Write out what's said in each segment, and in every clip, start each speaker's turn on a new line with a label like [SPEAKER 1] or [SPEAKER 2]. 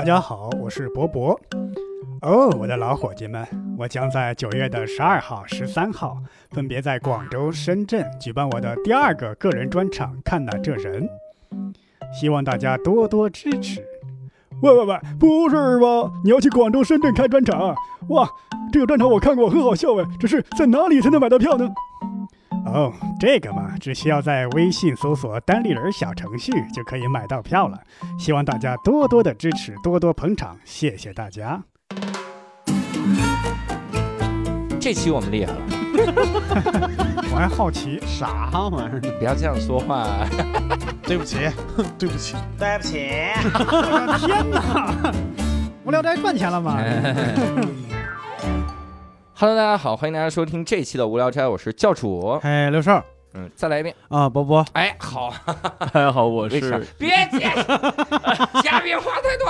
[SPEAKER 1] 大家好，我是博博。哦，我的老伙计们，我将在九月的十二号、十三号，分别在广州、深圳举办我的第二个个人专场《看哪这人》，希望大家多多支持。喂喂喂，不是吧？你要去广州、深圳开专场？哇，这个专场我看过，很好笑哎。只是在哪里才能买到票呢？哦，这个嘛，只需要在微信搜索“单立人”小程序就可以买到票了。希望大家多多的支持，多多捧场，谢谢大家。
[SPEAKER 2] 这期我们厉害了，
[SPEAKER 1] 我还好奇，
[SPEAKER 3] 啥玩意儿？
[SPEAKER 2] 不要这样说话。
[SPEAKER 4] 对不起，对不起，
[SPEAKER 5] 对 不起，
[SPEAKER 1] 天哪，无聊斋赚钱 了吗？
[SPEAKER 2] Hello，大家好，欢迎大家收听这期的无聊斋，我是教主。
[SPEAKER 3] 哎，刘少
[SPEAKER 2] 嗯，再来一遍。
[SPEAKER 3] 啊，波波，
[SPEAKER 2] 哎，好，
[SPEAKER 6] 大哎家好，我
[SPEAKER 2] 为啥
[SPEAKER 6] 是？
[SPEAKER 2] 别解 释，嘉宾话太多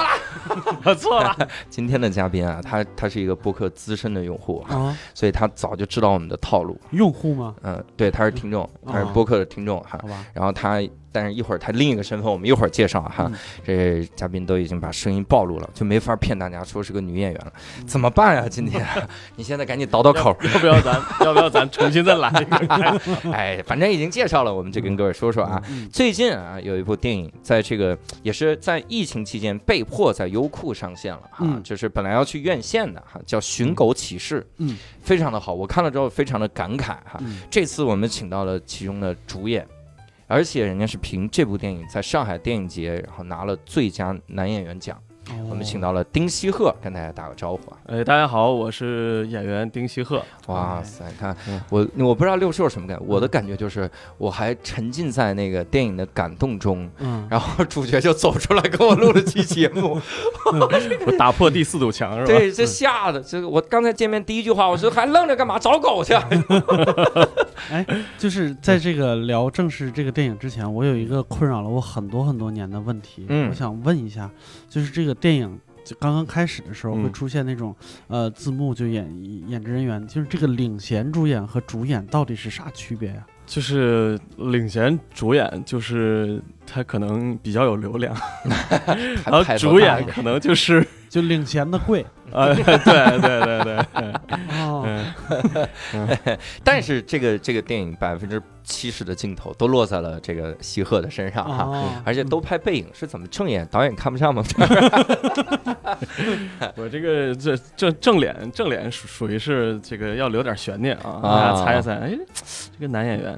[SPEAKER 2] 了。
[SPEAKER 6] 我错 了，
[SPEAKER 2] 今天的嘉宾啊，他他是一个播客资深的用户，
[SPEAKER 3] 啊，
[SPEAKER 2] 所以他早就知道我们的套路。
[SPEAKER 3] 用户吗？
[SPEAKER 2] 嗯，对，他是听众，他是
[SPEAKER 3] 哦
[SPEAKER 2] 播客的听众哈。
[SPEAKER 3] 好吧，
[SPEAKER 2] 然后他，但是一会儿他另一个身份，我们一会儿介绍哈。
[SPEAKER 3] 嗯
[SPEAKER 2] 这嘉宾都已经把声音暴露了，就没法骗大家说是个女演员了，
[SPEAKER 3] 嗯
[SPEAKER 2] 怎么办呀、今 天你现在赶紧倒倒口，
[SPEAKER 6] 要不要 咱要不要咱重新再来一个？
[SPEAKER 2] 哎，反正已经介绍了，我们就跟各位说说
[SPEAKER 3] 嗯
[SPEAKER 2] 啊。最近啊，有一部电影在这个也是在疫情期间被迫在优酷上线了哈、
[SPEAKER 3] 嗯
[SPEAKER 2] 就是本来要去院线的哈、叫《寻狗启事》，
[SPEAKER 3] 嗯，
[SPEAKER 2] 非常的好，我看了之后非常的感慨哈、
[SPEAKER 3] 嗯
[SPEAKER 2] 这次我们请到了其中的主演，而且人家是凭这部电影在上海电影节，然后拿了最佳男演员奖。我们请到了丁西鹤，跟大家打个招呼啊！
[SPEAKER 6] 哎，大家好，我是演员丁西鹤。
[SPEAKER 2] 哇塞，看
[SPEAKER 6] 嗯
[SPEAKER 2] 我，我不知道六兽什么感觉，我的感觉就是我还沉浸在那个电影的感动中，
[SPEAKER 3] 嗯，
[SPEAKER 2] 然后主角就走出来跟我录了期节 目，
[SPEAKER 6] 我打破第四堵墙是吧？
[SPEAKER 2] 对，这吓得这个我刚才见面第一句话，我说还愣着干嘛？找狗去！
[SPEAKER 3] 就是在这个聊正式这个电影之前，我有一个困扰了我很多很多年的问题，
[SPEAKER 2] 嗯
[SPEAKER 3] 我想问一下，就是这个电影。就刚刚开始的时候
[SPEAKER 2] 嗯
[SPEAKER 3] 会出现那种，呃，字幕就演演职人员，就是这个领衔主演和主演到底是啥区别呀、
[SPEAKER 6] 就是领衔主演，就是他可能比较有流量，然后
[SPEAKER 2] 还
[SPEAKER 6] 哦主演可能就是
[SPEAKER 3] 就领衔的贵
[SPEAKER 6] 呃， 对对对对，
[SPEAKER 3] 哦，
[SPEAKER 6] 嗯，
[SPEAKER 2] 但是这个这个电影百分之七十的镜头都落在了这个西鹤的身上哈、
[SPEAKER 3] 哦
[SPEAKER 2] 而且都拍背影，是怎么正眼导演看不上吗？
[SPEAKER 6] 我这个这正正脸正脸属属于是这个要留点悬念啊，
[SPEAKER 2] 啊
[SPEAKER 6] 大家猜一猜，哎，这个男演员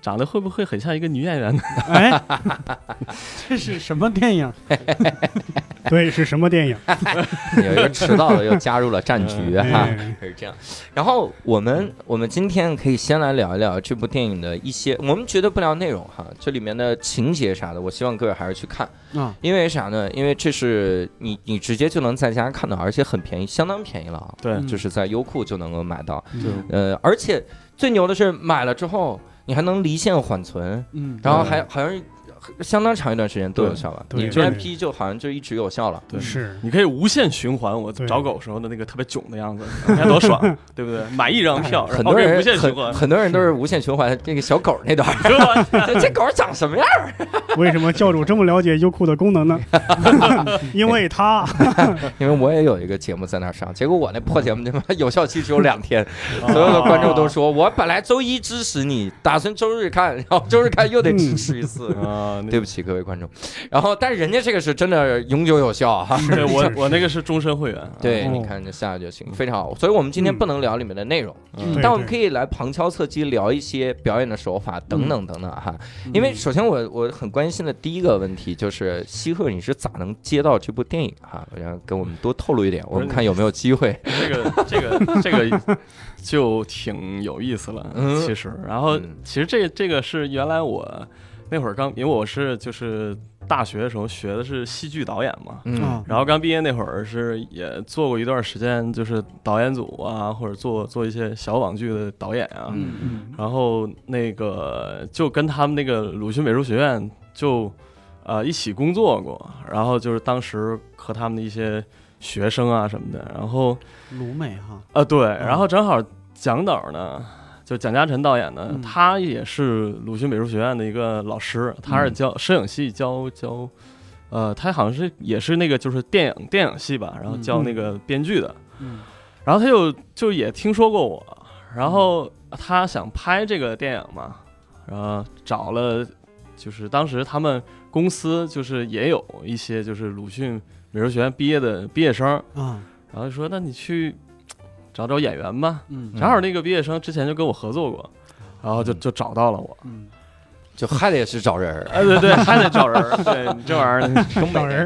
[SPEAKER 6] 长得会不会很像一个女演员呢？
[SPEAKER 3] 哎，这是什么电影？
[SPEAKER 1] 对，是什么电影？
[SPEAKER 2] 有一个迟到的又加入了战局哈、
[SPEAKER 1] 哎
[SPEAKER 2] 是这样。然后我们我们今天可以先来聊一聊这部电影的一些，我们绝对不聊内容哈，这里面的情节啥的，我希望各位还是去看，
[SPEAKER 3] 啊，
[SPEAKER 2] 因为啥呢？因为这是你你直接就能在家看到，而且很便宜，相当便宜了啊，
[SPEAKER 6] 对
[SPEAKER 3] 嗯
[SPEAKER 2] 就是在优酷就能够买到。
[SPEAKER 3] 嗯
[SPEAKER 6] 对
[SPEAKER 2] 呃，而且最牛的是买了之后，你还能离线缓存，
[SPEAKER 3] 嗯，
[SPEAKER 2] 然后还好像是相当长一段时间都有效吧？
[SPEAKER 1] 对
[SPEAKER 2] 你
[SPEAKER 1] 对
[SPEAKER 2] VIP 就好像就一直有效了。
[SPEAKER 6] 对，
[SPEAKER 1] 是
[SPEAKER 6] 你可以无限循环我
[SPEAKER 1] 对
[SPEAKER 6] 找狗时候的那个特别囧的样子，你看多爽，对不对？买一张票，
[SPEAKER 2] 很
[SPEAKER 6] 然后
[SPEAKER 2] 多
[SPEAKER 6] 可以
[SPEAKER 2] 人
[SPEAKER 6] 无限循
[SPEAKER 2] 很
[SPEAKER 6] 环，
[SPEAKER 2] 很多人都是无限循环那个小狗那段儿，
[SPEAKER 6] 对吧？
[SPEAKER 2] 这狗长什么样？
[SPEAKER 1] 为什么教主这么了解优酷的功能呢？因为他
[SPEAKER 2] 因为我也有一个节目在那儿上，结果我那破节目他妈有效期只有两天， 所有的观众都说我本来周一支持你，打算周日看，然后周日看又得支持一次。
[SPEAKER 6] 啊，那
[SPEAKER 2] 对不起各位观众，然后但是人家这个是真的永久有效啊哈、
[SPEAKER 6] 对我
[SPEAKER 1] 是
[SPEAKER 6] 我那个是终身会员，
[SPEAKER 2] 对，
[SPEAKER 3] 哦
[SPEAKER 2] 你啊看这下来就行，非常好。所以我们今天不能聊里面的内容，
[SPEAKER 6] 嗯
[SPEAKER 1] 对
[SPEAKER 2] 但我们可以来旁敲侧击聊一些表演的手法
[SPEAKER 6] 嗯
[SPEAKER 2] 等等等等啊哈。因为首先我我很关心的第一个问题就是西鹤你是咋能接到这部电影哈？然后跟我们多透露一点，我们看有没有机会。
[SPEAKER 6] 这个这个这个就挺有意思了
[SPEAKER 2] 嗯，
[SPEAKER 6] 其实，然后
[SPEAKER 2] 嗯
[SPEAKER 6] 其实这这个是原来我那会儿刚，因为我是就是大学的时候学的是戏剧导演嘛，
[SPEAKER 2] 嗯
[SPEAKER 3] 啊，
[SPEAKER 6] 然后刚毕业那会儿是也做过一段时间，就是导演组啊，或者做做一些小网剧的导演啊。
[SPEAKER 2] 嗯
[SPEAKER 6] 然后那个就跟他们那个鲁迅美术学院就呃一起工作过，然后就是当时和他们的一些学生啊什么的，然后
[SPEAKER 3] 鲁美哈，
[SPEAKER 6] 呃对，然后正好蒋导呢。就蒋嘉诚导演呢，
[SPEAKER 3] 嗯嗯
[SPEAKER 6] 他也是鲁迅美术学院的一个老师，他是教摄影系教教呃，他好像是也是那个就是电影电影系吧，然后
[SPEAKER 3] 嗯
[SPEAKER 6] 教那个编剧的，
[SPEAKER 3] 嗯
[SPEAKER 6] 然后他就就也听说过我，然后他想拍这个电影嘛，然后找了，就是当时他们公司就是也有一些就是鲁迅美术学院毕业的毕业生，
[SPEAKER 3] 啊
[SPEAKER 6] 然后就说那你去找找演员吧，
[SPEAKER 3] 嗯
[SPEAKER 6] 正好那个毕业生之前就跟我合作过，然后就就找到了我，
[SPEAKER 3] 嗯，
[SPEAKER 2] 就还得是找人儿，啊
[SPEAKER 6] 哎 对对，还得找人儿，对你这玩意儿，
[SPEAKER 2] 东北
[SPEAKER 1] 找人儿，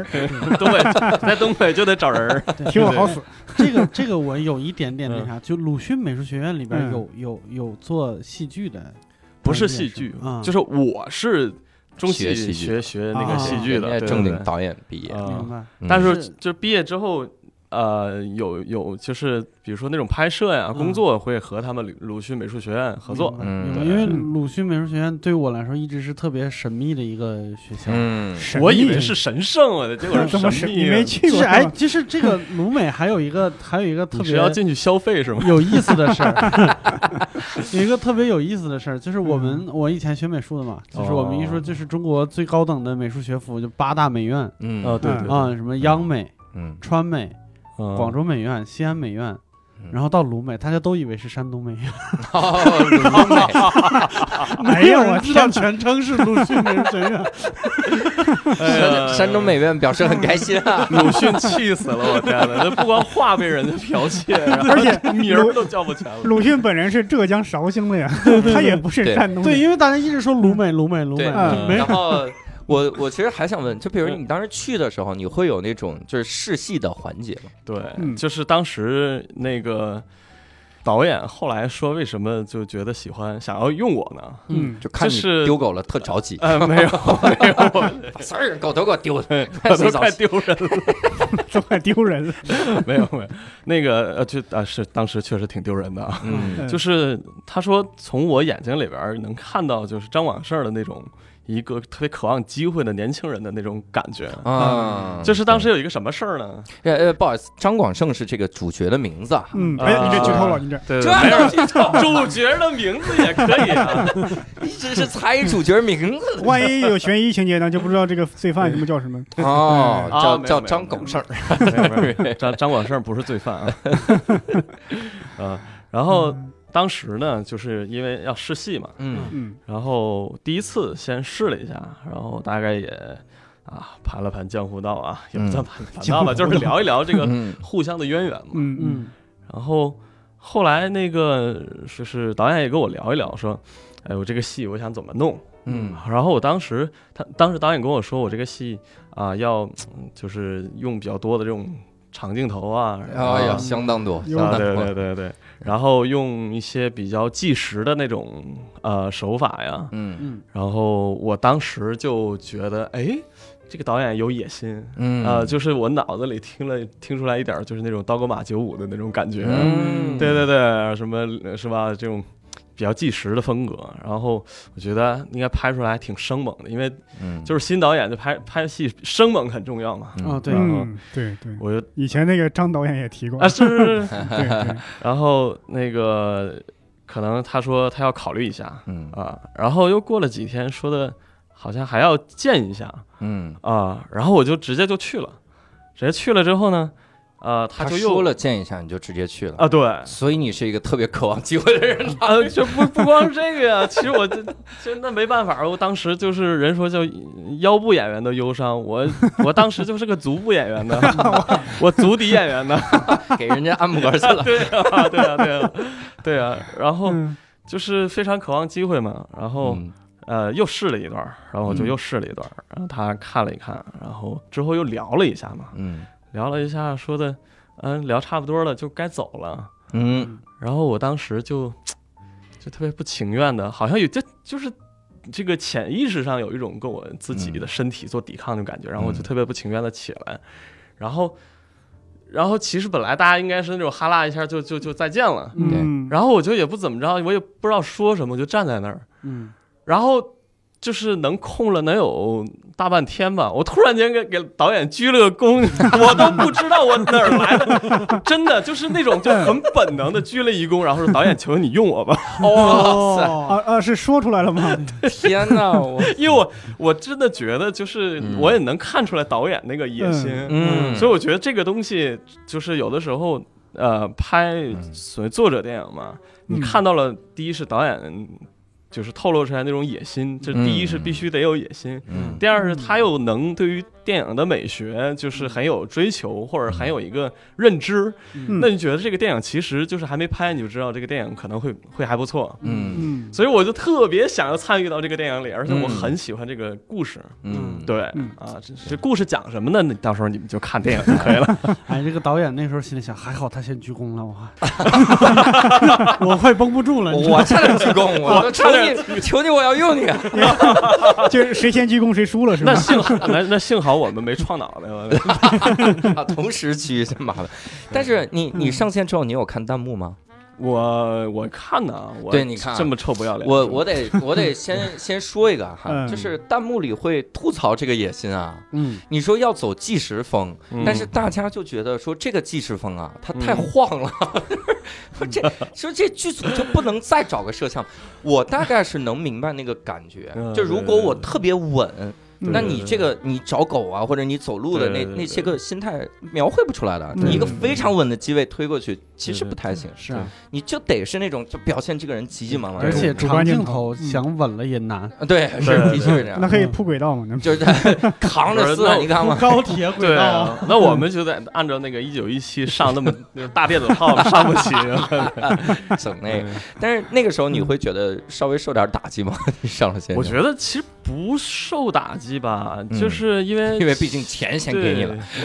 [SPEAKER 6] 东北在东北就得找人儿，
[SPEAKER 3] 对，
[SPEAKER 1] 听我好死。
[SPEAKER 3] 这个这个我有一点点那
[SPEAKER 6] 嗯
[SPEAKER 3] 啥，就鲁迅美术学院里边
[SPEAKER 1] 嗯
[SPEAKER 3] 有有有做戏剧的，
[SPEAKER 6] 不是戏剧，
[SPEAKER 3] 啊，
[SPEAKER 6] 就是我是中戏
[SPEAKER 2] 学戏剧
[SPEAKER 6] 学学那个
[SPEAKER 3] 啊
[SPEAKER 6] 戏剧
[SPEAKER 2] 人
[SPEAKER 6] 的
[SPEAKER 2] 家正经
[SPEAKER 6] 导。
[SPEAKER 2] 导演毕业，
[SPEAKER 3] 明白，
[SPEAKER 2] 嗯
[SPEAKER 6] 但是
[SPEAKER 3] 是
[SPEAKER 6] 就毕业之后，呃，有有就是比如说那种拍摄呀、
[SPEAKER 3] 嗯
[SPEAKER 6] 工作会和他们鲁鲁迅美术学院合作
[SPEAKER 3] 明。白
[SPEAKER 2] 嗯
[SPEAKER 3] 明白
[SPEAKER 2] 对
[SPEAKER 3] 因为
[SPEAKER 1] 嗯
[SPEAKER 3] 鲁迅美术学院对我来说一直是特别神秘的一个学校。
[SPEAKER 2] 嗯，
[SPEAKER 1] 神
[SPEAKER 6] 我以
[SPEAKER 1] 秘
[SPEAKER 6] 为是神圣，我的结果
[SPEAKER 1] 怎么
[SPEAKER 6] 是
[SPEAKER 1] 是
[SPEAKER 6] 神
[SPEAKER 1] 你
[SPEAKER 6] 秘啊。
[SPEAKER 1] 没去
[SPEAKER 3] 就
[SPEAKER 1] 过
[SPEAKER 3] 是
[SPEAKER 1] 是
[SPEAKER 3] 哎
[SPEAKER 1] 吧？，
[SPEAKER 3] 就是这个鲁美还有一个还有一个特
[SPEAKER 6] 你
[SPEAKER 3] 别
[SPEAKER 6] 是要进去消费是吗？
[SPEAKER 3] 有意思的事儿， 有一个特别有意思的事儿，就是我们、我以前学美术的嘛，就是我们一说
[SPEAKER 6] 嗯哦
[SPEAKER 3] 就是中国最高等的美术学府，就八大美院
[SPEAKER 2] 嗯
[SPEAKER 6] 哦，对对
[SPEAKER 1] 嗯
[SPEAKER 6] 对，
[SPEAKER 3] 啊，什么央美、
[SPEAKER 2] 嗯，
[SPEAKER 3] 川美、
[SPEAKER 6] 嗯
[SPEAKER 3] 广州美院、西安美院
[SPEAKER 2] 嗯。
[SPEAKER 3] 然后到鲁美，大家都以为是山东美院，
[SPEAKER 2] 哦鲁美
[SPEAKER 1] 哎
[SPEAKER 3] 没
[SPEAKER 1] 呀，
[SPEAKER 3] 有
[SPEAKER 1] 我
[SPEAKER 3] 人知道全称是鲁迅美术学院。
[SPEAKER 6] 哎呀，
[SPEAKER 2] 山东美院表示很开心啊
[SPEAKER 6] 鲁迅气死了，我天呐，那不光话被人家剽窃，然 后
[SPEAKER 1] 而且
[SPEAKER 6] 名
[SPEAKER 1] 鲁
[SPEAKER 6] 儿都叫不全了。
[SPEAKER 1] 鲁迅本人是浙江绍兴的呀，他也不是
[SPEAKER 2] 对
[SPEAKER 1] 山东
[SPEAKER 3] 对，
[SPEAKER 1] 人。
[SPEAKER 3] 因为大家一直说鲁美、鲁美、鲁美，
[SPEAKER 2] 对，
[SPEAKER 1] 嗯
[SPEAKER 3] 没
[SPEAKER 2] 然
[SPEAKER 3] 有
[SPEAKER 2] 后。我我其实还想问，就 比如
[SPEAKER 6] 嗯
[SPEAKER 2] 你当时去的时候，你会有那种就是试戏的环节吗？
[SPEAKER 6] 对，
[SPEAKER 1] 嗯
[SPEAKER 6] 就是当时那个导演后来说，为什么就觉得喜欢想要用我呢？
[SPEAKER 1] 嗯，
[SPEAKER 2] 就看
[SPEAKER 6] 就
[SPEAKER 2] 你
[SPEAKER 6] 是
[SPEAKER 2] 丢狗了，特着急，
[SPEAKER 6] 呃，没有没有，
[SPEAKER 2] 把 所有人狗都给我丢了，
[SPEAKER 6] 我都快丢人了。
[SPEAKER 1] 都快嗯丢人了。
[SPEAKER 6] 没有没有，那个呃，就啊是当时确实挺丢人的啊。
[SPEAKER 2] 嗯
[SPEAKER 1] 嗯
[SPEAKER 6] 就是他说从我眼睛里边儿能看到，就是张广胜的那种一个特别渴望机会的年轻人的那种感觉。
[SPEAKER 2] 啊，
[SPEAKER 6] 就是当时有一个什么事儿呢？
[SPEAKER 2] 呃呃，不好意思，张广胜是这个主角的名字啊，
[SPEAKER 1] 嗯，哎，你这剧透了，你这
[SPEAKER 6] 对
[SPEAKER 2] 这
[SPEAKER 6] 呃没有
[SPEAKER 2] 能剧透？
[SPEAKER 6] 主角的名字也可以啊。
[SPEAKER 2] 一直是猜主角名字
[SPEAKER 1] 万一有悬疑情节呢，就不知道这个罪犯什么叫什么。
[SPEAKER 2] 哦，
[SPEAKER 6] 啊
[SPEAKER 2] 叫
[SPEAKER 6] 没有
[SPEAKER 2] 叫
[SPEAKER 6] 没有
[SPEAKER 2] 张狗剩儿，
[SPEAKER 6] 没 有没有张张广胜不是罪犯啊。 啊，然后当时呢，就是因为要试戏嘛，
[SPEAKER 2] 嗯
[SPEAKER 1] 嗯，
[SPEAKER 6] 然后第一次先试了一下，然后大概也啊盘了盘江湖道啊，也不算盘、盘道吧，
[SPEAKER 1] 江湖
[SPEAKER 6] 就
[SPEAKER 1] 道
[SPEAKER 6] 是聊一聊这个
[SPEAKER 2] 嗯
[SPEAKER 6] 互相的渊源嘛。
[SPEAKER 1] 嗯嗯
[SPEAKER 3] 嗯
[SPEAKER 6] 然后后来那个就是导演也跟我聊一聊，说，哎，我这个戏我想怎么弄。
[SPEAKER 2] 嗯
[SPEAKER 6] 然后我当时他当时导演跟我说，我这个戏啊要嗯就是用比较多的这种长镜头啊，然后
[SPEAKER 2] 哎
[SPEAKER 6] 要
[SPEAKER 2] 呀，相当多，
[SPEAKER 1] 有
[SPEAKER 2] 相
[SPEAKER 6] 啊，
[SPEAKER 2] 当
[SPEAKER 6] 对
[SPEAKER 2] 多，
[SPEAKER 6] 对对对，然后用一些比较纪实的那种呃手法呀，
[SPEAKER 2] 嗯
[SPEAKER 3] 嗯，
[SPEAKER 6] 然后我当时就觉得，哎，这个导演有野心。
[SPEAKER 2] 嗯
[SPEAKER 6] 啊，就是我脑子里听了听出来一点儿，就是那种刀戈马九五的那种感觉，
[SPEAKER 2] 嗯
[SPEAKER 6] 对对对，什么呃是吧？这种比较纪实的风格，然后我觉得应该拍出来还挺生猛的，因为
[SPEAKER 2] 嗯
[SPEAKER 6] 就是新导演就拍拍戏生猛很重要嘛。
[SPEAKER 3] 哦，对，
[SPEAKER 1] 嗯，对对，
[SPEAKER 6] 我就
[SPEAKER 1] 以前那个张导演也提过
[SPEAKER 6] 啊，是是是，
[SPEAKER 1] 对对，
[SPEAKER 6] 然后那个可能他说他要考虑一下
[SPEAKER 2] 嗯
[SPEAKER 6] 啊，然后又过了几天说的，好像还要见一下，
[SPEAKER 2] 嗯，
[SPEAKER 6] 啊，然后我就直接就去了，直接去了之后呢，呃，
[SPEAKER 2] 他
[SPEAKER 6] 就
[SPEAKER 2] 说
[SPEAKER 6] 又
[SPEAKER 2] 了见一下你就直接去了，
[SPEAKER 6] 啊， 对，
[SPEAKER 2] 所以你是一个特别渴望机会的 人，
[SPEAKER 6] 啊，就不不光是这个呀，其实我这真的没办法，我当时就是人说叫腰部演员的忧伤， 我我当时就是个足部演员的， 我足底演员的，
[SPEAKER 2] 给人家按摩去了，
[SPEAKER 6] 对啊，对啊，对啊，对啊，然后
[SPEAKER 1] 嗯
[SPEAKER 6] 就是非常渴望机会嘛，然后。
[SPEAKER 2] 嗯
[SPEAKER 6] 呃，又试了一段儿，然后我就又试了一段儿，然后他看了一看，然后之后又聊了一下嘛，
[SPEAKER 2] 嗯
[SPEAKER 6] 聊了一下，说的，嗯，聊差不多了，就该走了。
[SPEAKER 2] 嗯
[SPEAKER 6] 然后我当时就，就特别不情愿的，好像有这就是这个潜意识上有一种跟我自己的身体做抵抗的感觉，然后我就特别不情愿的起来，然后，然后其实本来大家应该是那种哈拉一下就就就再见了，
[SPEAKER 2] 对
[SPEAKER 1] 嗯，
[SPEAKER 6] 然后我就也不怎么着，我也不知道说什么，我就站在那儿，
[SPEAKER 3] 嗯
[SPEAKER 6] 然后就是能空了能有大半天吧，我突然间给给导演鞠了个 躬，我都不知道我哪儿来的，真的就是那种就很本能的鞠了一 躬，然后说导演，请问你用我吧，
[SPEAKER 2] 哇塞，
[SPEAKER 3] 哦
[SPEAKER 1] 啊啊，是说出来了吗？
[SPEAKER 2] 天哪，我
[SPEAKER 6] 因为我我真的觉得就是我也能看出来导演那个野心，
[SPEAKER 2] 嗯，
[SPEAKER 6] 所以我觉得这个东西就是有的时候，呃，拍
[SPEAKER 2] 嗯
[SPEAKER 6] 所谓作者电影嘛，
[SPEAKER 1] 嗯
[SPEAKER 6] 你看到了，第一是导演就是透露出来那种野心，这
[SPEAKER 2] 嗯
[SPEAKER 6] 第一是必须得有野心，
[SPEAKER 2] 嗯
[SPEAKER 6] 第二是他又能对于电影的美学就是很有追求，或者很有一个认知，
[SPEAKER 1] 嗯
[SPEAKER 6] 那你觉得这个电影其实就是还没拍你就知道这个电影可能会会还不错。
[SPEAKER 2] 嗯
[SPEAKER 1] 嗯，
[SPEAKER 6] 所以我就特别想要参与到这个电影里，而且我
[SPEAKER 2] 嗯
[SPEAKER 6] 很喜欢这个故事。
[SPEAKER 2] 嗯，
[SPEAKER 6] 对、
[SPEAKER 1] 嗯
[SPEAKER 6] 啊，这这故事讲什么呢？你到时候你们就看电影就可以了。
[SPEAKER 3] 哎，这个导演那时候心里想，还好他先鞠躬了，我 还，我快绷不住了。你知道吗
[SPEAKER 2] 我差点鞠躬，我求
[SPEAKER 6] 差点
[SPEAKER 2] 你，求你，我要用你，
[SPEAKER 1] 就是谁先鞠躬谁输了是吧
[SPEAKER 6] 那？幸好，那那幸好我们没创脑袋，我
[SPEAKER 2] 啊，同时区真麻烦。但是你你上线之后，你有看弹幕吗？
[SPEAKER 6] 我我看呢、我
[SPEAKER 2] 对你看啊
[SPEAKER 6] 这么臭不要脸，
[SPEAKER 2] 我我得我得先先说一个哈，
[SPEAKER 1] 嗯
[SPEAKER 2] 就是弹幕里会吐槽这个野心啊。
[SPEAKER 3] 嗯，
[SPEAKER 2] 你说要走纪实风，
[SPEAKER 6] 嗯
[SPEAKER 2] 但是大家就觉得说这个纪实风啊，它太晃了， 说这说这剧组就不能再找个摄像。我大概是能明白那个感觉，
[SPEAKER 6] 嗯
[SPEAKER 2] 就如果我特别稳。
[SPEAKER 1] 对
[SPEAKER 2] 那你这个你找狗啊，或者你走路的那
[SPEAKER 6] 对对对
[SPEAKER 2] 那些个心态描绘不出来的。
[SPEAKER 1] 嗯
[SPEAKER 2] 你一个非常稳的机位推过去，其实不太行。
[SPEAKER 3] 是啊，
[SPEAKER 2] 你就得是那种就表现这个人急急忙忙的
[SPEAKER 3] 而
[SPEAKER 2] 人，
[SPEAKER 3] 且
[SPEAKER 1] 主
[SPEAKER 3] 长
[SPEAKER 1] 观镜
[SPEAKER 3] 镜
[SPEAKER 1] 头
[SPEAKER 3] 头
[SPEAKER 1] 嗯
[SPEAKER 3] 想稳了也难，
[SPEAKER 2] 啊对，是
[SPEAKER 6] 对
[SPEAKER 2] 的确是这样
[SPEAKER 1] 那，可以铺轨道吗？能
[SPEAKER 2] 就是 扛着斯
[SPEAKER 6] 不是
[SPEAKER 2] 坦
[SPEAKER 6] 那我
[SPEAKER 2] 尼 康嘛。
[SPEAKER 3] 高铁轨
[SPEAKER 6] 对
[SPEAKER 3] 道。
[SPEAKER 1] 哦
[SPEAKER 6] 啊，那我们就得按照那个一九一七上那么那个大电子炮 上不起，
[SPEAKER 2] 整那
[SPEAKER 6] 哎
[SPEAKER 2] 个，但是那个时候你会觉得稍微受点打击吗？ 你上了线，
[SPEAKER 6] 嗯我觉得其实不受打击吧，
[SPEAKER 2] 嗯
[SPEAKER 6] 就是因 为
[SPEAKER 2] 因为毕竟钱先给你了，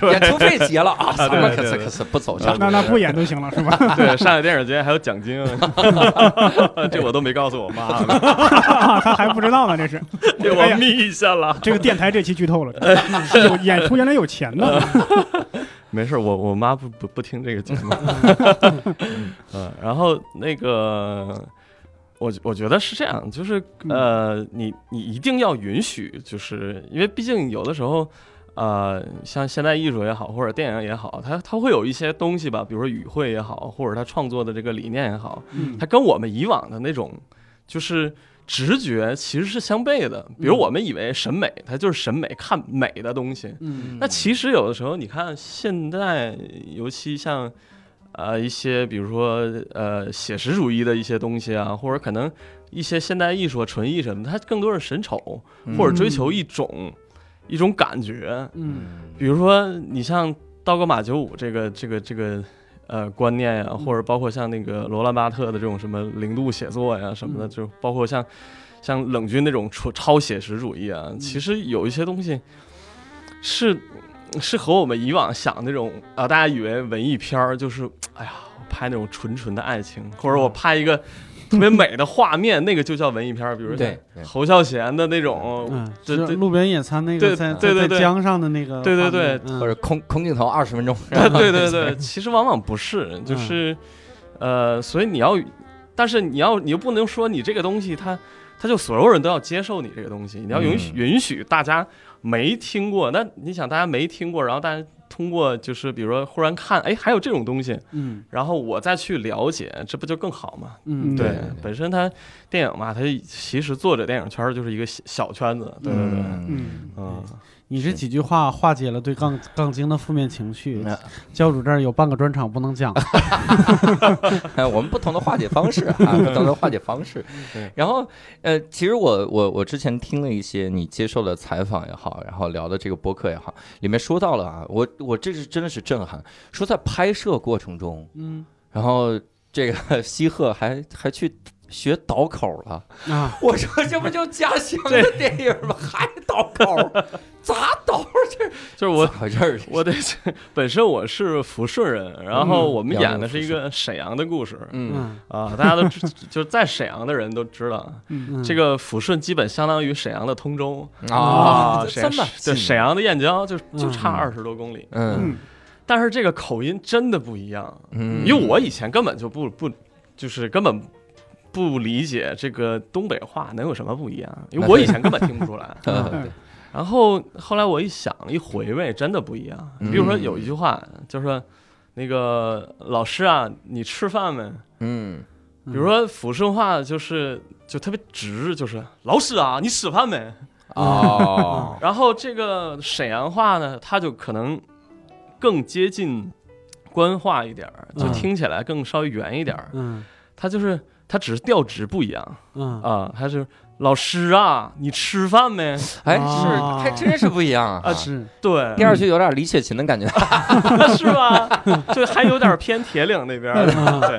[SPEAKER 6] 对
[SPEAKER 2] 演出费结了啊，
[SPEAKER 6] 对
[SPEAKER 2] 什么可
[SPEAKER 6] 对
[SPEAKER 2] 是
[SPEAKER 6] 对
[SPEAKER 2] 可是不走
[SPEAKER 1] 那
[SPEAKER 2] 上。
[SPEAKER 1] 那那不演都行了是吧？
[SPEAKER 6] 对 对，上海电影节还有奖金，这我都没告诉我妈，
[SPEAKER 1] 他还不知道呢，这是。
[SPEAKER 6] 给
[SPEAKER 1] 哎
[SPEAKER 6] 我
[SPEAKER 1] 呀
[SPEAKER 6] 眯一下了。
[SPEAKER 1] 这个电台这期剧透了，嗯有演出原来有钱的，
[SPEAKER 6] 没事儿，我我妈不不不听这个节目。嗯，然后那个，我我觉得是这样，就是呃，你你一定要允许，就是因为毕竟有的时候。呃，像现代艺术也好，或者电影也好，它它会有一些东西吧，比如说语汇也好，或者他创作的这个理念也好，
[SPEAKER 1] 嗯
[SPEAKER 6] 它跟我们以往的那种就是直觉其实是相悖的。比如
[SPEAKER 3] 嗯
[SPEAKER 6] 我们以为审美，它就是审美，看美的东西，
[SPEAKER 3] 嗯，
[SPEAKER 6] 那其实有的时候，你看现在，尤其像呃一些，比如说呃写实主义的一些东西啊，或者可能一些现代艺术、啊、纯艺什么的，它更多是审丑，
[SPEAKER 2] 嗯
[SPEAKER 6] 或者追求一种、一种感觉。
[SPEAKER 3] 嗯，
[SPEAKER 6] 比如说，你像道格玛九五这个这个这个呃观念
[SPEAKER 3] 嗯
[SPEAKER 6] 呀、或者包括像那个罗兰巴特的这种什么零度写作呀、什么的，
[SPEAKER 3] 嗯
[SPEAKER 6] 就包括像像冷军那种超超写实主义
[SPEAKER 3] 嗯
[SPEAKER 6] 啊，其实有一些东西是是和我们以往想那种啊、大家以为文艺片儿就是哎呀，我拍那种纯纯的爱情，或者
[SPEAKER 3] 嗯
[SPEAKER 6] 我拍一个特别美的画面，那个就叫文艺片儿，比如像
[SPEAKER 2] 对，对
[SPEAKER 6] 侯孝贤的那种，
[SPEAKER 3] 嗯，
[SPEAKER 6] 这
[SPEAKER 3] 就是
[SPEAKER 6] 这
[SPEAKER 3] 路边野餐那
[SPEAKER 6] 对
[SPEAKER 3] 个在
[SPEAKER 6] 对对
[SPEAKER 3] 在
[SPEAKER 6] 对
[SPEAKER 3] 江上的那个画
[SPEAKER 6] 对对
[SPEAKER 3] 面，
[SPEAKER 6] 对
[SPEAKER 3] 嗯
[SPEAKER 2] 或者空空镜头二十分钟，
[SPEAKER 6] 啊，对对对，其实往往不是，就是，呃，所以你要，但是你要，你又不能说你这个东西它，它就所有人都要接受你这个东西，你要允许、
[SPEAKER 2] 嗯
[SPEAKER 6] 允许大家没听过，那你想大家没听过，然后大家通过就是比如说忽然看，哎，还有这种东西，
[SPEAKER 3] 嗯
[SPEAKER 6] 然后我再去了解，这不就更好吗？
[SPEAKER 3] 嗯，
[SPEAKER 1] 对
[SPEAKER 2] 对
[SPEAKER 6] 本身它电影嘛，它其实作者电影圈儿就是一个小小圈子，对对对，嗯。
[SPEAKER 1] 嗯，
[SPEAKER 3] 你这几句话化解了对杠杠精的负面情绪。
[SPEAKER 2] 嗯
[SPEAKER 3] 教主这儿有半个专场不能讲，
[SPEAKER 2] 哎，我们不同的化解方式啊，不同的化解方式
[SPEAKER 6] 对。
[SPEAKER 2] 然后，呃，其实我我我之前听了一些你接受的采访也好，然后聊的这个播客也好，里面说到了啊，我我这是真的是震撼，说在拍摄过程中，
[SPEAKER 3] 嗯
[SPEAKER 2] 然后这个 西鹤还还去。学倒口了，
[SPEAKER 6] 嗯
[SPEAKER 3] 啊，
[SPEAKER 2] 我说这不就家乡的电影吗？还倒口，咋倒？
[SPEAKER 6] 就是我
[SPEAKER 2] 咋回事儿？
[SPEAKER 6] 我得 本身我是抚顺人，然后我们
[SPEAKER 2] 嗯
[SPEAKER 6] 演的是一个沈阳的故事
[SPEAKER 2] 嗯，
[SPEAKER 3] 嗯
[SPEAKER 6] 啊，大家都知 就是在沈阳的人都知道，
[SPEAKER 3] 嗯，
[SPEAKER 6] 这个抚顺基本相当于沈阳的通州
[SPEAKER 2] 啊，
[SPEAKER 6] 沈
[SPEAKER 2] 这
[SPEAKER 6] 阳
[SPEAKER 2] 么
[SPEAKER 6] 对沈阳的燕郊就
[SPEAKER 3] 嗯
[SPEAKER 6] 就差二十多公里，
[SPEAKER 2] 嗯
[SPEAKER 1] 嗯
[SPEAKER 6] 但是这个口音真的不一样，
[SPEAKER 2] 嗯，
[SPEAKER 6] 因为我以前根本就不不就是根本不理解这个东北话能有什么不一样，因
[SPEAKER 2] 那
[SPEAKER 6] 为
[SPEAKER 2] 啊对
[SPEAKER 6] 我以前根本听不出 来。
[SPEAKER 2] 呃对
[SPEAKER 6] 然后后来我一想一回味，真的不一样。
[SPEAKER 2] 嗯
[SPEAKER 6] 比如说有一句话，就是说那个老师啊，你吃饭没？
[SPEAKER 2] 嗯，
[SPEAKER 6] 比如说抚顺话就是就特别直，就是老师啊，你吃饭没？
[SPEAKER 2] 嗯哦，
[SPEAKER 6] 然后这个沈阳话呢，它就可能更接近官话一点儿，就
[SPEAKER 3] 嗯
[SPEAKER 6] 听起来更稍微圆一点儿。
[SPEAKER 3] 嗯
[SPEAKER 6] 它就是它只是调值不一样
[SPEAKER 3] 嗯
[SPEAKER 6] 啊，它是老师啊，你吃饭没？
[SPEAKER 2] 哎，
[SPEAKER 3] 哦
[SPEAKER 2] 是还真是不一样啊
[SPEAKER 6] 啊。
[SPEAKER 3] 是
[SPEAKER 6] 对
[SPEAKER 2] 第，二句有点李雪琴的感觉，
[SPEAKER 6] 是吧？就还有点偏铁岭那边儿。
[SPEAKER 2] 嗯
[SPEAKER 3] 啊
[SPEAKER 6] 对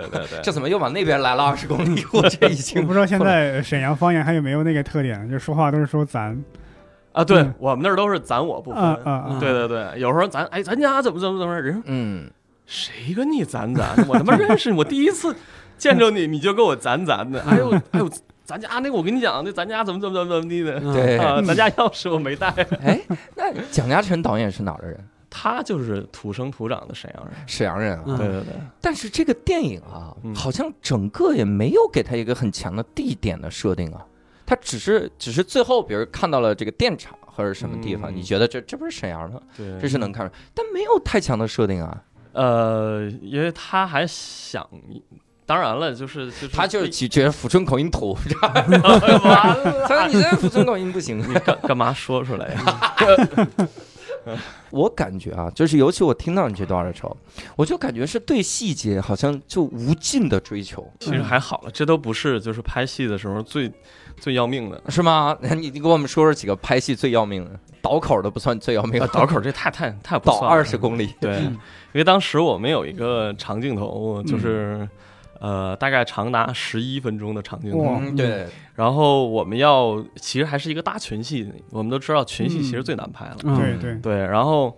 [SPEAKER 6] 对对对
[SPEAKER 2] 这怎么又往那边来了二十公里？我这已
[SPEAKER 1] 我
[SPEAKER 2] 经
[SPEAKER 1] 不知道现在沈阳方言还有没有那个特点，就说话都是说咱
[SPEAKER 6] 啊，对
[SPEAKER 1] 嗯
[SPEAKER 6] 我们那儿都是咱我不
[SPEAKER 1] 啊啊
[SPEAKER 6] 分。
[SPEAKER 1] 啊，
[SPEAKER 6] 对对对，有时候咱哎，咱家怎么怎么怎么，人说
[SPEAKER 2] 嗯，
[SPEAKER 6] 谁跟你咱咱？我他妈认识你，我第一次见着你，你就跟我咱咱
[SPEAKER 2] 嗯
[SPEAKER 6] 的。哎呦哎呦，咱家那个我跟你讲，那咱家怎么怎么怎么怎么地的
[SPEAKER 3] 嗯
[SPEAKER 2] 对。
[SPEAKER 6] 啊，咱家钥匙我没带。
[SPEAKER 2] 哎，那蒋嘉诚导演是哪儿的人？
[SPEAKER 6] 他就是土生土长的沈阳人。
[SPEAKER 2] 沈阳人啊。
[SPEAKER 3] 嗯
[SPEAKER 6] 对对对，
[SPEAKER 2] 但是这个电影啊，
[SPEAKER 6] 嗯
[SPEAKER 2] 好像整个也没有给他一个很强的地点的设定啊。他只是只是最后，比如看到了这个电厂或者什么地方，
[SPEAKER 6] 嗯
[SPEAKER 2] 你觉得这这不是沈阳的，
[SPEAKER 6] 对
[SPEAKER 2] 这是能看出来，但没有太强的设定啊。
[SPEAKER 6] 呃，因为他还想，当然了，就是就是
[SPEAKER 2] 他就是 觉觉得抚顺口音土，
[SPEAKER 6] 完了，
[SPEAKER 2] 他说你这抚顺口音不行。
[SPEAKER 6] 你干干嘛说出来呀？
[SPEAKER 2] 我感觉啊，就是尤其我听到你这段的时候，我就感觉是对细节好像就无尽的追求，
[SPEAKER 6] 其实还好了，这都不是就是拍戏的时候最最要命的。
[SPEAKER 2] 是吗？ 你你给我们说说几个拍戏最要命的，倒口的不算最要命
[SPEAKER 6] 啊
[SPEAKER 2] 的，
[SPEAKER 6] 倒口这太太太不
[SPEAKER 2] 倒
[SPEAKER 6] 算了
[SPEAKER 2] 二十公里。
[SPEAKER 6] 对，因为当时我们有一个长镜头，就是、呃大概长达十一分钟的长镜头
[SPEAKER 1] 哇，
[SPEAKER 2] 嗯，对，
[SPEAKER 6] 然后我们要其实还是一个大群戏，我们都知道群戏其实最难拍了，
[SPEAKER 3] 嗯
[SPEAKER 1] 对对，
[SPEAKER 6] 对，然后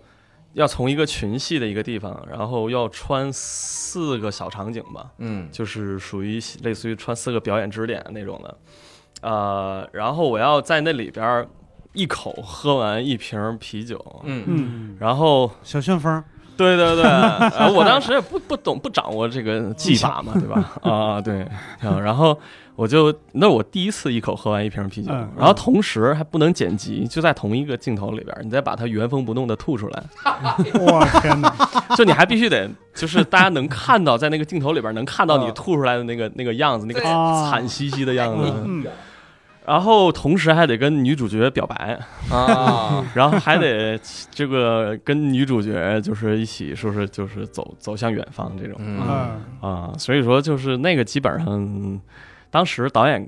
[SPEAKER 6] 要从一个群戏的一个地方，然后要穿四个小场景吧，
[SPEAKER 2] 嗯
[SPEAKER 6] 就是属于类似于穿四个表演支点那种的，呃，然后我要在那里边儿一口喝完一瓶啤酒，
[SPEAKER 2] 嗯
[SPEAKER 1] 嗯，
[SPEAKER 3] 嗯
[SPEAKER 6] 然后
[SPEAKER 3] 小旋风
[SPEAKER 6] 对 对对，呃我当时也不不懂不掌握这个技法嘛，对 吧？啊，对，啊然后我就那我第一次一口喝完一瓶啤酒
[SPEAKER 1] 嗯，
[SPEAKER 6] 然后同时还不能剪辑，就在同一个镜头里边儿，你再把它原封不动的吐出来，
[SPEAKER 1] 我天哪，
[SPEAKER 6] 就你还必须得，就是大家能看到，在那个镜头里边儿能看到你
[SPEAKER 1] 嗯
[SPEAKER 6] 吐出来的那个那个样子，那个
[SPEAKER 1] 啊
[SPEAKER 6] 惨兮兮的样子。
[SPEAKER 1] 嗯，
[SPEAKER 6] 然后同时还得跟女主角表白，
[SPEAKER 2] 啊，
[SPEAKER 6] 然后还得这个跟女主角就是一起说是就是走走向远方这种
[SPEAKER 2] 嗯
[SPEAKER 1] 嗯
[SPEAKER 6] 啊，所以说就是那个基本上，当时导演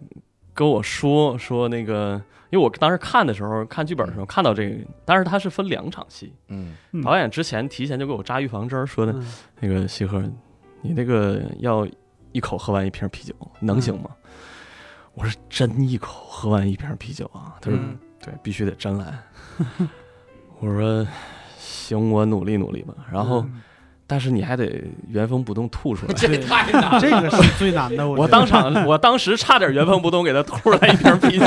[SPEAKER 6] 跟我说说那个。因为我当时看的时候，看剧本的时候看到这个，但是它是分两场戏。
[SPEAKER 2] 嗯，
[SPEAKER 1] 嗯
[SPEAKER 6] 导演之前提前就给我扎预防针儿，说的
[SPEAKER 3] 嗯
[SPEAKER 6] 那个西河，你那个要一口喝完一瓶啤酒，
[SPEAKER 3] 嗯
[SPEAKER 6] 能行吗？我说真一口喝完一瓶啤酒啊！他说、
[SPEAKER 2] 嗯
[SPEAKER 6] 对，必须得真来。我说行，我努力努力吧。然后，但是你还得原封不动吐出来。
[SPEAKER 3] 对
[SPEAKER 2] 太难了
[SPEAKER 3] 嗯这个是最难的，我
[SPEAKER 6] 我
[SPEAKER 3] 觉得
[SPEAKER 6] 当场，我当时差点原封不动给他吐出来一瓶 啤酒。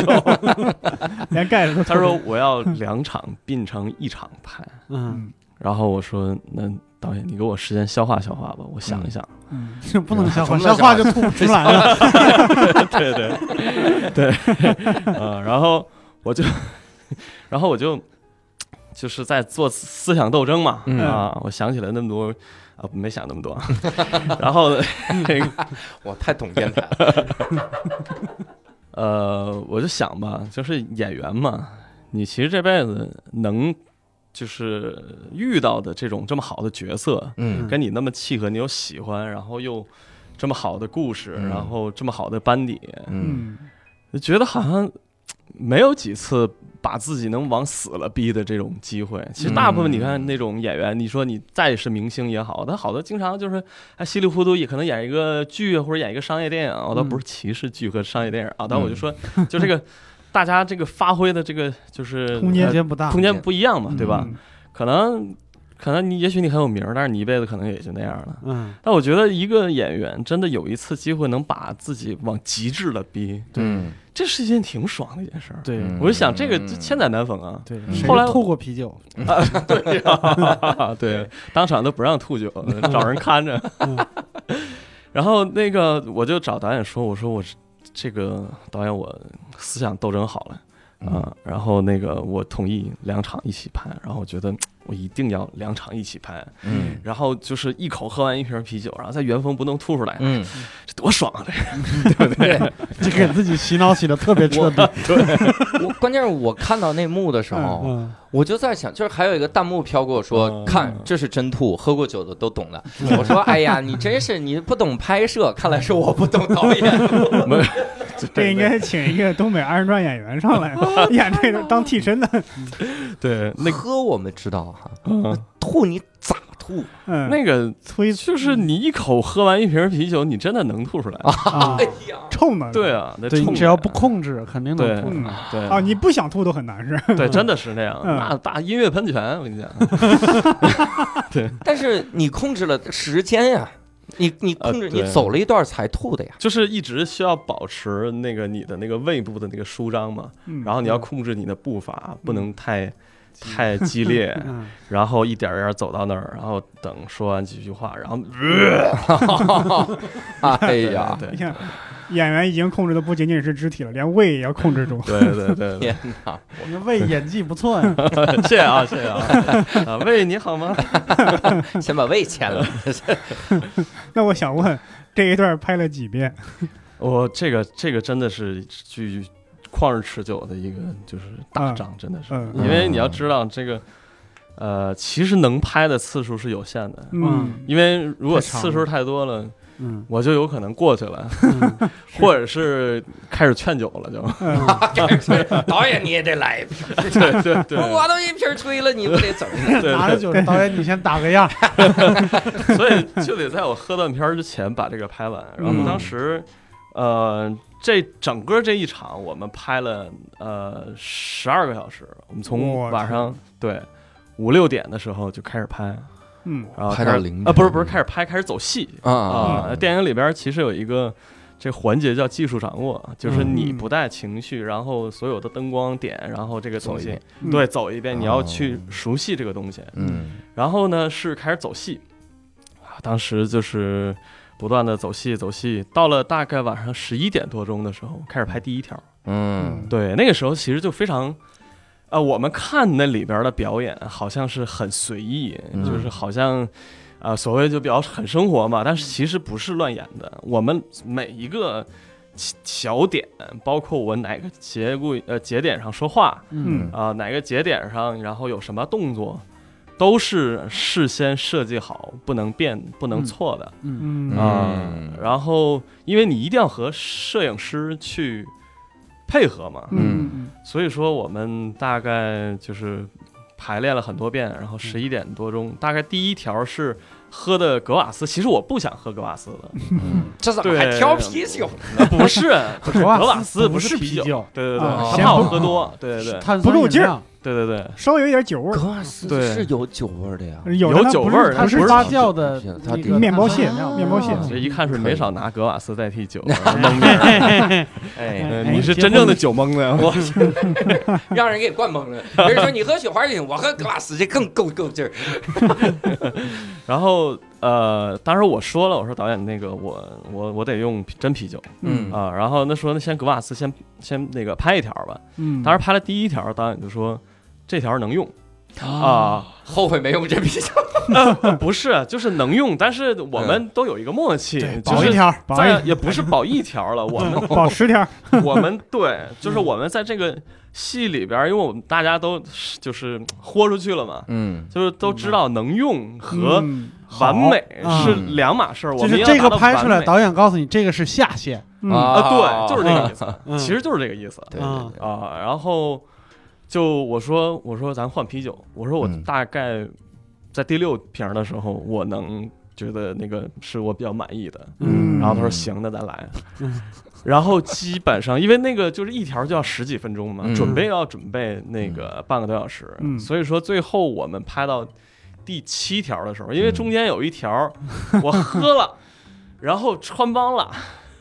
[SPEAKER 1] 连盖子都
[SPEAKER 6] 他说我要两场并成一场拍。
[SPEAKER 3] 嗯
[SPEAKER 1] 嗯
[SPEAKER 6] 然后我说那导演，你给我时间消化消化吧，我想一想。
[SPEAKER 1] 嗯
[SPEAKER 3] 这不能消化，
[SPEAKER 2] 不能
[SPEAKER 3] 消
[SPEAKER 2] 消化
[SPEAKER 3] 化就吐不出来了。
[SPEAKER 6] 对对 对，呃，然后我就，然后我就就是在做思思想斗争嘛，
[SPEAKER 2] 嗯
[SPEAKER 6] 啊，我想起来那么多啊，没想那么多， 然后那个
[SPEAKER 2] 我太懂电台了，
[SPEAKER 6] 呃，我就想吧，就是演员嘛，你其实这辈子能就是遇到的这种这么好的角色，
[SPEAKER 2] 嗯
[SPEAKER 6] 跟你那么契合，你又喜欢，然后又这么好的故事，
[SPEAKER 2] 嗯
[SPEAKER 6] 然后这么好的班底，
[SPEAKER 2] 嗯，
[SPEAKER 1] 嗯，
[SPEAKER 6] 就觉得好像没有几次把自己能往死了逼的这种机会。其实大部分你看
[SPEAKER 2] 嗯
[SPEAKER 6] 那种演员，你说你再是明星也好，他好多经常就是哎稀里糊涂，也可能演一个剧或者演一个商业电影。哦我倒
[SPEAKER 3] 嗯
[SPEAKER 6] 不是歧视剧和商业电影啊，但我就说，就这个大家这个发挥的这个就是
[SPEAKER 1] 空
[SPEAKER 3] 空
[SPEAKER 1] 间
[SPEAKER 6] 呃
[SPEAKER 3] 间不大，
[SPEAKER 6] 空间不一样嘛，对吧？
[SPEAKER 1] 嗯？
[SPEAKER 6] 可能可能你也许你很有名儿，但是你一辈子可能也就那样了。
[SPEAKER 3] 嗯，
[SPEAKER 6] 但我觉得一个演员真的有一次机会能把自己往极致的逼，
[SPEAKER 2] 嗯
[SPEAKER 6] 这是一件挺爽的一件事儿。
[SPEAKER 3] 对！
[SPEAKER 2] 嗯
[SPEAKER 6] 我就想这个就千载难逢啊
[SPEAKER 3] 对
[SPEAKER 2] 嗯，
[SPEAKER 3] 谁
[SPEAKER 6] 后来
[SPEAKER 3] 吐过啤酒，
[SPEAKER 6] 对，当场都不让吐酒，找人看着。然后那个我就找导演说，我说我是这个导演我思想斗争好了。
[SPEAKER 2] 嗯
[SPEAKER 6] 啊、然后那个我同意两场一起拍，然后我觉得嗯我一定要两场一起拍，
[SPEAKER 2] 嗯
[SPEAKER 6] 然后就是一口喝完一瓶啤酒，然后在原封不动吐出来，
[SPEAKER 2] 嗯，
[SPEAKER 6] 这多爽啊！这个
[SPEAKER 2] 对，
[SPEAKER 3] 就给自己洗脑洗的特别彻底。
[SPEAKER 2] 嗯我关键是我看到那幕的时候，
[SPEAKER 3] 嗯，
[SPEAKER 2] 我就在想，就是还有一个弹幕飘过说，
[SPEAKER 6] 嗯
[SPEAKER 2] 看这是真吐，喝过酒的都懂的。我说，哎呀，你真是你不懂拍摄，看来是我不懂导演。
[SPEAKER 1] 这应该请一个东北二人转演员上来 演这个当替身的。
[SPEAKER 6] 对那个
[SPEAKER 2] 喝我们知道哈，
[SPEAKER 6] 嗯
[SPEAKER 2] 吐你咋吐？
[SPEAKER 1] 嗯，
[SPEAKER 6] 那个
[SPEAKER 1] 催
[SPEAKER 6] 就是你一口喝完一瓶啤酒，你真的能吐出来。
[SPEAKER 1] 啊
[SPEAKER 2] 哎，呀，
[SPEAKER 1] 臭呢？
[SPEAKER 6] 对啊，那
[SPEAKER 3] 对
[SPEAKER 6] 冲
[SPEAKER 3] 你只
[SPEAKER 6] 着
[SPEAKER 3] 要不控制，肯定能
[SPEAKER 6] 对
[SPEAKER 3] 控制。
[SPEAKER 1] 嗯啊，
[SPEAKER 6] 对
[SPEAKER 1] 你不想吐都很难是。
[SPEAKER 6] 对，真的是那样，
[SPEAKER 1] 嗯
[SPEAKER 6] 那大音乐喷泉，我跟你讲，
[SPEAKER 2] 但是你控制了时间呀，你你控制
[SPEAKER 6] 呃对
[SPEAKER 2] 你走了一段才吐的呀。
[SPEAKER 6] 就是一直需要保持那个你的那个胃部的那个舒张嘛，
[SPEAKER 1] 嗯
[SPEAKER 6] 然后你要控制你的步伐，不能太太激烈，
[SPEAKER 3] 嗯，
[SPEAKER 6] 然后一点儿一点儿走到那儿，然后等说完几句话，然后
[SPEAKER 2] 哎呀，
[SPEAKER 6] 对
[SPEAKER 1] 你看，演员已经控制的不仅仅是肢体了，连胃也要控制住。
[SPEAKER 6] 对对对对，
[SPEAKER 2] 天哪！
[SPEAKER 3] 你的胃演技不错呀。
[SPEAKER 6] 谢谢啊谢谢啊，啊喂你好吗？
[SPEAKER 2] 先把胃签 了。
[SPEAKER 1] 那我想问，这一段拍了几遍？
[SPEAKER 6] 我这个这个真的是去旷日持久的一个就是大仗，真的是，
[SPEAKER 1] 嗯
[SPEAKER 6] 因为你要知道这个，呃，其实能拍的次数是有限的，
[SPEAKER 1] 嗯
[SPEAKER 6] 因为如果
[SPEAKER 3] 太长
[SPEAKER 6] 次数
[SPEAKER 3] 了
[SPEAKER 6] 太多了，
[SPEAKER 3] 嗯，
[SPEAKER 6] 我就有可能过去 了，
[SPEAKER 3] 嗯
[SPEAKER 6] 或者是开始劝酒 了，就
[SPEAKER 1] 嗯，
[SPEAKER 2] 导演你也得来一瓶，
[SPEAKER 6] 对对对，
[SPEAKER 2] 我都一瓶吹了，你不得怎么着？
[SPEAKER 6] 对
[SPEAKER 3] 拿着酒，导演你先打个样。
[SPEAKER 6] 所以就得在我喝断片儿之前把这个拍完。然后
[SPEAKER 2] 嗯
[SPEAKER 6] 当时，呃，这整个这一场我们拍了呃十二个小时，我
[SPEAKER 1] 我
[SPEAKER 6] 们从
[SPEAKER 1] 操
[SPEAKER 6] 晚上对五六点的时候就开始拍，
[SPEAKER 1] 嗯
[SPEAKER 6] 然后
[SPEAKER 2] 拍
[SPEAKER 6] 开
[SPEAKER 2] 到
[SPEAKER 6] 始
[SPEAKER 2] 凌
[SPEAKER 6] 啊，不是不是
[SPEAKER 2] 晨嗯
[SPEAKER 6] 开始拍，开始走戏
[SPEAKER 1] 嗯
[SPEAKER 2] 啊
[SPEAKER 6] 啊。电影里边其实有一个。这环节叫技术掌握，就是你
[SPEAKER 1] 嗯
[SPEAKER 6] 不带情绪，然后所有的灯光点，然后这个东
[SPEAKER 2] 走一
[SPEAKER 6] 西
[SPEAKER 2] 遍，
[SPEAKER 1] 嗯
[SPEAKER 6] 对，走一遍，你要
[SPEAKER 2] 哦
[SPEAKER 6] 去熟悉这个东西。
[SPEAKER 2] 嗯
[SPEAKER 6] 然后呢是开始走戏，啊，当时就是不断的走戏走戏，到了大概晚上十一点多钟的时候开始拍第一条。
[SPEAKER 2] 嗯
[SPEAKER 6] 对，那个时候其实就非常，呃，我们看那里边的表演好像是很随意，
[SPEAKER 2] 嗯
[SPEAKER 6] 就是好像。啊、所谓就比较很生活嘛，但是其实不是乱演的。我们每一个小小点，包括我哪个节骨呃节点上说话，
[SPEAKER 1] 嗯
[SPEAKER 6] 啊、哪个节点上，然后有什么动作，都是事先设计好，不能变、不能错的
[SPEAKER 3] 嗯
[SPEAKER 1] 嗯
[SPEAKER 2] 嗯
[SPEAKER 6] 啊、
[SPEAKER 2] 嗯
[SPEAKER 6] 然后，因为你一定要和摄影师去配合嘛，
[SPEAKER 1] 嗯
[SPEAKER 6] 所以说我们大概就是排练了很多遍，然后十一点多钟，大概第一条是。喝的格瓦斯，其实我不想喝格瓦斯的，
[SPEAKER 2] 嗯， 这怎
[SPEAKER 6] 对
[SPEAKER 2] 么还挑啤酒？
[SPEAKER 6] 不 是啊不 是
[SPEAKER 3] 格瓦斯
[SPEAKER 6] 瓦斯，不
[SPEAKER 3] 不是
[SPEAKER 6] 啤呃
[SPEAKER 3] 啤酒
[SPEAKER 6] 对对对，
[SPEAKER 2] 啊
[SPEAKER 6] 他
[SPEAKER 1] 先
[SPEAKER 6] 怕我
[SPEAKER 1] 不
[SPEAKER 6] 喝多，对对对
[SPEAKER 3] 碳酸
[SPEAKER 1] 不入
[SPEAKER 3] 饮
[SPEAKER 1] 劲儿
[SPEAKER 3] 料
[SPEAKER 6] 对对对，
[SPEAKER 1] 稍微有点酒味儿，
[SPEAKER 2] 格瓦斯
[SPEAKER 6] 对
[SPEAKER 2] 是有酒味儿的呀。
[SPEAKER 1] 有
[SPEAKER 6] 有
[SPEAKER 1] 的呢
[SPEAKER 6] 酒
[SPEAKER 1] 不是
[SPEAKER 6] 味儿
[SPEAKER 1] 它
[SPEAKER 3] 它
[SPEAKER 6] 不
[SPEAKER 1] 是
[SPEAKER 3] 是
[SPEAKER 6] 是
[SPEAKER 3] 发
[SPEAKER 2] 啤
[SPEAKER 3] 酵
[SPEAKER 2] 酒
[SPEAKER 3] 的
[SPEAKER 2] 它
[SPEAKER 3] 那
[SPEAKER 2] 顶
[SPEAKER 3] 个
[SPEAKER 1] 面包
[SPEAKER 3] 碳酸饮
[SPEAKER 1] 蟹
[SPEAKER 3] 料
[SPEAKER 1] 面包蟹
[SPEAKER 6] 这一看是没少拿格瓦斯代 替酒，
[SPEAKER 2] 哎，
[SPEAKER 6] 呃
[SPEAKER 1] 哎
[SPEAKER 6] 你是真正的酒蒙子呀！我
[SPEAKER 2] 让人给灌懵了。别人说你喝雪花就行，我喝格瓦斯这更够够劲儿。
[SPEAKER 6] 然后呃，当时我说了，我说导演那个我我我得用真啤酒
[SPEAKER 1] 嗯
[SPEAKER 6] 啊、然后那说那先格瓦斯先先那个拍一条吧。
[SPEAKER 1] 嗯，
[SPEAKER 6] 当时拍了第一条，导演就说这条能用
[SPEAKER 1] 哦
[SPEAKER 6] 啊、呃
[SPEAKER 2] 后悔没用这啤酒。
[SPEAKER 6] 不是就是能用，但是我们都有一个默契，就
[SPEAKER 1] 嗯保一
[SPEAKER 6] 是
[SPEAKER 1] 条，嗯保
[SPEAKER 6] 在
[SPEAKER 1] 一
[SPEAKER 6] 也不是保一条了，我们
[SPEAKER 1] 保十条，
[SPEAKER 6] 我们对，
[SPEAKER 1] 嗯
[SPEAKER 6] 就是我们在这个戏里边儿，因为我们大家都是就是豁出去了嘛，
[SPEAKER 2] 嗯，
[SPEAKER 6] 就是都知道能用 和
[SPEAKER 1] 嗯
[SPEAKER 6] 完美
[SPEAKER 3] 好
[SPEAKER 6] 是
[SPEAKER 2] 嗯
[SPEAKER 6] 两码事儿。我
[SPEAKER 3] 就
[SPEAKER 6] 们
[SPEAKER 3] 是
[SPEAKER 6] 要
[SPEAKER 3] 这个
[SPEAKER 6] 达到
[SPEAKER 3] 拍出
[SPEAKER 6] 完
[SPEAKER 3] 来，
[SPEAKER 6] 美
[SPEAKER 3] 导演告诉你这个是下限。
[SPEAKER 1] 嗯
[SPEAKER 6] 啊，对，就是这个意思，
[SPEAKER 3] 嗯
[SPEAKER 6] 其实就是这个意思
[SPEAKER 2] 对
[SPEAKER 3] 啊
[SPEAKER 2] 对对，
[SPEAKER 6] 啊。然后就我说我说咱换啤酒，我说我
[SPEAKER 2] 嗯
[SPEAKER 6] 大概在第六瓶的时候，我能觉得那个是我比较满意的。
[SPEAKER 1] 嗯
[SPEAKER 6] 然后他说
[SPEAKER 2] 嗯
[SPEAKER 6] 行，那咱来
[SPEAKER 3] 嗯。
[SPEAKER 6] 然后基本上，因为那个就是一条就要十几分钟嘛，
[SPEAKER 2] 嗯
[SPEAKER 6] 准备要准备那个半个多小时，
[SPEAKER 1] 嗯
[SPEAKER 6] 所以说最后我们拍到第七条的时候，因
[SPEAKER 2] 嗯
[SPEAKER 6] 为中间有一条我喝了，然后穿帮了，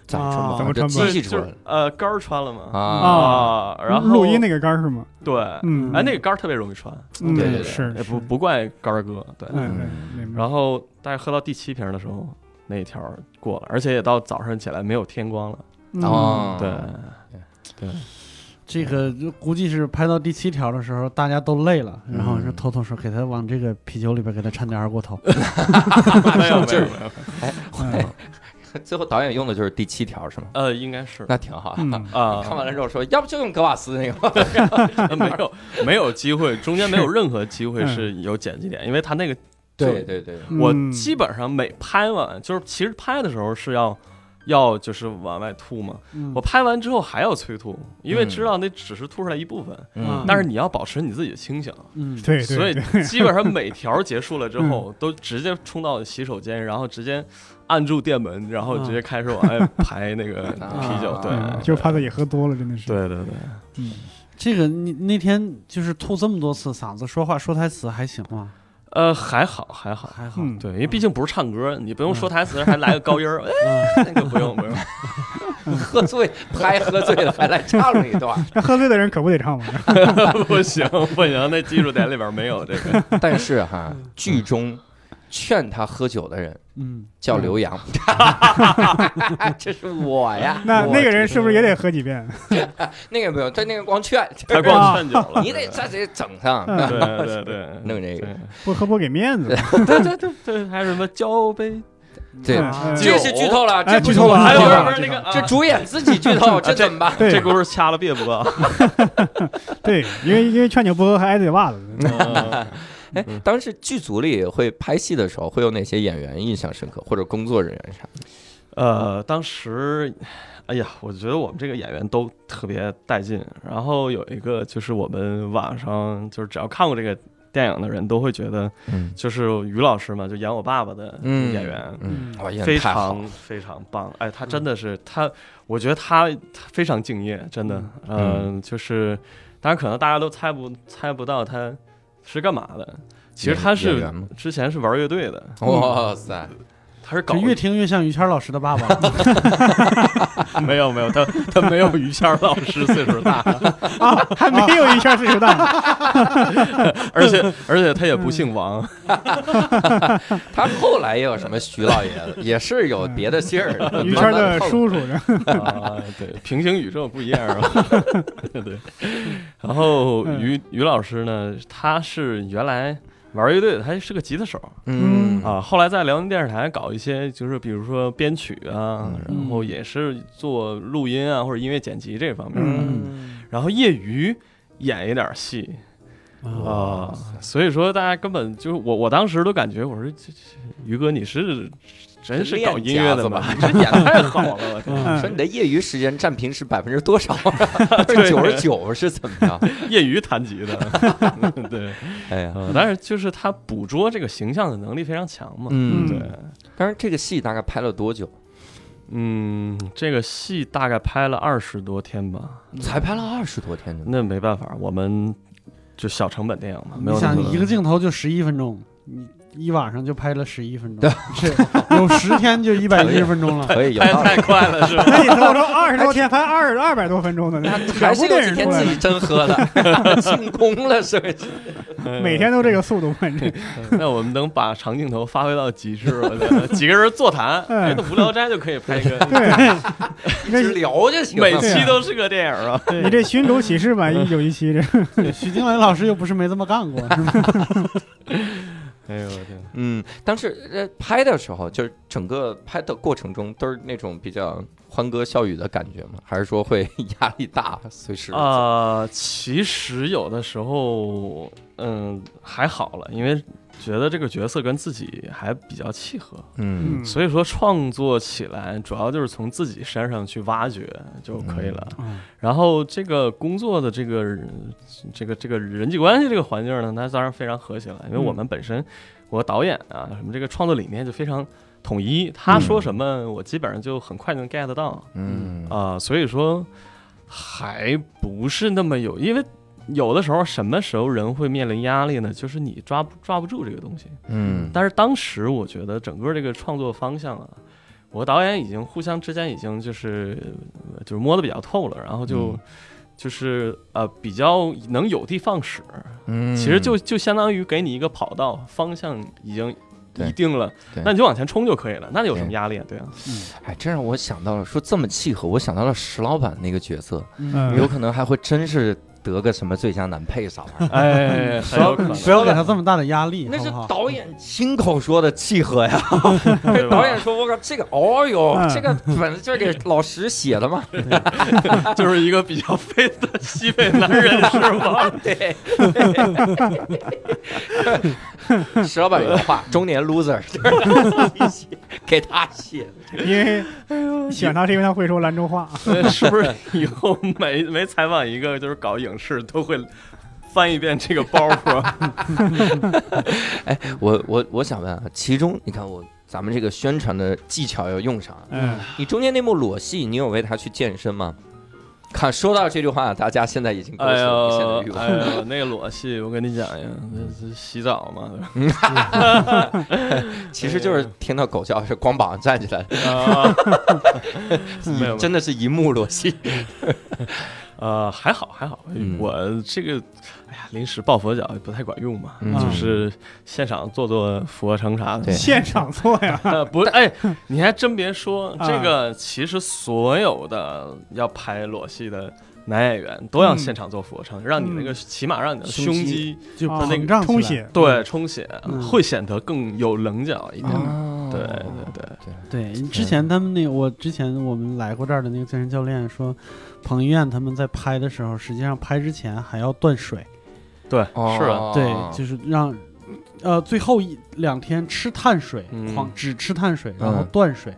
[SPEAKER 2] 咋穿吧
[SPEAKER 3] 啊怎
[SPEAKER 1] 么穿吧
[SPEAKER 2] 这
[SPEAKER 6] 对
[SPEAKER 2] 机器
[SPEAKER 6] 就
[SPEAKER 2] 出来了
[SPEAKER 6] 是呃杆儿穿了嘛
[SPEAKER 2] 啊
[SPEAKER 6] 然后
[SPEAKER 1] 录音那个杆儿是吗？
[SPEAKER 6] 对，
[SPEAKER 1] 嗯
[SPEAKER 6] 哎那个杆儿哎特别容易穿，
[SPEAKER 1] 嗯
[SPEAKER 2] 对对对
[SPEAKER 1] 是
[SPEAKER 6] 也
[SPEAKER 1] 是
[SPEAKER 6] 不不怪杆儿哥对，
[SPEAKER 1] 嗯，明白
[SPEAKER 6] 然后大概喝到第七瓶的时候，那一条过了，而且也到早上起来没有天光了。
[SPEAKER 1] 嗯
[SPEAKER 2] 哦，
[SPEAKER 6] 对，
[SPEAKER 3] 这个就估计是拍到第七条的时候，大家都累了，然后就
[SPEAKER 2] 嗯
[SPEAKER 3] 偷偷说给他往这个啤酒里边给他掺点二锅头。
[SPEAKER 6] 没有没有没有，
[SPEAKER 1] 哎
[SPEAKER 2] 最后导演用的就是第七条是吗？
[SPEAKER 6] 呃，应该是
[SPEAKER 2] 那挺好啊。
[SPEAKER 1] 嗯，
[SPEAKER 6] 啊，
[SPEAKER 2] 看完了之后说，要不就用格瓦斯那个。
[SPEAKER 6] 呃没有没有机会，中间没有任何机
[SPEAKER 2] 嗯
[SPEAKER 6] 会是有剪辑点，因为他那个
[SPEAKER 2] 对 对对，
[SPEAKER 6] 我
[SPEAKER 1] 嗯
[SPEAKER 6] 基本上每拍完，就是其实拍的时候是要要就是往外吐嘛，
[SPEAKER 3] 嗯
[SPEAKER 6] 我拍完之后还要催吐，因为
[SPEAKER 2] 嗯
[SPEAKER 6] 知道那只是吐出来一部分，
[SPEAKER 2] 嗯
[SPEAKER 6] 但是你要保持你自己的清醒，
[SPEAKER 3] 嗯，
[SPEAKER 1] 对对
[SPEAKER 6] 所
[SPEAKER 1] 对
[SPEAKER 6] 以基本上每条结束了之后，都直接冲到洗手间，然后直接按住电门，然后直接开始往外排那个啤 酒，
[SPEAKER 2] 啊
[SPEAKER 6] 对
[SPEAKER 1] 嗯，
[SPEAKER 6] 对，
[SPEAKER 1] 就怕自己喝多了，真的是。
[SPEAKER 6] 对对对，
[SPEAKER 1] 嗯，
[SPEAKER 3] 这个你那天就是吐这么多次，嗓子说话说台词还行吗？
[SPEAKER 6] 呃，还好还好。
[SPEAKER 3] 还好。
[SPEAKER 1] 嗯
[SPEAKER 6] 对，因为毕竟不是唱歌，你不用说台词，还来个高音儿，哎，
[SPEAKER 3] 嗯
[SPEAKER 6] 那个不用不 用。
[SPEAKER 2] 喝醉拍喝醉了还来唱了一段，
[SPEAKER 1] 那喝醉的人可不得 唱吗？
[SPEAKER 6] 不行不行，那技术点里边没有这个。
[SPEAKER 2] 但是哈，剧中劝他喝酒的人
[SPEAKER 3] 嗯，
[SPEAKER 2] 叫刘洋， 这是我呀。
[SPEAKER 1] 那
[SPEAKER 2] 我嗯
[SPEAKER 1] 那个人是不是也得喝几 遍？
[SPEAKER 2] 那个没 有，他那个光劝，
[SPEAKER 6] 他光劝酒了，
[SPEAKER 2] 你得这得整上。
[SPEAKER 1] 嗯
[SPEAKER 6] 对 对对，
[SPEAKER 2] 弄这个
[SPEAKER 1] 不喝不给面子。
[SPEAKER 6] 对对对对，还有什么交杯？
[SPEAKER 2] 对，
[SPEAKER 1] 嗯
[SPEAKER 6] 酒
[SPEAKER 2] 这是剧透了，
[SPEAKER 1] 哎，
[SPEAKER 2] 这
[SPEAKER 1] 剧
[SPEAKER 2] 不
[SPEAKER 1] 透了，
[SPEAKER 2] 还
[SPEAKER 1] 剧
[SPEAKER 2] 有
[SPEAKER 1] 透
[SPEAKER 2] 人
[SPEAKER 1] 了
[SPEAKER 2] 不
[SPEAKER 6] 是
[SPEAKER 1] 剧
[SPEAKER 6] 那
[SPEAKER 1] 透
[SPEAKER 6] 个
[SPEAKER 1] 了
[SPEAKER 6] 啊
[SPEAKER 2] 这主 演自己剧透，这怎么办？
[SPEAKER 1] 对
[SPEAKER 6] 这轱辘掐了别播 啊。
[SPEAKER 1] 对，因为因为劝酒不喝还挨得袜子。
[SPEAKER 2] 哎，当时剧组里会拍戏的时候，会有哪些演员印象深刻，或者工作人员啥的？
[SPEAKER 6] 呃，当时，哎呀，我觉得我们这个演员都特别带劲。然后有一个就是我们网上就是只要看过这个电影的人都会觉得，
[SPEAKER 2] 嗯
[SPEAKER 6] 就是于老师嘛，就演我爸爸的
[SPEAKER 2] 嗯，
[SPEAKER 6] 演员，
[SPEAKER 2] 嗯，哇，演
[SPEAKER 6] 非
[SPEAKER 2] 得太好嗯了，
[SPEAKER 6] 常非常棒，哎，他真的是、他，我觉得他他非常敬业，真的，嗯，就是，当然可能大家都猜不猜不到他是干嘛的，其实他
[SPEAKER 2] 演
[SPEAKER 6] 是
[SPEAKER 2] 演员吗
[SPEAKER 6] 之前是玩乐队的，
[SPEAKER 2] 哇塞，
[SPEAKER 6] 他是搞
[SPEAKER 3] 这越听越像于谦老师的爸爸 了。
[SPEAKER 6] 没有没有他他没有于谦老师岁数 大，
[SPEAKER 1] 还没有一圈岁数 大，
[SPEAKER 6] 而且而且他也不姓王，
[SPEAKER 2] 他后来也有什么徐老爷子，也是有别的姓儿的。
[SPEAKER 1] 于谦的
[SPEAKER 2] 慢慢透
[SPEAKER 1] 叔
[SPEAKER 2] 露
[SPEAKER 1] 叔 呢？
[SPEAKER 6] 啊，对，平行宇宙不一样嗯啊。 对，然后于于老师呢，他是原来玩乐队的，他是个吉他手。
[SPEAKER 2] 嗯
[SPEAKER 6] 啊，后来在辽宁电视台搞一些，就是比如说编曲啊，
[SPEAKER 3] 嗯
[SPEAKER 6] 然后也是做录音啊或者音乐剪辑这方面，
[SPEAKER 1] 嗯
[SPEAKER 6] 然后业余演一点戏
[SPEAKER 3] 啊，
[SPEAKER 6] 啊，所以说大家根本就是我，我当时都感觉我说这这于哥你是真是搞音乐的
[SPEAKER 2] 吧？
[SPEAKER 6] 吗？
[SPEAKER 2] 你这演得太好了，我天！
[SPEAKER 1] 嗯
[SPEAKER 2] 说你的业余时间占平时百分之多少？是九十九是怎么样？
[SPEAKER 6] 业余弹吉他， 对，
[SPEAKER 2] 哎呀，
[SPEAKER 6] 呃但是就是他捕捉这个形象的能力非常强嘛，
[SPEAKER 2] 嗯，
[SPEAKER 6] 对
[SPEAKER 1] 嗯，
[SPEAKER 2] 当然这个戏大概拍了多久？
[SPEAKER 6] 嗯，这个戏大概拍了二十多天吧，
[SPEAKER 2] 才拍了二十多天呢。
[SPEAKER 6] 那没办法，我们就小成本电影嘛，没有那
[SPEAKER 3] 你
[SPEAKER 6] 么
[SPEAKER 3] 想
[SPEAKER 6] 多
[SPEAKER 3] 一个镜头就十一分钟，你一晚上就拍了十一分钟，这有十天就一百一十分钟了。
[SPEAKER 2] 可以有
[SPEAKER 6] 拍
[SPEAKER 2] 道理
[SPEAKER 6] 太。快了，是吧？
[SPEAKER 1] 那你说我说二十多天拍二二百多分钟的 呢，
[SPEAKER 2] 还
[SPEAKER 1] 两
[SPEAKER 2] 是
[SPEAKER 1] 部
[SPEAKER 2] 有
[SPEAKER 1] 电
[SPEAKER 2] 几
[SPEAKER 1] 影
[SPEAKER 2] 天
[SPEAKER 1] 出来
[SPEAKER 2] 自己
[SPEAKER 1] 了，
[SPEAKER 2] 真喝了，进宫了 是不是？
[SPEAKER 1] 每天都这个速度，反正
[SPEAKER 6] 那我们能把长镜头发挥到极致，我觉得几个人座谈， 哎，那《无聊斋》就可以拍一个，
[SPEAKER 1] 对，
[SPEAKER 2] 只
[SPEAKER 1] 那
[SPEAKER 2] 聊就行
[SPEAKER 6] 每
[SPEAKER 2] 了。
[SPEAKER 6] 期都是个电影啊。
[SPEAKER 1] 你这寻狗启事吧，有一期这
[SPEAKER 3] 徐静蕾老师又不是没这么 干过，是吧？
[SPEAKER 6] 哎呦我天，
[SPEAKER 2] 嗯，当时呃拍的时候，就是整个拍的过程中都是那种比较欢歌笑语的感觉吗？还是说会 压力大，随时
[SPEAKER 6] 啊，其实有的时候，嗯，还好了，因为觉得这个角色跟自己还比较契合，
[SPEAKER 2] 嗯
[SPEAKER 1] 嗯
[SPEAKER 6] 所以说创作起来主要就是从自己身上去挖掘就可以了。
[SPEAKER 3] 嗯
[SPEAKER 6] 然后这个工作的这个人这个这个人际关系这个环境呢，那当然非常和谐了，因为
[SPEAKER 1] 嗯
[SPEAKER 6] 我们本身我导演啊什么这个创作理念就非常统一，他说什么我基本上就很快就能 get 到
[SPEAKER 2] 嗯
[SPEAKER 6] 啊、所以说还不是那么有，因为有的时候什么时候人会面临压力呢？就是你抓不抓不住这个东西，
[SPEAKER 2] 嗯
[SPEAKER 6] 但是当时我觉得整个这个创作方向啊，我和导演已经互相之间已经就是呃就是摸得比较透了，然后就、
[SPEAKER 2] 嗯
[SPEAKER 6] 就是呃比较能有的放矢，
[SPEAKER 2] 嗯
[SPEAKER 6] 其实就就相当于给你一个跑道，方向已经
[SPEAKER 2] 对
[SPEAKER 6] 一定了
[SPEAKER 2] 对，
[SPEAKER 6] 那你就往前冲就可以了，那有什么
[SPEAKER 2] 对
[SPEAKER 6] 压力啊？对 啊，
[SPEAKER 3] 嗯
[SPEAKER 2] 哎，这让我想到了，说这么契合，我想到了石老板那个角色，
[SPEAKER 1] 嗯
[SPEAKER 2] 有可能还会真是得个什么最佳男配啥玩意儿。
[SPEAKER 6] 哎，很有可能
[SPEAKER 3] 不要给他这么大的压力，
[SPEAKER 2] 那是
[SPEAKER 3] 好不好
[SPEAKER 2] 导演亲口说的契合呀，
[SPEAKER 6] 对吧
[SPEAKER 2] 导演说：“我靠，这个，哦哟
[SPEAKER 1] 嗯，
[SPEAKER 2] 这个本来就是给老石写 的嘛。
[SPEAKER 6] 就是一个比较废的西北男人是吗？
[SPEAKER 2] 对，石老板原话：“中年 loser，就是给他写的。
[SPEAKER 1] 因为喜欢他是因为他会说兰州话，
[SPEAKER 6] 对 是不是以后每每采访一个就是搞影视都会翻一遍这个包袱？
[SPEAKER 2] 我我我想问啊，其中你看我咱们这个宣传的技巧要用上啊，
[SPEAKER 1] 嗯，
[SPEAKER 2] 你中间那幕裸戏，你有为他去健身吗？看，说到这句话，大家现在已经勾起
[SPEAKER 6] 哎
[SPEAKER 2] 了无限
[SPEAKER 6] 呦
[SPEAKER 2] 的欲，望。
[SPEAKER 6] 哎呦，那个裸戏，我跟你讲呀，这这洗澡嘛，
[SPEAKER 2] 其实就是听到狗叫是光膀站起来，
[SPEAKER 6] 啊， 没有，
[SPEAKER 2] 真的是一幕裸戏。
[SPEAKER 6] 呃，还好还好
[SPEAKER 2] 嗯，
[SPEAKER 6] 我这个，哎呀，临时抱佛脚也不太管用嘛，
[SPEAKER 2] 嗯
[SPEAKER 6] 就是现场做做俯卧撑啥的
[SPEAKER 2] 对。
[SPEAKER 1] 现场做呀，
[SPEAKER 6] 呃，不是，哎，你还真别说，
[SPEAKER 1] 啊
[SPEAKER 6] 这个其实所有的要拍裸戏的男演员都要
[SPEAKER 1] 嗯
[SPEAKER 6] 现场做俯卧撑，让你那个起码让你的
[SPEAKER 3] 胸
[SPEAKER 6] 胸
[SPEAKER 3] 肌
[SPEAKER 6] 肌
[SPEAKER 3] 就
[SPEAKER 1] 啊
[SPEAKER 3] 膨胀起来
[SPEAKER 1] 充血，
[SPEAKER 6] 对充血
[SPEAKER 3] 嗯，
[SPEAKER 6] 会显得更有棱角一
[SPEAKER 2] 哦
[SPEAKER 6] 点。嗯对对对，
[SPEAKER 3] 对，之前他们那我之前我们来过这儿的那个健身教练说，彭于晏他们在拍的时候，实际上拍之前还要断水，
[SPEAKER 6] 对，
[SPEAKER 2] 哦
[SPEAKER 6] 是啊，
[SPEAKER 3] 对，就是让，呃，最后一两天吃碳水，
[SPEAKER 6] 嗯
[SPEAKER 3] 狂只吃碳水，然后
[SPEAKER 2] 嗯
[SPEAKER 3] 断水，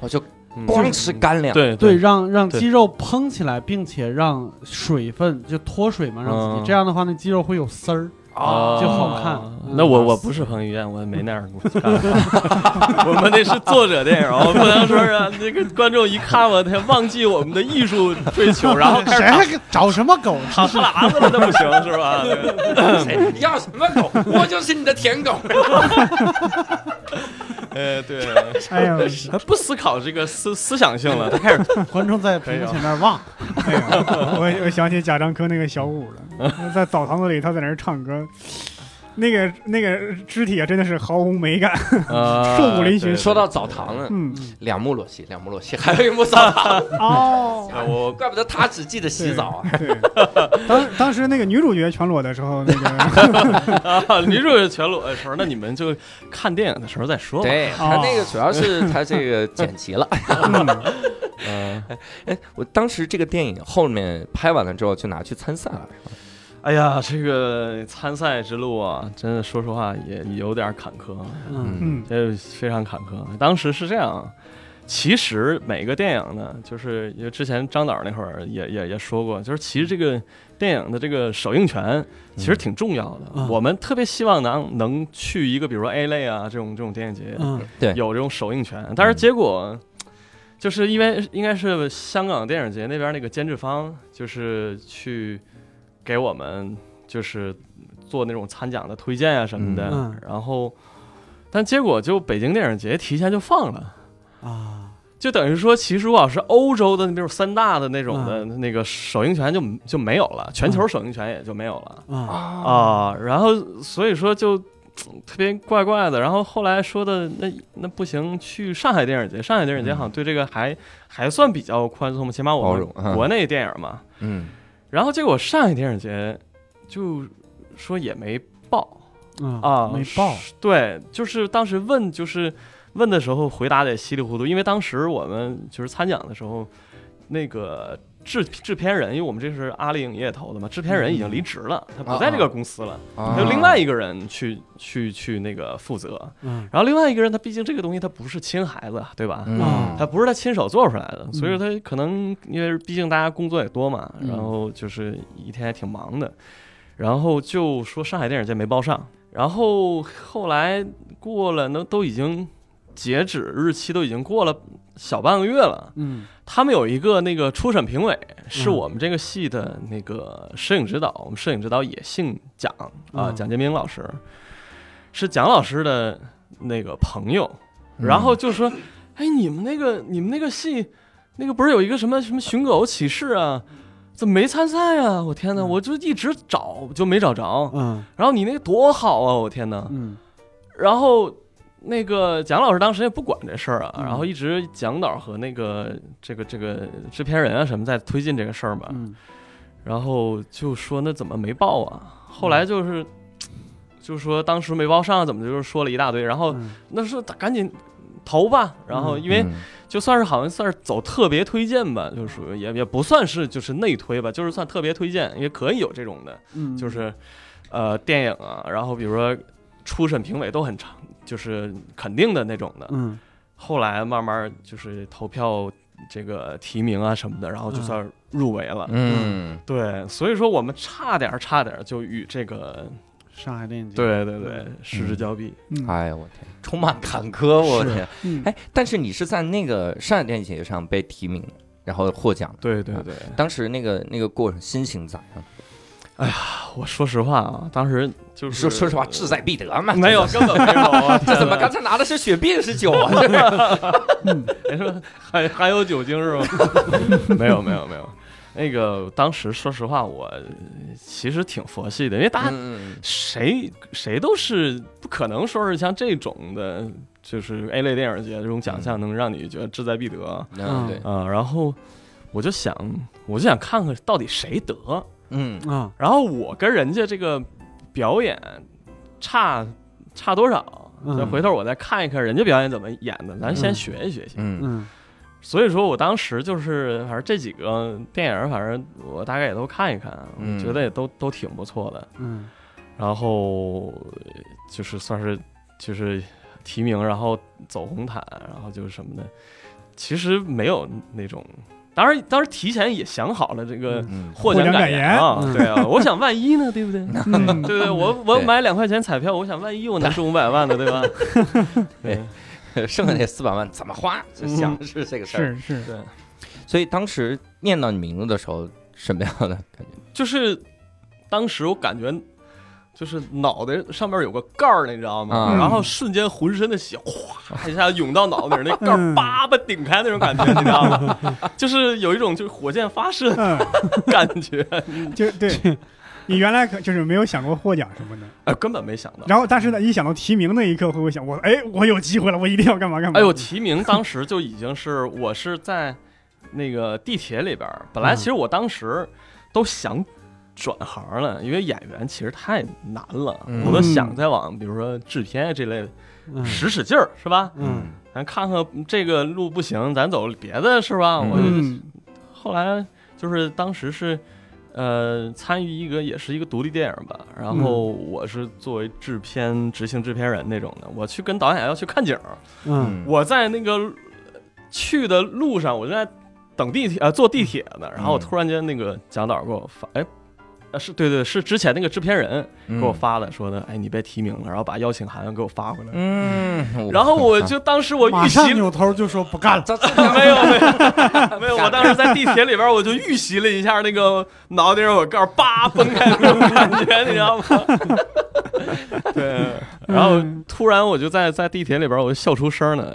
[SPEAKER 2] 我就
[SPEAKER 6] 嗯
[SPEAKER 2] 光吃干粮。
[SPEAKER 6] 对
[SPEAKER 3] 对，，让让
[SPEAKER 6] 对
[SPEAKER 3] 肌肉嘭起来，并且让水分就脱水嘛，让自
[SPEAKER 2] 嗯
[SPEAKER 3] 己、这样的话，那肌肉会有丝儿。
[SPEAKER 6] 啊，
[SPEAKER 3] 就好看嗯
[SPEAKER 6] 那我我不是彭于晏，我没那样干。我们那是作者电影，我不能说让那个观众一看我，他忘记我们的艺术追求，哦然后开
[SPEAKER 4] 谁
[SPEAKER 6] 始
[SPEAKER 4] 还找什么狗？
[SPEAKER 6] 打哈喇子了，那不行是吧？对
[SPEAKER 2] 谁要什么 狗？我就是你的舔狗。
[SPEAKER 6] 呃，对，
[SPEAKER 1] 哎呦，
[SPEAKER 6] 他不思考这个思思想性了，他开始
[SPEAKER 3] 观众在屏幕前面望，
[SPEAKER 1] 哎呦，我 我想起贾樟柯那个小舞了，在澡堂子里他在那儿唱歌，那个那个肢体啊真的是毫无美感，
[SPEAKER 6] 瘦
[SPEAKER 1] 骨嶙峋
[SPEAKER 2] 说到澡堂了，
[SPEAKER 1] 嗯，
[SPEAKER 2] 两幕裸戏，两幕裸戏，还有一幕 澡堂，
[SPEAKER 1] 哦，
[SPEAKER 6] 我
[SPEAKER 2] 怪不得他只记得洗澡啊。
[SPEAKER 1] 对，当当时那个女主角全裸的时候，那个
[SPEAKER 6] 啊，女主角全裸的时候，那你们就看电影的时候再说 吧。
[SPEAKER 2] 对他那个主要是他这个剪辑 了。
[SPEAKER 6] 嗯，
[SPEAKER 2] 哎，我当时这个电影后面拍完了之后就拿去参赛了，是吧
[SPEAKER 6] 哎呀，这个参赛之路啊，真的说实话也有点坎坷。
[SPEAKER 3] 嗯，
[SPEAKER 1] 嗯
[SPEAKER 6] 这非常坎坷。当时是这样，其实每个电影呢，就是因为之前张导那会儿也也也说过，就是其实这个电影的这个首映权其实挺重要的。
[SPEAKER 3] 嗯
[SPEAKER 6] 我们特别希望能能去一个比如说 A 类啊这种这种电影节，
[SPEAKER 3] 嗯，
[SPEAKER 2] 对
[SPEAKER 6] 有这种首映权，但是结果。就是因为应该是香港电影节那边那个监制方，就是去给我们就是做那种参奖的推荐啊什么的，
[SPEAKER 3] 嗯嗯
[SPEAKER 6] 然后但结果就北京电影节提前就放了，
[SPEAKER 3] 啊，
[SPEAKER 6] 就等于说，其实如果是欧洲的那种三大的那种的那个首映权就就没有了，全球首映权也就没有了
[SPEAKER 3] 啊，
[SPEAKER 2] 哦
[SPEAKER 6] 啊。然后所以说就嗯特别怪怪的。然后后来说的那那不行，去上海电影节，上海电影节好像对这个还还算比较宽松嘛，起码我
[SPEAKER 2] 包容啊
[SPEAKER 6] 们国内电影嘛。
[SPEAKER 2] 嗯，
[SPEAKER 6] 然后结果上海电影节就说也没报。
[SPEAKER 3] 嗯
[SPEAKER 6] 啊
[SPEAKER 3] 没爆，
[SPEAKER 6] 对，就是当时问，就是问的时候回答得稀里糊涂，因为当时我们就是参奖的时候，那个制制片人，因为我们这是阿里影业投的嘛，制片人已经离职了，他不在这个公司了，
[SPEAKER 2] 啊
[SPEAKER 6] 有另外一个人去去去那个负责。
[SPEAKER 3] 嗯
[SPEAKER 6] 然后另外一个人，他毕竟这个东西他不是亲孩子，对吧？
[SPEAKER 2] 嗯
[SPEAKER 3] 啊
[SPEAKER 6] 他不是他亲手做出来的，所以说他可能因为毕竟大家工作也多嘛，
[SPEAKER 2] 嗯
[SPEAKER 6] 然后就是一天还挺忙的，然后就说上海电影节没报上，然后后来过了那都已经截止日期都已经过了小半个月了，
[SPEAKER 3] 嗯
[SPEAKER 6] 他们有一个那个初审评委是
[SPEAKER 3] 嗯
[SPEAKER 6] 我们这个戏的那个摄影指导，我们摄影指导也姓蒋啊、
[SPEAKER 3] 嗯
[SPEAKER 6] 蒋建明老师是蒋老师的那个朋友，
[SPEAKER 3] 嗯
[SPEAKER 6] 然后就说：“哎，你们那个你们那个戏，那个不是有一个什么什么寻狗启事啊？怎么没参赛啊？我天哪，
[SPEAKER 3] 嗯
[SPEAKER 6] 我就一直找就没找着。
[SPEAKER 3] 嗯
[SPEAKER 6] 然后你那个多好啊，我天哪！
[SPEAKER 3] 嗯
[SPEAKER 6] 然后那个蒋老师当时也不管这事儿啊，
[SPEAKER 3] 嗯
[SPEAKER 6] 然后一直蒋导和那个这个这个制片人啊什么在推进这个事儿嘛，
[SPEAKER 3] 嗯
[SPEAKER 6] 然后就说那怎么没报啊？
[SPEAKER 3] 嗯
[SPEAKER 6] 后来就是，就说当时没报上，怎么就是说了一大堆，然后
[SPEAKER 3] 嗯
[SPEAKER 6] 那说赶紧投吧，然后因为
[SPEAKER 2] 嗯
[SPEAKER 6] 就算是好像算是走特别推荐吧，就是
[SPEAKER 3] 嗯
[SPEAKER 6] 属于也也不算是就是内推吧，就是算特别推荐，也可以有这种的，
[SPEAKER 3] 嗯，
[SPEAKER 6] 就是呃电影啊，然后比如说初审评委都很长，就是肯定的那种的。
[SPEAKER 3] 嗯
[SPEAKER 6] 后来慢慢就是投票这个提名啊什么的，然后就
[SPEAKER 3] 嗯
[SPEAKER 6] 算入围了。
[SPEAKER 2] 嗯，
[SPEAKER 6] 对，所以说我们差点儿差点儿就与这个，
[SPEAKER 3] 上海电影节，
[SPEAKER 6] 对对对，失之交臂。
[SPEAKER 1] 嗯
[SPEAKER 2] 哎呀，我天，充满坎坷，我
[SPEAKER 3] 是
[SPEAKER 2] 天。
[SPEAKER 3] 嗯
[SPEAKER 2] 哎，但是你是在那个上海电影节上被提名，然后获奖的，
[SPEAKER 6] 对对对，
[SPEAKER 2] 当时那个那个过程心情咋样？
[SPEAKER 6] 我说实话啊，当时就是
[SPEAKER 2] 说说实话，志在必得嘛。
[SPEAKER 6] 没有，根本没有，
[SPEAKER 2] 这怎么刚才拿的是雪碧是酒啊？这是
[SPEAKER 6] 你说还还有酒精 是吗？没有没有没有，那个当时说实话，我其实挺佛系的，因为大家
[SPEAKER 2] 嗯
[SPEAKER 6] 谁谁都是不可能说是像这种的，就是 A 类电影节这种奖
[SPEAKER 3] 嗯
[SPEAKER 6] 项能让你觉得志在必得啊、
[SPEAKER 2] 嗯嗯，对，
[SPEAKER 6] 然后我就想，我就想看看到底谁得，
[SPEAKER 2] 嗯
[SPEAKER 3] 啊，
[SPEAKER 6] 然后我跟人家这个表演差差多少。
[SPEAKER 3] 嗯
[SPEAKER 6] 再回头我再看一看人家表演怎么演的，咱先
[SPEAKER 3] 嗯
[SPEAKER 6] 学一学先。
[SPEAKER 2] 嗯
[SPEAKER 3] 嗯
[SPEAKER 6] 所以说我当时就是，反正这几个电影，反正我大概也都看一看，
[SPEAKER 2] 嗯
[SPEAKER 6] 我觉得也都都挺不错的。
[SPEAKER 3] 嗯
[SPEAKER 6] 然后呃就是算是就是提名，然后走红毯，然后就是什么的，其实没有那种。当然，当时提前也想好了这个
[SPEAKER 2] 嗯
[SPEAKER 6] 获
[SPEAKER 1] 获奖
[SPEAKER 6] 感
[SPEAKER 1] 感
[SPEAKER 6] 言
[SPEAKER 1] 言
[SPEAKER 6] 啊，
[SPEAKER 3] 嗯
[SPEAKER 6] 对啊，我想万一呢，对不对？
[SPEAKER 1] 嗯
[SPEAKER 6] 对对，我我
[SPEAKER 2] 对
[SPEAKER 6] 买两块钱彩票，我想万一我能中五百万呢，对吧？对
[SPEAKER 2] 嗯，剩下那四百万怎么花？就想的是这个事儿。
[SPEAKER 1] 是是，
[SPEAKER 6] 对。
[SPEAKER 2] 所以当时念到你名字的时候，什么样的感觉？
[SPEAKER 6] 就是当时我感觉，就是脑袋上面有个盖儿，你知道吗？
[SPEAKER 2] 嗯
[SPEAKER 6] 然后瞬间浑身的血哗一下涌到脑袋， 那盖儿
[SPEAKER 1] 嗯
[SPEAKER 6] 叭叭顶开那种感觉，你知道吗？ 就是有一种就是火箭发射的
[SPEAKER 1] 嗯，
[SPEAKER 6] 感觉，
[SPEAKER 1] 就对。你原来可就是没有想过获奖什么的，
[SPEAKER 6] 哎，根本没想到。
[SPEAKER 1] 然后但是呢，一想到提名那一刻，会不会想我哎，我有机会了，我一定要干嘛干嘛？
[SPEAKER 6] 哎呦，提名当时就已经是我是在那个地铁里边儿，本来
[SPEAKER 3] 嗯
[SPEAKER 6] 其实我当时都想。转行了，因为演员其实太难了，
[SPEAKER 2] 嗯
[SPEAKER 6] 我都想再往比如说制片啊这类
[SPEAKER 3] 嗯
[SPEAKER 6] 使使劲儿，是吧？
[SPEAKER 3] 嗯
[SPEAKER 6] 咱看看这个路不行，咱走别的是吧？
[SPEAKER 2] 嗯
[SPEAKER 6] 我就
[SPEAKER 1] 嗯
[SPEAKER 6] 后来就是当时是，呃，参与一个也是一个独立电影吧，
[SPEAKER 3] 嗯
[SPEAKER 6] 然后我是作为制片、执行制片人那种的，我去跟导演要去看景儿，
[SPEAKER 3] 嗯
[SPEAKER 2] 嗯，
[SPEAKER 6] 我在那个呃去的路上，我正在等地铁呃坐地铁呢，然后
[SPEAKER 2] 嗯
[SPEAKER 6] 突然间那个蒋导给我发，哎。呃是对对，是之前那个制片人给
[SPEAKER 2] 给
[SPEAKER 3] 嗯
[SPEAKER 6] 我，发的，说的，哎，你被提名了，然后把邀请函给我发回来。
[SPEAKER 2] 嗯，
[SPEAKER 6] 然后我 就当时我
[SPEAKER 3] 哦马
[SPEAKER 6] 预
[SPEAKER 3] 上
[SPEAKER 6] 习
[SPEAKER 3] 扭头就说不干了，
[SPEAKER 2] 这
[SPEAKER 6] 没有没 有没有，我当时在地铁里边，我就预习了一下那个脑袋上我盖儿叭崩开那种感觉，你知道吗？ 对，然后
[SPEAKER 2] 嗯
[SPEAKER 6] 突然我就在在地铁里边，我就笑出声了。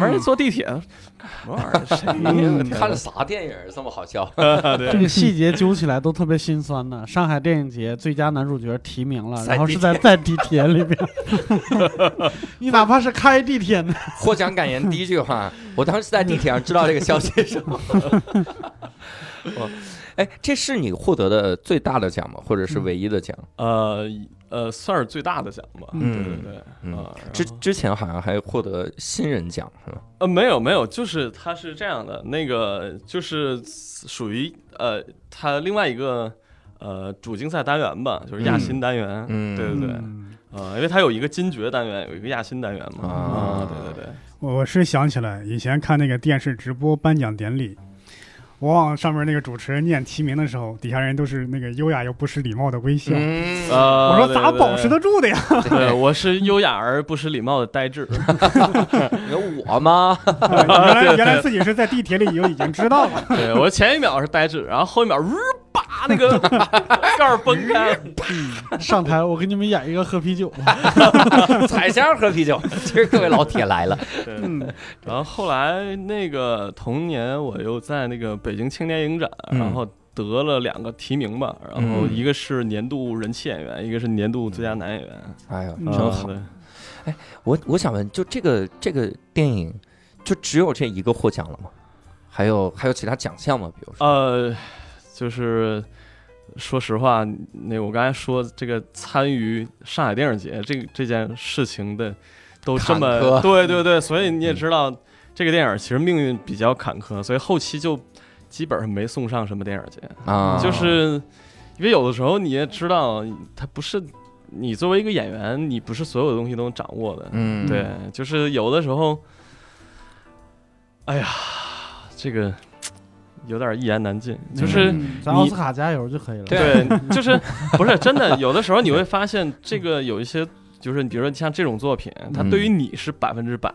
[SPEAKER 2] 嗯
[SPEAKER 6] 边一坐地铁，干什么玩意儿？谁 呀？我天
[SPEAKER 2] 看了啥电影儿这么好笑？
[SPEAKER 3] 嗯这个细节揪起来都特别心酸呢。上海电影节最佳男主角提名了，
[SPEAKER 2] 在
[SPEAKER 3] 然后
[SPEAKER 2] 地
[SPEAKER 3] 是在在地铁里边，你哪怕是开地铁呢，
[SPEAKER 2] 获奖感言第一句话，我当时在地铁上知道这个消息是吗？哇哎，这是你获得的最大的奖吗？或者是唯一的奖？
[SPEAKER 6] 呃呃，算是最大的奖吧。
[SPEAKER 2] 嗯
[SPEAKER 6] 对对对，
[SPEAKER 2] 嗯
[SPEAKER 6] 啊，
[SPEAKER 2] 之
[SPEAKER 6] 然后
[SPEAKER 2] 之前好像还获得新人奖是吧？
[SPEAKER 6] 呃没有没有，就是他是这样的，那个就是属于呃他另外一个。呃，主竞赛单元吧，就是亚新单元，
[SPEAKER 2] 嗯
[SPEAKER 6] 对对对，
[SPEAKER 1] 嗯
[SPEAKER 6] 啊，因为它有一个金爵单元，有一个亚新单元嘛。
[SPEAKER 2] 啊
[SPEAKER 6] 对对对，
[SPEAKER 1] 我我是想起来以前看那个电视直播颁奖典礼，我往上面那个主持人念提名的时候，底下人都是那个优雅又不失礼貌的微笑。
[SPEAKER 2] 嗯啊
[SPEAKER 6] 呃，
[SPEAKER 1] 我说
[SPEAKER 6] 对
[SPEAKER 1] 咋保持？得住的呀？
[SPEAKER 6] 对对，对我是优雅而不失礼貌的呆滞。
[SPEAKER 2] 有我 吗？
[SPEAKER 1] 啊原来原来自己是在地铁里就已经知道了。
[SPEAKER 6] 对我前一秒是呆滞，然后后一秒，呜吧，那个盖儿崩开。
[SPEAKER 3] 上台我给你们演一个喝啤酒吧。
[SPEAKER 2] 彩香喝啤酒，今儿各位老铁来了。
[SPEAKER 6] 对，
[SPEAKER 1] 嗯
[SPEAKER 6] 然后后来那个同年，我又在那个北京青年影展，
[SPEAKER 2] 嗯
[SPEAKER 6] 然后得了两个提名吧，然后
[SPEAKER 2] 嗯
[SPEAKER 6] 一个是年度人气演员，一个是年度最佳男演员。
[SPEAKER 2] 哎呀，
[SPEAKER 1] 嗯
[SPEAKER 2] 真好！
[SPEAKER 6] 啊
[SPEAKER 2] 我我想问，就这个这个电影，就只有这一个获奖了吗？还有还有其他奖项吗？比如说，
[SPEAKER 6] 呃，就是说实话，那个我刚才说这个参与上海电影节这这件事情的，都这
[SPEAKER 2] 坎坷嗯
[SPEAKER 6] 么对对对，所以你也知道、这个电影其实命运比较坎坷，所以后期就基本上没送上什么电影节，
[SPEAKER 2] 啊，
[SPEAKER 6] 就是因为有的时候你也知道，它不是你作为一个演员，你不是所有的东西都能掌握的，
[SPEAKER 2] 嗯，
[SPEAKER 6] 对，就是有的时候，哎呀，这个有点一言难尽， 就是。
[SPEAKER 3] 嗯咱奥斯卡加油就可以了。
[SPEAKER 6] 对，就是不是真的？有的时候你会发现，这个有一些，就是你比如说像这种作品，它对于你是百分之百，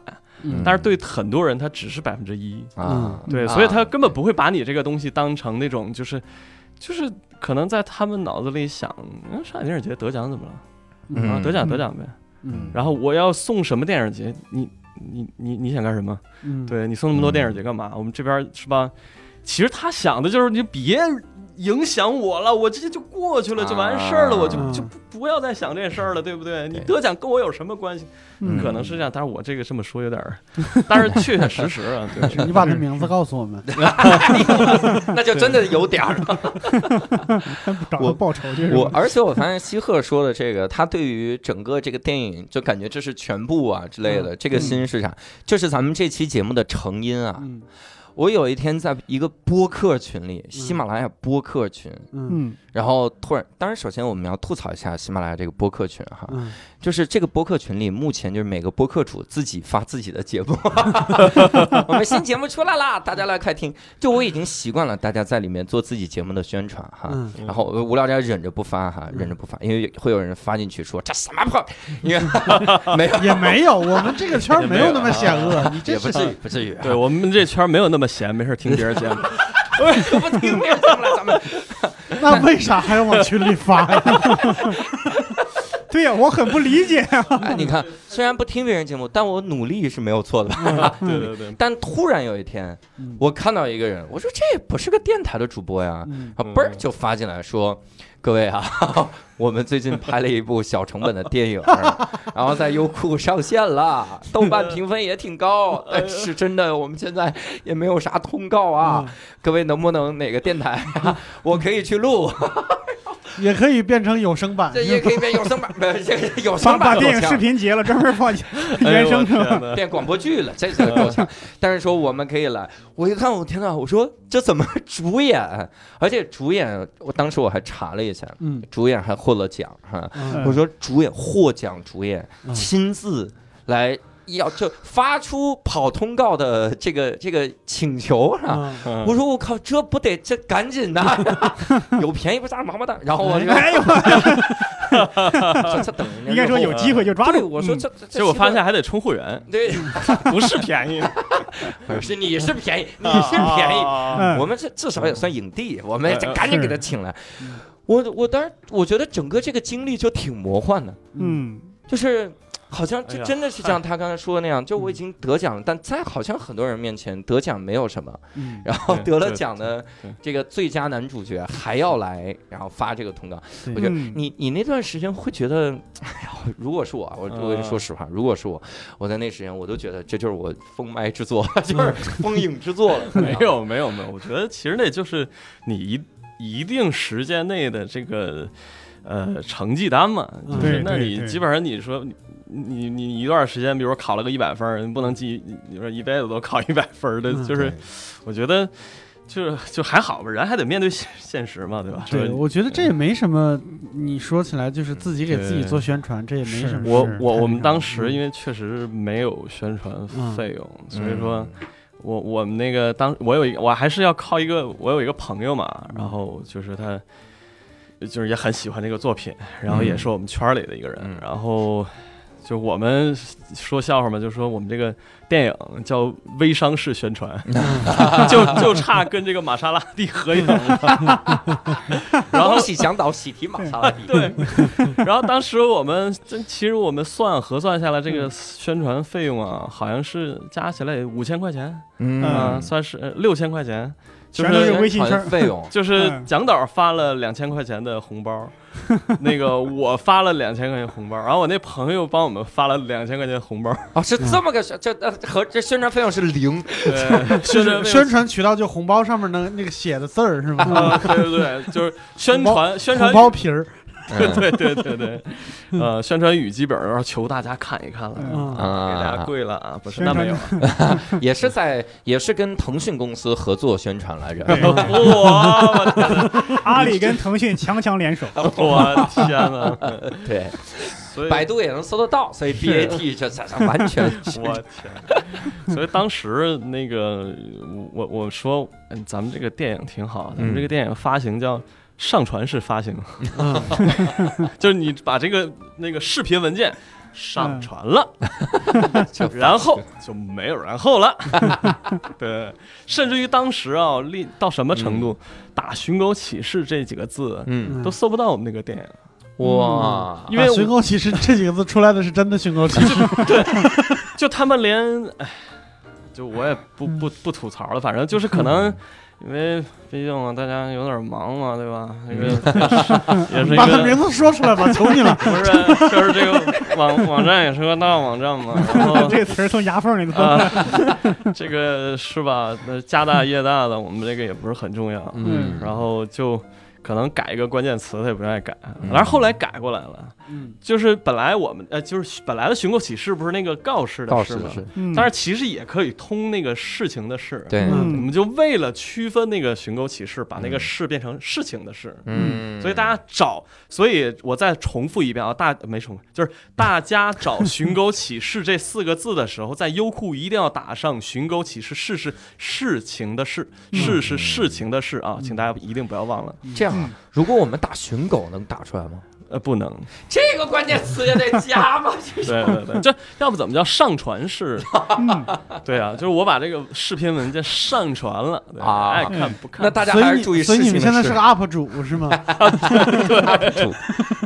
[SPEAKER 3] 嗯，
[SPEAKER 6] 但是对很多人它只是百分之一。
[SPEAKER 2] 啊，
[SPEAKER 6] 嗯对，
[SPEAKER 2] 啊
[SPEAKER 6] 所以他根本不会把你这个东西当成那种就是，就是可能在他们脑子里想，嗯上海电影节得奖怎么了？啊，
[SPEAKER 2] 嗯
[SPEAKER 6] 得奖得奖呗。
[SPEAKER 3] 嗯
[SPEAKER 6] 然后我要送什么电影节？你你你你想干什么？
[SPEAKER 3] 嗯，
[SPEAKER 6] 对你送那么多电影节干嘛？我们这边是吧？其实他想的就是你别影响我了，我直接就过去了，就完事儿了，
[SPEAKER 2] 啊
[SPEAKER 6] 我就就不不要再想这事儿了，对不对？你得奖跟我有什么关系？
[SPEAKER 3] 嗯
[SPEAKER 6] 可能是这样，但是我这个这么说有点儿， 但是确确实实啊，对
[SPEAKER 3] 你把那名字告诉我们，
[SPEAKER 2] 那就真的有点儿了。
[SPEAKER 1] 找
[SPEAKER 2] 我
[SPEAKER 1] 到报仇去是
[SPEAKER 2] 我
[SPEAKER 1] 吧？
[SPEAKER 2] 而且我发现西鹤说的这个，他对于整个这个电影就感觉这是全部啊之类的。这个心是啥？就是咱们这期节目的成因啊。
[SPEAKER 3] 嗯
[SPEAKER 2] 我有一天在一个播客群里，喜马拉雅播客群，
[SPEAKER 3] 嗯
[SPEAKER 1] 嗯
[SPEAKER 2] 然后突然，当然首先我们要吐槽一下喜马拉雅这个播客群啊哈，
[SPEAKER 3] 嗯，
[SPEAKER 2] 就是这个播客群里目前就是每个播客主自己发自己的节 目，我们新节目出来啦，大家来快听。就我已经习惯了大家在里面做自己节目的宣传哈，
[SPEAKER 3] 嗯
[SPEAKER 2] 然后我无聊斋忍着不发哈，
[SPEAKER 3] 嗯
[SPEAKER 2] 忍着不发，因为会有人发进去说这什么破，因 为没有，
[SPEAKER 3] 也没有，我们这个圈儿没有那么险 恶，你
[SPEAKER 2] 也
[SPEAKER 3] 这
[SPEAKER 2] 不
[SPEAKER 3] 是
[SPEAKER 2] 至于，不至于，
[SPEAKER 6] 对我们这圈没有那么闲，没事听别人 节目。
[SPEAKER 2] 我不听没有听了，咱们
[SPEAKER 3] 那为啥还要往群里发 呀？
[SPEAKER 1] 对呀、我很不理 解。
[SPEAKER 2] 哎，你看，虽然不听别人节目，但我努力是没有错的吧。
[SPEAKER 6] 对对对，
[SPEAKER 2] 但突然有一天
[SPEAKER 3] 嗯，
[SPEAKER 2] 我看到一个人，我说这不是个电台的主播呀，
[SPEAKER 3] 嗯
[SPEAKER 2] 他
[SPEAKER 6] 嗯
[SPEAKER 2] 啊嘣儿就发进来说：“各位啊， 我们最近拍了一部小成本的电影，然后在优酷上线了，豆瓣评分也挺 高，但是真的我们现在也没有啥通告啊，各位能不能哪个电台啊，我可以去 录，
[SPEAKER 3] 也可以变成有声版
[SPEAKER 2] 这，也可以变有声版，不是这个有
[SPEAKER 1] 把
[SPEAKER 2] 声版
[SPEAKER 1] 把
[SPEAKER 2] 够
[SPEAKER 1] 电影
[SPEAKER 2] 呛
[SPEAKER 1] 视频截了，专门放
[SPEAKER 6] 哎
[SPEAKER 1] 原声是吧？
[SPEAKER 6] 的，
[SPEAKER 2] 变广播剧了，这次够呛。 但是说我们可以来，我一看，我天呐，我说这怎么主演？而且主演，我当时我还查了一下，
[SPEAKER 3] 嗯
[SPEAKER 2] 主演还获了奖哈。
[SPEAKER 3] 嗯
[SPEAKER 2] 我说主演获奖，主演
[SPEAKER 3] 嗯
[SPEAKER 2] 亲自来要就发出跑通告的这个这个请求哈。
[SPEAKER 3] 嗯
[SPEAKER 2] 我说我靠，这不得这赶紧的， 有便宜不占王八蛋。然后我就
[SPEAKER 1] 哎呦，
[SPEAKER 2] 这这等人家
[SPEAKER 1] 应该说有机会就抓
[SPEAKER 2] 对，
[SPEAKER 1] 住。
[SPEAKER 2] 我说
[SPEAKER 1] 嗯
[SPEAKER 2] 这这，
[SPEAKER 6] 结果发现还得充会员，
[SPEAKER 2] 对。
[SPEAKER 6] 不是便 宜，
[SPEAKER 2] 不是你是 便宜，你是便宜，
[SPEAKER 6] 宜。
[SPEAKER 1] 嗯
[SPEAKER 2] 我们这至少也算影帝，我们
[SPEAKER 6] 嗯嗯
[SPEAKER 2] 赶紧给他
[SPEAKER 1] 是
[SPEAKER 2] 请来。我我当然我觉得整个这个经历就挺魔幻的，
[SPEAKER 1] 嗯，
[SPEAKER 2] 就是好像
[SPEAKER 6] 哎
[SPEAKER 2] 就
[SPEAKER 6] 呀嗯
[SPEAKER 2] 真的是像他刚才说的那样，就我已经得奖了，但在好像很多人面前得奖没有什么，
[SPEAKER 3] 嗯，
[SPEAKER 2] 然后
[SPEAKER 6] 对
[SPEAKER 2] 得了
[SPEAKER 6] 对
[SPEAKER 2] 奖的
[SPEAKER 6] 对对
[SPEAKER 2] 这个最佳男主角还要来，然后发这个通告，
[SPEAKER 3] 对
[SPEAKER 2] 我觉得
[SPEAKER 1] 嗯
[SPEAKER 2] 你你那段时间会觉得，哎呀，如果是我啊，我我跟
[SPEAKER 6] 嗯
[SPEAKER 2] 你说实话，如果是我，我在那时间我都觉得这就是我封麦之作，就是封影之作了，
[SPEAKER 6] 嗯 没有没有没有，我觉得其实那就是你一一定时间内的这个呃成绩单嘛，就
[SPEAKER 3] 嗯
[SPEAKER 6] 是
[SPEAKER 1] 对
[SPEAKER 6] 那
[SPEAKER 1] 对
[SPEAKER 6] 你
[SPEAKER 1] 对
[SPEAKER 6] 基本上你说你你你一段时间，比如考了个一百分儿，你不能记，你说一辈子都考一百分儿的，
[SPEAKER 3] 嗯
[SPEAKER 6] 就是我觉得就是就还好吧，人还得面对现现实嘛，对吧？
[SPEAKER 3] 对，
[SPEAKER 6] 是吧
[SPEAKER 3] 我觉得这也没什么。你说起来就是自己给自己做宣传，这也没什么。
[SPEAKER 6] 我
[SPEAKER 1] 是
[SPEAKER 6] 我
[SPEAKER 1] 太那
[SPEAKER 6] 我们
[SPEAKER 1] 啥
[SPEAKER 6] 当
[SPEAKER 1] 了
[SPEAKER 6] 时因为确实没有宣传
[SPEAKER 3] 嗯
[SPEAKER 6] 费用，所以
[SPEAKER 2] 嗯
[SPEAKER 6] 说。我我们那个当我有一个我还是要靠一个我有一个朋友嘛，然后就是他，就是也很喜欢这个作品，然后也是我们圈儿里的一个人，
[SPEAKER 2] 嗯
[SPEAKER 6] 然后就我们说笑话嘛，就说我们这个电影叫微商式宣传， 就就差跟这个玛莎拉蒂合影了。
[SPEAKER 2] 然后喜祥导喜提玛莎拉蒂，
[SPEAKER 6] 对，然后当时我们这其实我们算核算下来，这个宣传费用啊，好像是加起来五千块钱，
[SPEAKER 2] 嗯
[SPEAKER 6] 啊，算是六千块钱，就
[SPEAKER 1] 全都
[SPEAKER 6] 是，
[SPEAKER 1] 是微信
[SPEAKER 2] 好像
[SPEAKER 1] 圈儿
[SPEAKER 2] 费用
[SPEAKER 6] 就是
[SPEAKER 1] 嗯
[SPEAKER 6] 蒋导发了两千块钱的红包，那个我发了两千块钱红包，然后我那朋友帮我们发了两千块钱红包，
[SPEAKER 2] 哦，是这么个事，这呃和这宣传费用是零，
[SPEAKER 6] 对，
[SPEAKER 3] 就
[SPEAKER 6] 宣
[SPEAKER 3] 是
[SPEAKER 6] 传
[SPEAKER 3] 宣传渠道就红包上面那那个写的字儿是吗？
[SPEAKER 6] 啊，对对对，就是宣传宣传
[SPEAKER 3] 红包皮儿，
[SPEAKER 6] 对对对对，呃，宣传语基本上求大家看一看了，给
[SPEAKER 3] 嗯，
[SPEAKER 6] 大家
[SPEAKER 2] 啊，
[SPEAKER 6] 跪了啊，不是
[SPEAKER 1] 宣
[SPEAKER 6] 那
[SPEAKER 1] 传
[SPEAKER 6] 没有，
[SPEAKER 2] 也是在也是跟腾讯公司合作宣传来着，
[SPEAKER 1] 对
[SPEAKER 6] 我
[SPEAKER 1] 阿里跟腾讯强强联手，
[SPEAKER 6] 我天哪，
[SPEAKER 2] 对，
[SPEAKER 6] 所以
[SPEAKER 2] 百度也能搜得到，所以 BAT 这这这完 全是
[SPEAKER 6] 我天！所以当时那个我我说，嗯，咱们这个电影挺好，咱们这个电影发行叫。上传式发行，就是你把这个那个视频文件上传了，
[SPEAKER 2] 这
[SPEAKER 6] 然后就没有然后了。 对，甚至于当时啊，厉到什么程度，打“寻狗启事”这几个字
[SPEAKER 2] 嗯
[SPEAKER 6] 都搜不到我们那个电影，
[SPEAKER 2] 哇，
[SPEAKER 6] 因为
[SPEAKER 3] 啊寻
[SPEAKER 6] 我
[SPEAKER 3] 狗启事这几个字出来的是真的寻狗启事，
[SPEAKER 6] 就他们连，哎，就我也不不不吐槽了，反正就是可能，因为毕竟嘛，大家有点忙嘛，对吧？这个 也是也
[SPEAKER 3] 把他
[SPEAKER 6] 是一
[SPEAKER 3] 名
[SPEAKER 6] 个，
[SPEAKER 3] 字说出来 吧，求你了。
[SPEAKER 6] 不是就是这个网网站也是个大网站嘛，然后
[SPEAKER 1] 这个词儿从牙缝里头
[SPEAKER 6] 啊，这个是吧？那家大业大的，我们这个也不是很重要，
[SPEAKER 2] 嗯，
[SPEAKER 6] 然后就可能改一个关键词，他也不愿意改，
[SPEAKER 2] 嗯
[SPEAKER 6] 然后后来改过来了，
[SPEAKER 3] 嗯
[SPEAKER 6] 就是本来我们呃就是本来的寻购启事不是那个告示
[SPEAKER 2] 倒
[SPEAKER 6] 的
[SPEAKER 2] 是
[SPEAKER 6] 吗？
[SPEAKER 2] 是，
[SPEAKER 1] 嗯，
[SPEAKER 6] 但是其实也可以通那个事情的事。，
[SPEAKER 2] 对，
[SPEAKER 1] 嗯
[SPEAKER 6] 我们就为了区分那个寻狗启事，把那个事变成事情的事。
[SPEAKER 2] 嗯，
[SPEAKER 6] 所以大家找，所以我再重复一遍啊，大没重复，就是大家找寻狗启事这四个字的时候，在优酷一定要打上寻狗启事，事是事情的事，
[SPEAKER 1] 嗯
[SPEAKER 6] 事是事情的事
[SPEAKER 2] 嗯
[SPEAKER 6] 啊，请大家一定不要忘了，
[SPEAKER 2] 这样啊，如果我们打寻狗能打出来吗？
[SPEAKER 6] 呃，不能，
[SPEAKER 2] 这个关键词也得加吧？
[SPEAKER 6] 对对对，这要不怎么叫上 传式？
[SPEAKER 1] 嗯
[SPEAKER 6] 对啊，就是我把这个视频文件上传了，对
[SPEAKER 2] 啊
[SPEAKER 6] 爱看不看
[SPEAKER 2] 那。大家
[SPEAKER 3] 所
[SPEAKER 2] 还
[SPEAKER 3] 以
[SPEAKER 2] 是注意
[SPEAKER 3] 你
[SPEAKER 2] 事
[SPEAKER 3] 所以你
[SPEAKER 2] 情的
[SPEAKER 3] 们现在是
[SPEAKER 2] 事
[SPEAKER 3] 个 UP 主是吗？
[SPEAKER 2] ，UP 主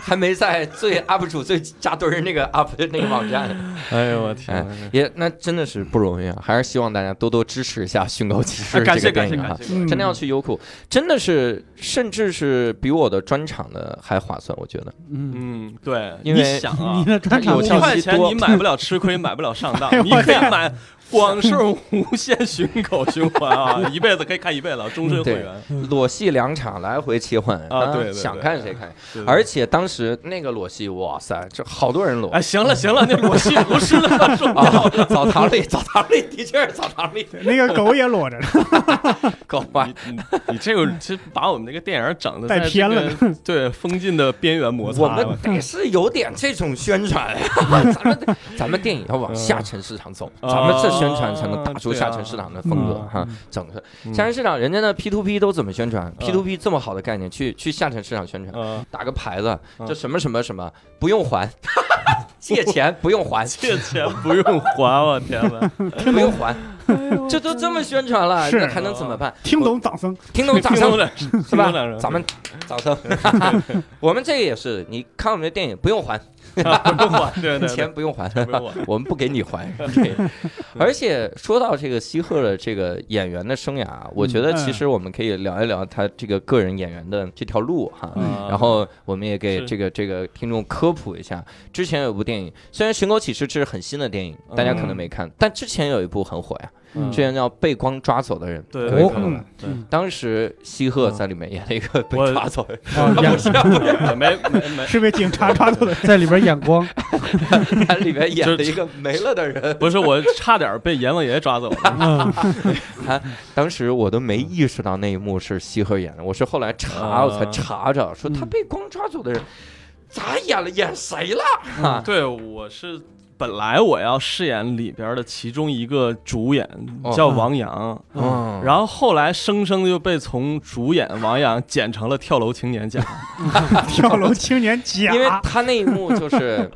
[SPEAKER 2] 还没在最 UP 主最扎堆儿那个 UP 那个网站，
[SPEAKER 6] 哎呦我天
[SPEAKER 2] 哎！也那真的是不容易啊，还是希望大家多多支持一下《寻狗启事
[SPEAKER 6] 啊》感
[SPEAKER 2] 这个
[SPEAKER 6] 谢
[SPEAKER 2] 电
[SPEAKER 6] 感谢
[SPEAKER 2] 影
[SPEAKER 6] 感
[SPEAKER 2] 啊。
[SPEAKER 6] 谢，
[SPEAKER 1] 嗯
[SPEAKER 2] 真的要去优酷，真的是，甚至是比我的专场的还划算，我觉得。
[SPEAKER 3] 嗯，
[SPEAKER 6] 嗯，对，
[SPEAKER 2] 因为
[SPEAKER 6] 你想啊
[SPEAKER 3] 你，的专
[SPEAKER 2] 嗯
[SPEAKER 3] 场哦
[SPEAKER 2] 有
[SPEAKER 6] 五
[SPEAKER 2] 效
[SPEAKER 6] 块
[SPEAKER 2] 息
[SPEAKER 6] 钱
[SPEAKER 2] 多啊
[SPEAKER 6] 你买不了吃亏，买不了上 当，你
[SPEAKER 1] 我
[SPEAKER 6] 可以
[SPEAKER 1] 天
[SPEAKER 6] 买广受无限寻口循环 啊，一辈子可以看一辈子，终身会
[SPEAKER 2] 嗯
[SPEAKER 6] 员。
[SPEAKER 2] 裸戏两场来回切换
[SPEAKER 6] 啊对对对
[SPEAKER 2] 想看谁看。
[SPEAKER 6] 对
[SPEAKER 2] 而且当时那个裸戏，哇塞，这好多人裸
[SPEAKER 6] 哎，。行了行了，那裸戏不是那么重要，
[SPEAKER 2] 啊，澡堂里，澡堂里的确是澡堂里
[SPEAKER 1] 那个狗也裸着呢，
[SPEAKER 2] 搞坏。
[SPEAKER 6] 你你你这个其实把我们那个电影整的
[SPEAKER 1] 带偏了，
[SPEAKER 6] 对封禁的边缘摩
[SPEAKER 2] 我
[SPEAKER 6] 擦
[SPEAKER 2] 们
[SPEAKER 6] 了
[SPEAKER 2] 得是有点这种宣传， 咱们咱们电影要往下沉市场走，
[SPEAKER 6] 嗯
[SPEAKER 2] 咱们这宣传才能打出
[SPEAKER 6] 啊对啊
[SPEAKER 2] 下沉市场的风格哈。整个
[SPEAKER 6] 嗯
[SPEAKER 2] 下沉市场，人家那 P to P 都怎么宣传
[SPEAKER 6] 嗯
[SPEAKER 2] ？P to P 这么好的概念，去去下沉市场宣传，
[SPEAKER 6] 啊，
[SPEAKER 2] 打个牌子，
[SPEAKER 6] 嗯
[SPEAKER 2] 就什么什么什么不用还，借钱不用还，
[SPEAKER 6] 借钱不用还，我天哪！
[SPEAKER 2] 不用还，这都这么宣传了，
[SPEAKER 1] 是
[SPEAKER 2] 那还能怎么办？
[SPEAKER 1] 听懂掌声。
[SPEAKER 2] 听懂掌声
[SPEAKER 6] 了
[SPEAKER 2] 是
[SPEAKER 6] 听懂
[SPEAKER 2] 吧？
[SPEAKER 6] 掌声
[SPEAKER 2] 咱们掌声， 我们这个也是，你看我们的电影不用还，
[SPEAKER 6] 不用还，对对 对
[SPEAKER 2] 钱，不用还，
[SPEAKER 6] 不用还。
[SPEAKER 2] 我们不给你还。对，而且说到这个西鹤的这个演员的生涯啊，我
[SPEAKER 6] 嗯
[SPEAKER 2] 觉得其实我们可以聊一聊他这个个人演员的这条路哈。
[SPEAKER 6] 啊
[SPEAKER 2] 嗯然后我们也给
[SPEAKER 6] 是
[SPEAKER 2] 这个这个听众科普一下，之前有部电影，虽然《寻狗启事》这是很新的电影，大家可能没看，但之前有一部很火呀，
[SPEAKER 6] 嗯
[SPEAKER 2] 之前叫《被光抓走的人》，
[SPEAKER 6] 对
[SPEAKER 2] 各位
[SPEAKER 6] 对
[SPEAKER 2] 朋友们
[SPEAKER 1] 嗯，
[SPEAKER 6] 对
[SPEAKER 2] 当时西鹤在里面演了一个被
[SPEAKER 6] 嗯我
[SPEAKER 2] 抓走的人，
[SPEAKER 3] 哦
[SPEAKER 2] 啊不
[SPEAKER 3] 演
[SPEAKER 2] 是啊不是，
[SPEAKER 6] 对没没没，
[SPEAKER 1] 是被警察抓 走的。
[SPEAKER 3] 在里边眼 光，
[SPEAKER 2] 他里面演
[SPEAKER 6] 就
[SPEAKER 2] 了一个没了的人，
[SPEAKER 6] 不是我差点被阎王爷抓走了。
[SPEAKER 3] 嗯，
[SPEAKER 2] 当时我都没意识到那一幕是西鹤演的，我是后来查
[SPEAKER 6] 嗯啊嗯
[SPEAKER 2] 我才查着，说他被光抓走的人咋演了，演谁了？哈，
[SPEAKER 6] 对，我是本来我要饰演里边的其中一个主演，
[SPEAKER 2] 哦
[SPEAKER 6] 叫王阳，
[SPEAKER 2] 嗯，
[SPEAKER 6] 然后后来生生就被从主演王阳剪成了跳楼青年奖。
[SPEAKER 1] 跳楼青年甲，
[SPEAKER 2] 因为他那一幕就是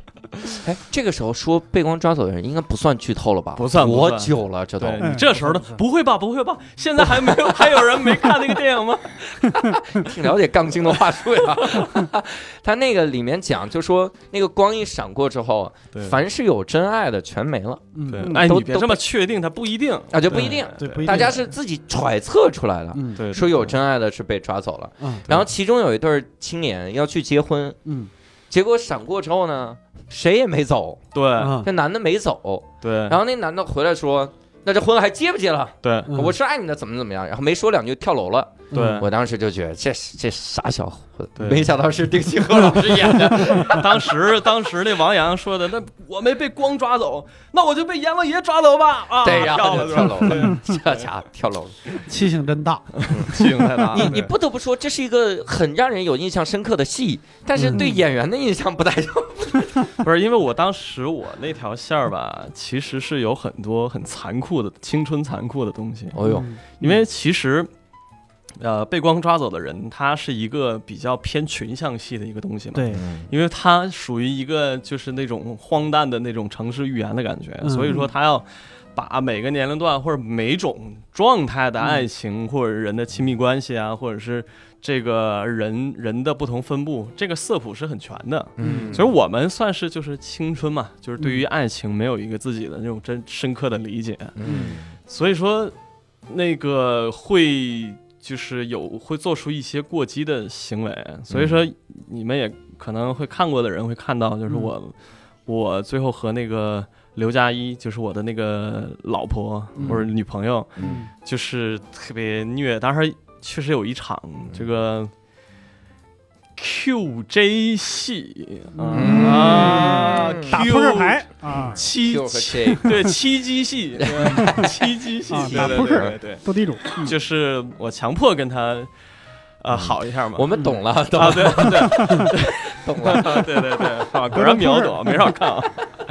[SPEAKER 2] 哎，这个时候说被光抓走的人应该不算剧透了吧？
[SPEAKER 6] 不算不
[SPEAKER 2] 多
[SPEAKER 6] 算
[SPEAKER 2] 久了？这都
[SPEAKER 6] 对
[SPEAKER 1] 嗯
[SPEAKER 6] 你这时候的不会吧？不会吧？现在还没有还有人没看那个电影吗？
[SPEAKER 2] 挺了解杠精的话术 呀。他那个里面讲，就说那个光一闪过之后，
[SPEAKER 6] 对
[SPEAKER 2] 凡是有真爱的全没了
[SPEAKER 3] 嗯，
[SPEAKER 6] 哎，
[SPEAKER 2] 都
[SPEAKER 6] 你别这么确定，它不一定
[SPEAKER 2] 啊，就不一定，
[SPEAKER 3] 对，不一定
[SPEAKER 2] 大家是自己揣测出来的，
[SPEAKER 3] 嗯
[SPEAKER 6] 对
[SPEAKER 2] 说有真爱的是被抓走了。
[SPEAKER 3] 嗯
[SPEAKER 2] 然后其中有一对儿青年要去结婚，
[SPEAKER 3] 嗯
[SPEAKER 2] 结果闪过之后呢，谁也没走，
[SPEAKER 6] 对
[SPEAKER 3] 啊
[SPEAKER 2] 这男的没走，
[SPEAKER 6] 对，
[SPEAKER 2] 然后那男的回来说。那这婚还结不结了？
[SPEAKER 6] 对
[SPEAKER 3] 嗯
[SPEAKER 2] 我是爱你的，怎么怎么样？然后没说两句跳楼了。
[SPEAKER 6] 对，
[SPEAKER 2] 我当时就觉得这这傻小伙子，
[SPEAKER 6] 对
[SPEAKER 2] 没想到是丁西鹤老师演的。
[SPEAKER 6] 当时当时那王阳说的，那我没被光抓走，那我就被阎王爷抓走吧啊！
[SPEAKER 2] 对，然
[SPEAKER 6] 跳
[SPEAKER 2] 后
[SPEAKER 6] 了
[SPEAKER 2] 就
[SPEAKER 6] 对
[SPEAKER 2] 跳楼
[SPEAKER 6] 吧
[SPEAKER 2] 了，这家伙跳楼了。
[SPEAKER 3] 气性真大，
[SPEAKER 6] 气性太大了。
[SPEAKER 2] 你你
[SPEAKER 6] 对
[SPEAKER 2] 不得不说，这是一个很让人有印象深刻的戏，但是对演员的印象不太深。
[SPEAKER 6] 不是因为我当时我那条线儿吧，其实是有很多很残酷的青春残酷的东西，
[SPEAKER 2] 哦呦，
[SPEAKER 3] 嗯
[SPEAKER 6] 因为其实。呃，被光抓走的人，他是一个比较偏群像系的一个东西嘛，
[SPEAKER 3] 对，
[SPEAKER 2] 嗯
[SPEAKER 6] 因为他属于一个就是那种荒诞的那种城市寓言的感觉，
[SPEAKER 3] 嗯
[SPEAKER 6] 所以说他要把每个年龄段或者每种状态的爱
[SPEAKER 3] 嗯
[SPEAKER 6] 情或者人的亲密关系啊，或者是这个人人的不同分布，这个色谱是很全的。
[SPEAKER 2] 嗯，
[SPEAKER 6] 所以我们算是就是青春嘛，就是对
[SPEAKER 3] 嗯
[SPEAKER 6] 于爱情没有一个自己的那种真深刻的理解，
[SPEAKER 2] 嗯
[SPEAKER 6] 所以说那个会就是有会做出一些过激的行为，所以
[SPEAKER 3] 嗯
[SPEAKER 6] 说你们也可能会看过的人会看到，就是我、我最后和那个刘佳一，就是我的那个老婆
[SPEAKER 3] 嗯
[SPEAKER 6] 或者女朋友，
[SPEAKER 3] 嗯
[SPEAKER 6] 就是特别虐，当时确实有一场这个。QJ 戏
[SPEAKER 3] 嗯
[SPEAKER 6] 啊，
[SPEAKER 2] 嗯
[SPEAKER 1] 打扑克牌啊，
[SPEAKER 6] 七
[SPEAKER 2] ，Q 和
[SPEAKER 6] 七
[SPEAKER 2] J，
[SPEAKER 6] 对七击 戏，七击戏
[SPEAKER 1] 啊，
[SPEAKER 6] 对
[SPEAKER 1] 打
[SPEAKER 6] 对
[SPEAKER 1] 扑克
[SPEAKER 6] 对对对，
[SPEAKER 1] 斗地主，
[SPEAKER 6] 就是我强迫跟他，呃，好一下嘛。
[SPEAKER 2] 我们懂了，懂
[SPEAKER 6] 啊，对对
[SPEAKER 2] 懂了。
[SPEAKER 6] 对对对，啊，果然秒懂，没少看啊。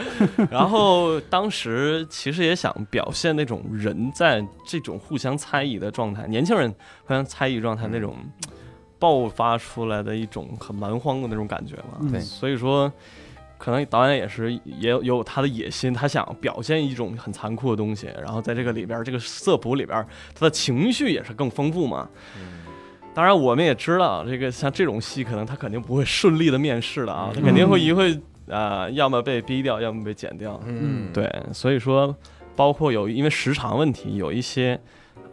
[SPEAKER 6] 然后当时其实也想表现那种人在这种互相猜疑的状态，年轻人互相猜疑状态那种
[SPEAKER 2] 嗯
[SPEAKER 6] 爆发出来的一种很蛮荒的那种感觉嘛。
[SPEAKER 3] 嗯
[SPEAKER 2] 对
[SPEAKER 6] 所以说，可能导演也是也有也有他的野心，他想表现一种很残酷的东西，然后在这个里边儿，这个色谱里边儿，他的情绪也是更丰富嘛。当然，我们也知道，这个像这种戏，可能他肯定不会顺利的面试了啊，他肯定会一会啊、呃要么被逼掉，要么被剪掉。
[SPEAKER 2] 嗯，
[SPEAKER 6] 对，所以说，包括有因为时长问题，有一些，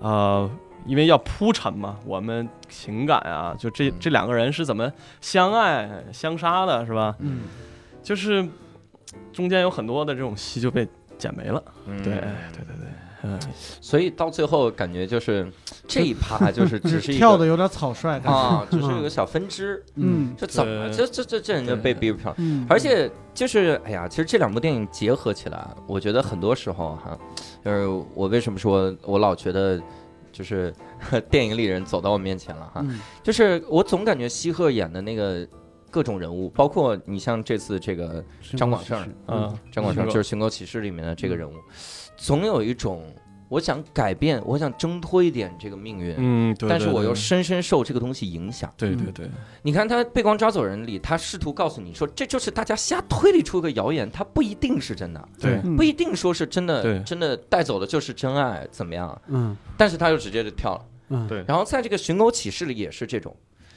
[SPEAKER 6] 呃，因为要铺陈嘛，我们情感啊，就这这两个人是怎么相爱相杀的，是吧？
[SPEAKER 3] 嗯
[SPEAKER 6] 就是中间有很多的这种戏就被剪没了。
[SPEAKER 2] 嗯
[SPEAKER 6] 对，对对对，嗯，
[SPEAKER 2] 所以到最后感觉就是这一趴就是只是一
[SPEAKER 3] 跳的
[SPEAKER 2] 个
[SPEAKER 3] 有点草率，感 觉
[SPEAKER 2] 啊，只是有个小分支，
[SPEAKER 3] 嗯
[SPEAKER 2] 这怎么这
[SPEAKER 6] 对
[SPEAKER 2] 这这这人就被逼不上？
[SPEAKER 3] 嗯，
[SPEAKER 2] 而且就是，哎呀，其实这两部电影结合起来，我觉得很多时候哈，就是我为什么说我老觉得就是 电影里人走到我面前了哈，
[SPEAKER 3] 嗯
[SPEAKER 2] 就是我总感觉西鹤演的那个各种人物，包括你像这次这个张广胜，
[SPEAKER 6] 嗯，
[SPEAKER 2] 张广
[SPEAKER 6] 是嗯
[SPEAKER 2] 胜，
[SPEAKER 6] 吧
[SPEAKER 2] 就是《寻狗启事》里面的这个人物，总有一种我想改变，我想挣脱一点这个命运，
[SPEAKER 6] 嗯，对
[SPEAKER 2] 但是我又
[SPEAKER 6] 是，
[SPEAKER 2] 深深受这个东西影响。
[SPEAKER 6] 对
[SPEAKER 3] 对
[SPEAKER 6] 对对，
[SPEAKER 2] 你看他被光抓走人里，他试图告诉你说，这就是大家瞎推理出一个谣言，它不一定是真的，
[SPEAKER 6] 对
[SPEAKER 3] 嗯
[SPEAKER 2] 不一定说是真的，
[SPEAKER 6] 对
[SPEAKER 2] 真的带走的就是真爱，怎么样？
[SPEAKER 3] 嗯
[SPEAKER 2] 但是他就直接就跳了。
[SPEAKER 3] 嗯，
[SPEAKER 6] 对
[SPEAKER 2] 然后在这个寻狗启事里也是这种，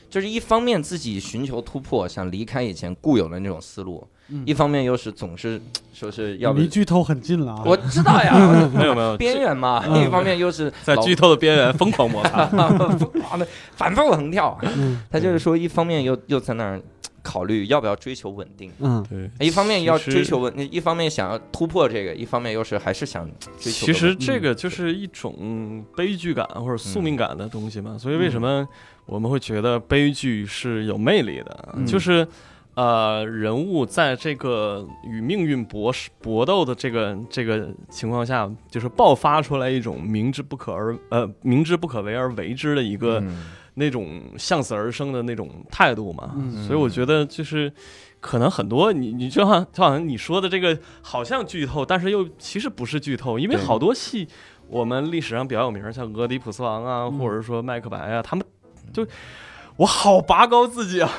[SPEAKER 2] 就是一方面自己寻求突破，想离开以前固有的那种思路，
[SPEAKER 3] 嗯
[SPEAKER 2] 一方面又是总是说是要不
[SPEAKER 3] 离剧透很近了啊，
[SPEAKER 2] 我知道 呀，
[SPEAKER 6] 没有 没有，
[SPEAKER 2] 边缘嘛，
[SPEAKER 3] 嗯
[SPEAKER 2] 一方面又是
[SPEAKER 6] 在
[SPEAKER 2] 老
[SPEAKER 6] 剧透的边缘疯狂摩擦。
[SPEAKER 2] 疯狂的反复横跳。
[SPEAKER 3] 嗯
[SPEAKER 2] 他就是说，一方面又又在那儿考虑要不要追求稳定。
[SPEAKER 3] 嗯
[SPEAKER 6] 对，
[SPEAKER 2] 一方面要
[SPEAKER 6] 其实
[SPEAKER 2] 追求稳，一方面想要突破这个，一方面又是还是想追求
[SPEAKER 6] 其
[SPEAKER 2] 个稳。
[SPEAKER 6] 实这
[SPEAKER 2] 嗯
[SPEAKER 6] 个就是一种悲剧感或者宿命感的东西嘛，所以为
[SPEAKER 2] 嗯
[SPEAKER 6] 什么我们会觉得悲剧是有魅力的？啊
[SPEAKER 2] 嗯
[SPEAKER 6] 就是呃，人物在这个与命运搏是搏斗的这个这个情况下，就是爆发出来一种明知不可而呃明知不可为而为之的一个、
[SPEAKER 2] 嗯
[SPEAKER 6] 那种向死而生的那种态度嘛。
[SPEAKER 3] 嗯
[SPEAKER 6] 所以我觉得就是。可能很多你你就好像就好像你说的这个好像剧透，但是又其实不是剧透，因为
[SPEAKER 2] 对
[SPEAKER 6] 好多戏我们历史上比较有名儿，像《俄狄浦斯王》啊，
[SPEAKER 3] 嗯
[SPEAKER 6] 或者说《麦克白》啊，他们就我好拔高自 己啊！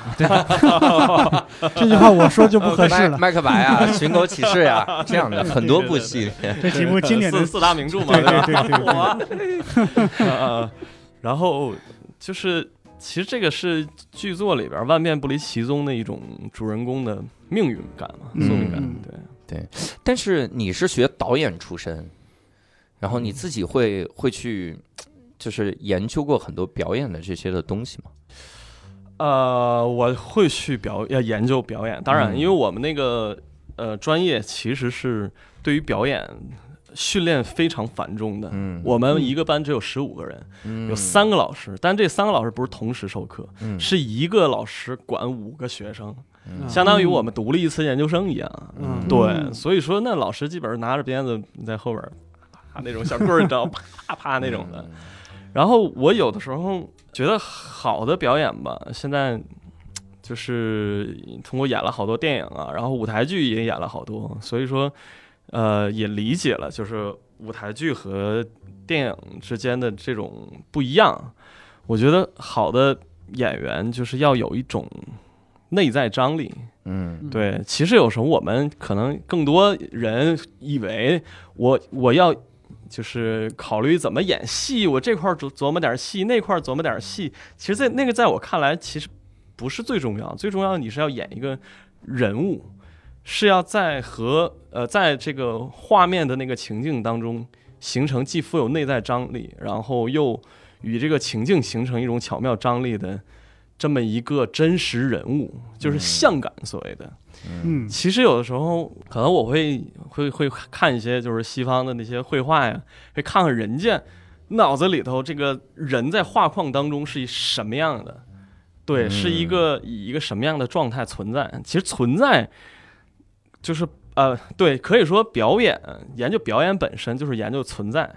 [SPEAKER 3] 这句话我说就不合适 了。
[SPEAKER 2] 麦克白啊，《寻狗启事》呀，这样的很多部戏里面，
[SPEAKER 1] 这几部经典的
[SPEAKER 6] 四四大名著嘛，
[SPEAKER 1] 对对对对对
[SPEAKER 6] 我， 啊啊然后就是，其实这个是剧作里边万变不离其宗的一种主人公的命运感嘛，
[SPEAKER 1] 嗯
[SPEAKER 6] 宿命感。
[SPEAKER 3] 嗯
[SPEAKER 6] 对，
[SPEAKER 2] 但是你是学导演出身，然后你自己会会去，就是研究过很多表演的这些的东西吗？
[SPEAKER 6] 呃，我会去表要研究表演，当然，
[SPEAKER 2] 嗯
[SPEAKER 6] 因为我们那个呃专业其实是对于表演训练非常繁重的。
[SPEAKER 2] 嗯
[SPEAKER 6] 我们一个班只有十五个人，有三个老师，但这三个老师不是同时授课，
[SPEAKER 2] 嗯
[SPEAKER 6] 是一个老师管五个学生，
[SPEAKER 2] 嗯
[SPEAKER 6] 相当于我们读了一次研究生一样。
[SPEAKER 3] 嗯，
[SPEAKER 6] 对，所以说那老师基本上拿着鞭子在后边儿，啪那种小棍儿，你知道，啪啪那种的。，然后我有的时候觉得好的表演吧，现在就是通过演了好多电影啊，然后舞台剧也演了好多，所以说呃也理解了，就是舞台剧和电影之间的这种不一样。我觉得好的演员就是要有一种内在张力，
[SPEAKER 2] 嗯
[SPEAKER 6] 对，其实有时候我们可能更多人以为我我要就是考虑怎么演戏，我这块儿琢琢磨点儿戏，那块儿琢磨点儿戏。其实在，那个在我看来，其实不是最重要，最重要你是要演一个人物，是要在和呃在这个画面的那个情境当中形成既富有内在张力，然后又与这个情境形成一种巧妙张力的。这么一个真实人物，就是
[SPEAKER 2] 嗯
[SPEAKER 6] 像感所谓的，
[SPEAKER 1] 嗯
[SPEAKER 6] 其实有的时候，可能我会会会看一些就是西方的那些绘画呀，会看看人家脑子里头这个人在画框当中是什么样的，对，
[SPEAKER 2] 嗯
[SPEAKER 6] 是一个以一个什么样的状态存在。其实存在就是呃，对，可以说表演研究表演本身就是研究存在。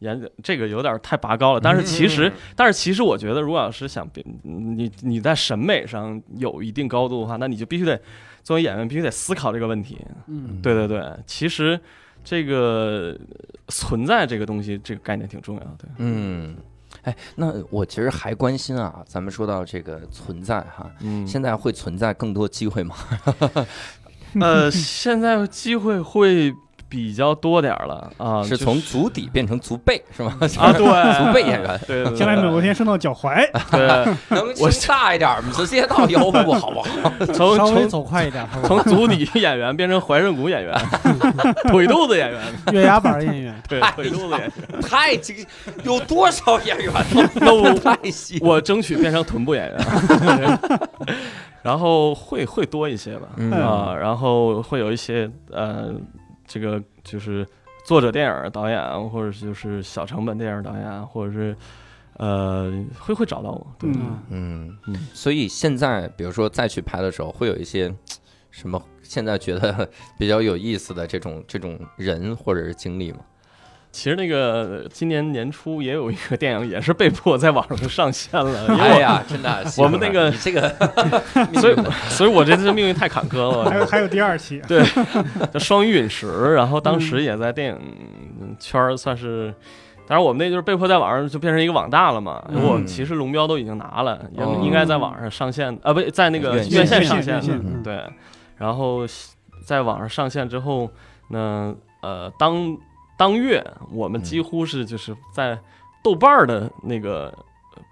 [SPEAKER 6] 研究这个有点太拔高了，但是其实，但是其实我觉得，如果要是想别你你在审美上有一定高度的话，那你就必须得作为演员必须得思考这个问题。
[SPEAKER 3] 嗯，
[SPEAKER 6] 对对对，其实这个呃存在这个东西，这个概念挺重要的。
[SPEAKER 2] 嗯，哎，那我其实还关心啊，咱们说到这个存在哈，
[SPEAKER 6] 嗯
[SPEAKER 2] 现在会存在更多机会吗？
[SPEAKER 6] 呃，现在机会会比较多点儿了啊，
[SPEAKER 2] 是
[SPEAKER 6] 就
[SPEAKER 2] 从足底变成足背是吗？
[SPEAKER 6] 啊，对，
[SPEAKER 2] 足背演员
[SPEAKER 6] 对，对对
[SPEAKER 1] 将来美国天升到脚踝，
[SPEAKER 6] 对，
[SPEAKER 2] 能轻大一点吗？直接到腰部好不好？
[SPEAKER 6] 从
[SPEAKER 3] 稍微
[SPEAKER 6] 从
[SPEAKER 3] 走快一点，好吧
[SPEAKER 6] 从足底演员变成踝枕骨演 员，腿肚子演员，
[SPEAKER 3] 月牙板演员，
[SPEAKER 6] 对，
[SPEAKER 2] 哎呀
[SPEAKER 6] 腿肚子演员，
[SPEAKER 2] 太精，有多少演员
[SPEAKER 6] 那我
[SPEAKER 2] 太细？
[SPEAKER 6] 我争取变成臀部 演员，然后会会多一些吧，
[SPEAKER 2] 嗯
[SPEAKER 6] 啊，然后会有一些呃，这个就是作者电影导演，或者就是小成本电影导演，或者是呃，会会找到我，对，
[SPEAKER 1] 嗯
[SPEAKER 2] 嗯
[SPEAKER 6] 嗯，
[SPEAKER 2] 所以现在比如说再去拍的时候，会有一些嘖什么现在觉得比较有意思的这种这种人或者是经历吗？
[SPEAKER 6] 其实那个今年年初也有一个电影，也是被迫在网上上线 了，因为我
[SPEAKER 2] 哎呀，真的，媳妇儿
[SPEAKER 6] 我们那个，
[SPEAKER 2] 你这个
[SPEAKER 6] 所以所以我这次命运太坎坷
[SPEAKER 1] 嗯还有
[SPEAKER 6] 了，
[SPEAKER 1] 还有第二期，
[SPEAKER 6] 叫双鱼陨石，然后当时也在电影圈儿算是。当然，我们那就是被迫在网上就变成一个网大了嘛。
[SPEAKER 2] 嗯
[SPEAKER 6] 我其实龙标都已经拿了，也
[SPEAKER 2] 哦
[SPEAKER 6] 应该在网上上线啊，不在那个
[SPEAKER 2] 院线
[SPEAKER 6] 院线上线
[SPEAKER 1] 院
[SPEAKER 6] 了
[SPEAKER 1] 线。
[SPEAKER 3] 嗯，
[SPEAKER 6] 对，然后在网上上线之后呢，呃，当当月我们几乎是就是在豆瓣儿的那个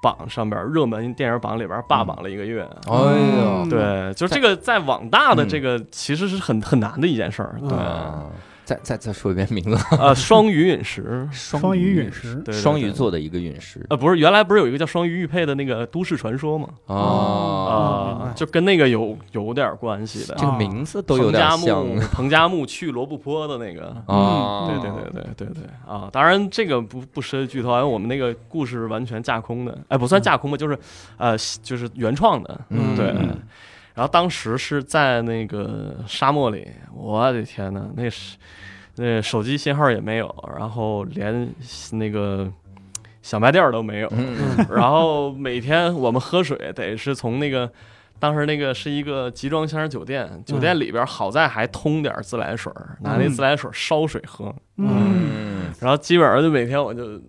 [SPEAKER 6] 榜上边儿热门电影榜里边儿霸榜了一个月。
[SPEAKER 2] 哎呦，
[SPEAKER 6] 对，就是这个在网大的这个其实是很很难的一件事儿。嗯对，
[SPEAKER 2] 啊，再再再说一遍名字，
[SPEAKER 6] 呃，双鱼陨石，
[SPEAKER 1] 双鱼陨
[SPEAKER 2] 石，
[SPEAKER 1] 石，
[SPEAKER 6] 对，对
[SPEAKER 2] 双鱼。
[SPEAKER 6] 对
[SPEAKER 2] 座的一个陨石
[SPEAKER 6] 呃，不是，原来不是有一个叫双鱼玉佩的那个都市传说吗？
[SPEAKER 2] 哦，
[SPEAKER 3] 哦明
[SPEAKER 6] 啊
[SPEAKER 3] 白，
[SPEAKER 6] 就跟那个有有点关系的
[SPEAKER 2] 这。个名字都有点
[SPEAKER 6] 彭加
[SPEAKER 2] 像
[SPEAKER 6] 木， 嗯彭加木去罗布泊的那个，
[SPEAKER 2] 啊，
[SPEAKER 6] 对对对对对对啊！当然这个不不涉及剧透，因为我们那个故事完全架空的，哎，不算架空吧，就是呃，就是原创的，
[SPEAKER 2] 嗯
[SPEAKER 6] 对。
[SPEAKER 3] 嗯
[SPEAKER 6] 然后当时是在那个沙漠里，我的天呐，那是那手机信号也没有，然后连那个小卖店儿都没有，
[SPEAKER 2] 嗯
[SPEAKER 6] 然后每天我们喝水得是从那个。当时那个是一个集装箱酒店，酒店里边好在还通点儿自来水儿，拿那
[SPEAKER 1] 嗯
[SPEAKER 6] 自来水儿烧水喝。
[SPEAKER 1] 嗯
[SPEAKER 2] 嗯。
[SPEAKER 6] 然后基本上就每天我就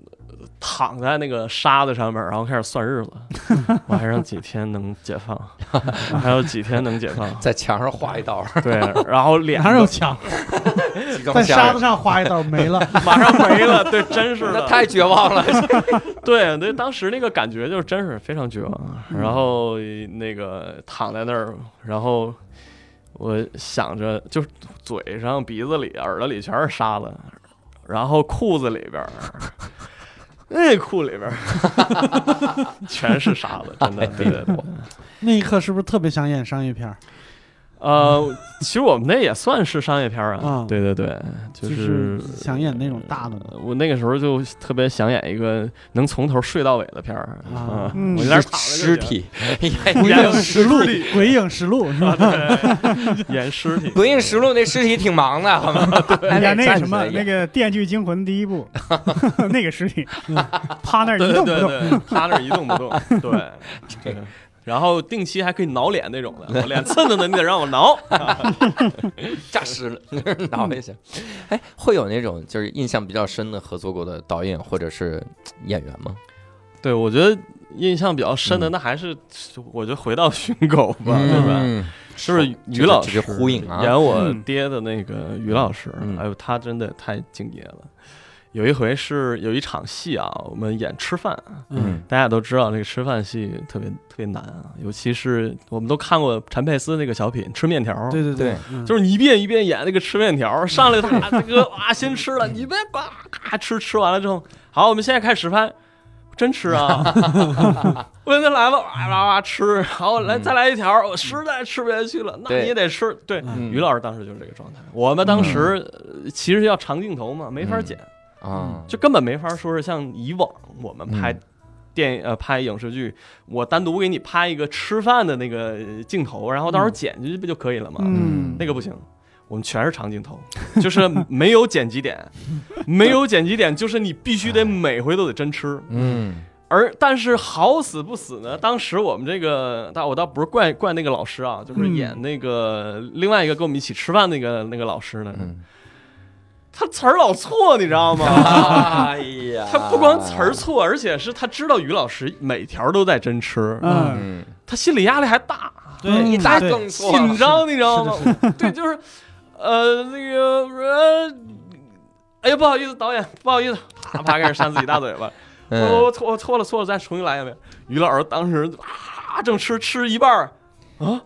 [SPEAKER 6] 躺在那个沙子上面，然后开始算日子，我还剩几天能解放，还有几天能解放
[SPEAKER 2] 在墙上画一道，
[SPEAKER 6] 对，然后脸
[SPEAKER 3] 哪有墙？
[SPEAKER 2] 激动
[SPEAKER 3] 在
[SPEAKER 2] 吓
[SPEAKER 3] 沙
[SPEAKER 2] 人
[SPEAKER 3] 子上画一道没了，
[SPEAKER 6] 马上没了，对，真是
[SPEAKER 2] 那
[SPEAKER 6] 的，
[SPEAKER 2] 太绝望了。
[SPEAKER 6] 对对，当时那个感觉就是真是非常绝望。然后那个躺在那儿，然后我想着，就是嘴上、鼻子里、耳朵里全是沙子，然后裤子里边儿。内裤里边儿全是沙子，真的。对对对，
[SPEAKER 3] 那一刻是不是特别想演商业片儿？
[SPEAKER 6] 呃，其实我们那也算是商业片儿啊
[SPEAKER 3] 啊。
[SPEAKER 6] 对对对，就
[SPEAKER 3] 就是
[SPEAKER 6] 是
[SPEAKER 3] 想演那种大的吗？
[SPEAKER 6] 我那个时候就特别想演一个能从头睡到尾的片儿
[SPEAKER 3] 啊
[SPEAKER 1] 嗯
[SPEAKER 6] 我在那儿躺着
[SPEAKER 2] 尸
[SPEAKER 6] 就行
[SPEAKER 2] 体， 演
[SPEAKER 3] 鬼
[SPEAKER 6] 演
[SPEAKER 3] 影 实录，鬼影实录 是吧？
[SPEAKER 6] 对，演尸体
[SPEAKER 2] 《鬼影实录》那尸体挺忙的，好吗？ 还得
[SPEAKER 1] 演哎那
[SPEAKER 2] 站
[SPEAKER 1] 个
[SPEAKER 2] 起
[SPEAKER 1] 什么
[SPEAKER 2] 来演
[SPEAKER 1] 那个《电锯惊魂》第一部， 那个尸体 趴那儿
[SPEAKER 6] 对
[SPEAKER 1] 一
[SPEAKER 6] 嗯对
[SPEAKER 1] 动不动，
[SPEAKER 6] 对，他那儿一动 不动，对对。然后定期还可以挠脸那种的，我脸蹭蹭的，你得让我挠。
[SPEAKER 2] 诈尸 了，拿回去。哎，会有那种就是印象比较深的合作过的导演或者是呃演员吗？
[SPEAKER 6] 对，我觉得印象比较深的，
[SPEAKER 2] 嗯
[SPEAKER 6] 那还是我觉得回到寻狗吧，对吧？
[SPEAKER 2] 嗯，
[SPEAKER 6] 就是于老师
[SPEAKER 2] 这就呼应啊
[SPEAKER 6] 演我
[SPEAKER 1] 嗯
[SPEAKER 6] 爹的那个于老师，
[SPEAKER 2] 嗯
[SPEAKER 6] 哎呦，他真的太敬业了。有一回是有一场戏啊，我们演吃饭，
[SPEAKER 3] 嗯，
[SPEAKER 6] 大家都知道那个吃饭戏特别特别难啊，尤其是我们都看过陈佩斯那个小品《吃面条》，
[SPEAKER 3] 对对
[SPEAKER 2] 对，
[SPEAKER 3] 嗯
[SPEAKER 6] 就是你一遍一遍演那个吃面
[SPEAKER 2] 嗯
[SPEAKER 6] 条，上来他大哥哇先吃了，你别呱咔吃，吃完了之后，好，我们现在开始吃饭，真吃 啊，我再来吧，哇哇哇吃，好来
[SPEAKER 2] 嗯
[SPEAKER 6] 再来一条，我实在吃不下去了，那
[SPEAKER 2] 对
[SPEAKER 6] 你也得吃，对，
[SPEAKER 3] 嗯
[SPEAKER 6] 于老师当时就是这个状态，我们当时呃其实要长镜头嘛，没法
[SPEAKER 2] 嗯
[SPEAKER 6] 剪，
[SPEAKER 2] 啊，
[SPEAKER 6] 就根本没法说是像以往我们拍
[SPEAKER 2] 嗯
[SPEAKER 6] 电影呃拍影视剧，我单独给你拍一个吃饭的那个呃镜头，然后到时候
[SPEAKER 3] 嗯
[SPEAKER 6] 剪去不就可以了吗？
[SPEAKER 1] 嗯
[SPEAKER 6] 那个不行，我们全是长镜头， 就是没有剪辑点，没有剪辑点，就是你必须得每回都得真吃。
[SPEAKER 2] 嗯
[SPEAKER 6] 而但是好死不死呢，当时我们这个，但我倒不是怪怪那个老师啊，就是
[SPEAKER 1] 嗯
[SPEAKER 6] 演那个另外一个跟我们一起吃饭那个那个老师呢，
[SPEAKER 2] 嗯，
[SPEAKER 6] 他词儿老错，你知道吗？
[SPEAKER 2] 哎呀
[SPEAKER 6] 他不光词儿，错，而且是他知道于老师每条都在真吃，
[SPEAKER 1] 嗯，
[SPEAKER 2] 嗯，
[SPEAKER 6] 他心理压力还大，嗯
[SPEAKER 3] 对
[SPEAKER 2] 一大
[SPEAKER 3] 对
[SPEAKER 2] 更错
[SPEAKER 6] 紧
[SPEAKER 2] 了，
[SPEAKER 6] 张，你知道吗？ 对，就是，呃，那个，呃，哎呀，不好意思，导演，不好意思，啪啪开始扇自己大嘴巴，我
[SPEAKER 2] 嗯
[SPEAKER 6] 我错我错了错了，再重新来一遍。于老师当时啊，正吃吃一半儿啊，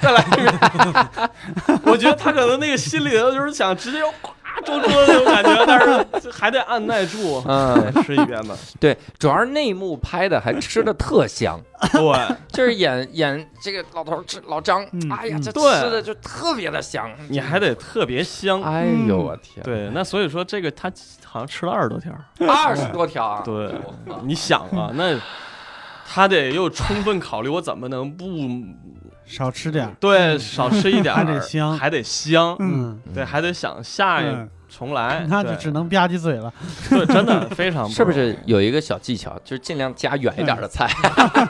[SPEAKER 6] 再来一遍。 我觉得他可能那个心里头就是想直接哗周桌的那种感觉，但是还得按耐住，
[SPEAKER 2] 嗯，
[SPEAKER 6] 再吃一遍吧。
[SPEAKER 2] 对，主要是那幕拍的还吃的特香，
[SPEAKER 6] 对，
[SPEAKER 2] 就是演演这个老头儿吃老张
[SPEAKER 1] 嗯，
[SPEAKER 2] 哎呀，
[SPEAKER 1] 嗯
[SPEAKER 2] 这
[SPEAKER 6] 对
[SPEAKER 2] 吃的就特别的香，
[SPEAKER 6] 你还得特别香。
[SPEAKER 2] 哎呦我天，
[SPEAKER 6] 嗯对，那所以说这个他好像吃了二十多条儿。
[SPEAKER 2] 二十多条啊，
[SPEAKER 6] 对
[SPEAKER 2] 我靠，
[SPEAKER 6] 你想啊，那他得又充分考虑我怎么能不
[SPEAKER 3] 少吃点儿，
[SPEAKER 6] 对少吃一点儿，
[SPEAKER 3] 还得香
[SPEAKER 6] 还得香，
[SPEAKER 3] 嗯，
[SPEAKER 6] 对，还得想下一
[SPEAKER 1] 嗯
[SPEAKER 6] 重来，
[SPEAKER 3] 那就
[SPEAKER 6] 对
[SPEAKER 3] 只能吧唧嘴了。
[SPEAKER 6] 对，真的非常
[SPEAKER 2] 是不
[SPEAKER 6] 容易
[SPEAKER 2] 是？有一个小技巧，就是尽量加远一点的菜？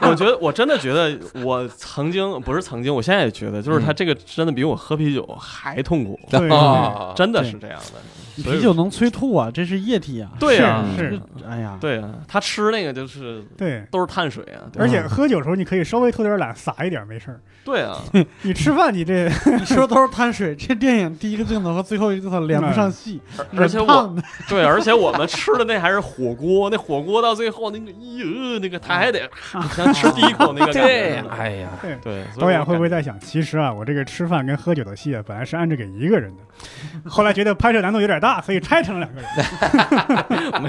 [SPEAKER 6] 我觉得我真的觉得我曾经不是曾经，我现在也觉得，就是
[SPEAKER 3] 嗯
[SPEAKER 6] 他这个真的比我喝啤酒还痛苦，
[SPEAKER 1] 对，
[SPEAKER 2] 啊，
[SPEAKER 6] 真的是这样的。所以
[SPEAKER 3] 啤酒能催吐啊，这是液体啊。
[SPEAKER 6] 对啊，
[SPEAKER 1] 是是
[SPEAKER 3] 这哎呀，
[SPEAKER 6] 对啊，他吃那个就是
[SPEAKER 1] 对。
[SPEAKER 6] 都是碳水啊，对
[SPEAKER 1] 而且喝酒的时候，你可以稍微偷点懒，撒一点没事儿。
[SPEAKER 6] 对啊，
[SPEAKER 1] 你吃饭，你 这
[SPEAKER 3] 你说都是碳水，这电影第一个镜头和最后一个镜头连不上戏，
[SPEAKER 6] 而且
[SPEAKER 3] 人
[SPEAKER 6] 我
[SPEAKER 3] 胖的
[SPEAKER 6] 对，而且我们吃的那还是火锅，那火锅到最后那个，咦，那个他还 得像吃第一口那个感
[SPEAKER 2] 对，
[SPEAKER 6] 觉呢。
[SPEAKER 2] 哎呀，
[SPEAKER 6] 对，所以
[SPEAKER 1] 导演
[SPEAKER 6] 我
[SPEAKER 1] 会不会
[SPEAKER 6] 感
[SPEAKER 1] 在想，其实啊，我这个吃饭跟喝酒的戏啊，本来是按着给一个人的，后来觉得拍摄难度有点大，所以拆成了两个 人。